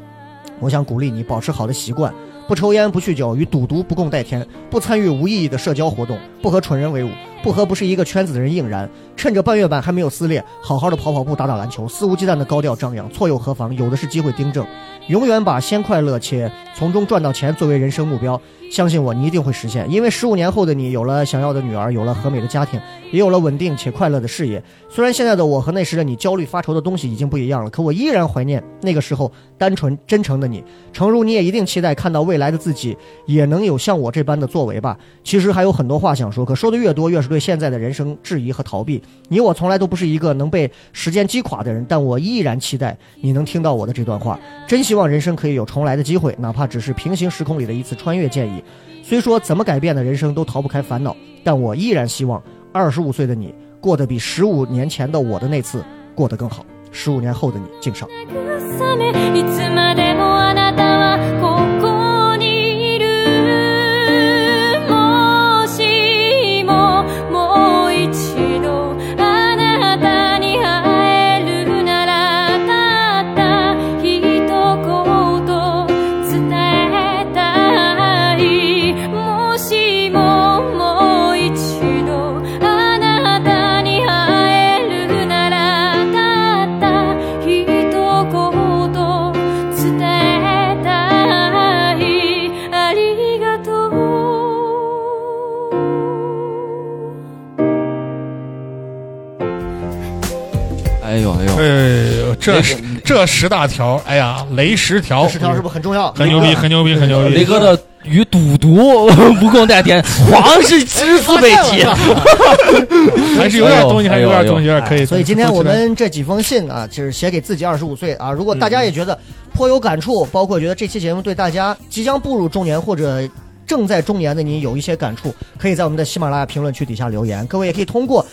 我想鼓励你保持好的习惯，不不抽烟，不酗酒，与赌毒不共戴天，不参与无意义的社交活动，不和蠢人为伍，不和不是一个圈子的人硬燃。趁着半月板还没有撕裂，好好的跑跑步，打打篮球，肆无忌惮的高调张扬，错又何妨？有的是机会订正。永远把先快乐且从中赚到钱作为人生目标，相信我，你一定会实现。因为十五年后的你有了想要的女儿，有了和美的家庭，也有了稳定且快乐的事业。虽然现在的我和那时的你焦虑发愁的东西已经不一样了，可我依然怀念那个时候单纯真诚的你。诚如你也一定期待看到未来的自己也能有像我这般的作为吧。其实还有很多话想说，可说的越多，越是对现在的人生质疑和逃避。你我从来都不是一个能被时间击垮的人，但我依然期待你能听到我的这段话。真希望人生可以有重来的机会，哪怕只是平行时空里的一次穿越。建议，虽说怎么改变的人生都逃不开烦恼，但我依然希望二十五岁的你过得比十五年前的我的那次过得更好。十五年后的你，敬上。さめ「いつまでもあなたはここにいる」「もしももう一度あなたに会えるならたった一言伝えたい」「もしももう一度あなたに会えるならたった一言伝えたいありがとう」哎呦哎呦，哎，这雷是这十大条，哎呀，雷十条，十条是不是很重要？嗯很牛逼，很牛逼，很牛逼！雷哥的与赌毒 不共戴天，皇是只字辈提。还是有点东西，还哎是有呦点东西，有点可以。所以今天多期我待们这几封信啊，就是写给自己二十五岁啊。如果大嗯家也觉得颇有感触，包括觉得这期节目对大家即将步入中年或者正在中年的你有一些感触，可以在我们的喜马拉雅评论区底下留言。各位也可以通过。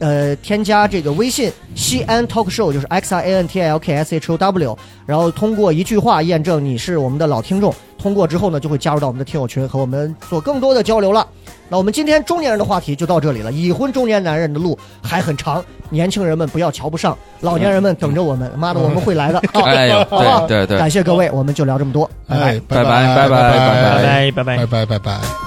呃，添加这个微信西安 talk show，就是 x i a n t i l k s h o w，然后通过一句话验证你是我们的老听众，通过之后呢，就会加入到我们的听友群，和我们做更多的交流了。那我们今天中年人的话题就到这里了。已婚中年男人的路还很长，年轻人们不要瞧不上，老年人们等着我们，妈的，我们会来的。啊！ 哎呦，好不好对对对，感谢各位，我们就聊这么多，拜拜。哎，拜拜拜拜拜拜拜拜拜拜拜拜拜拜拜。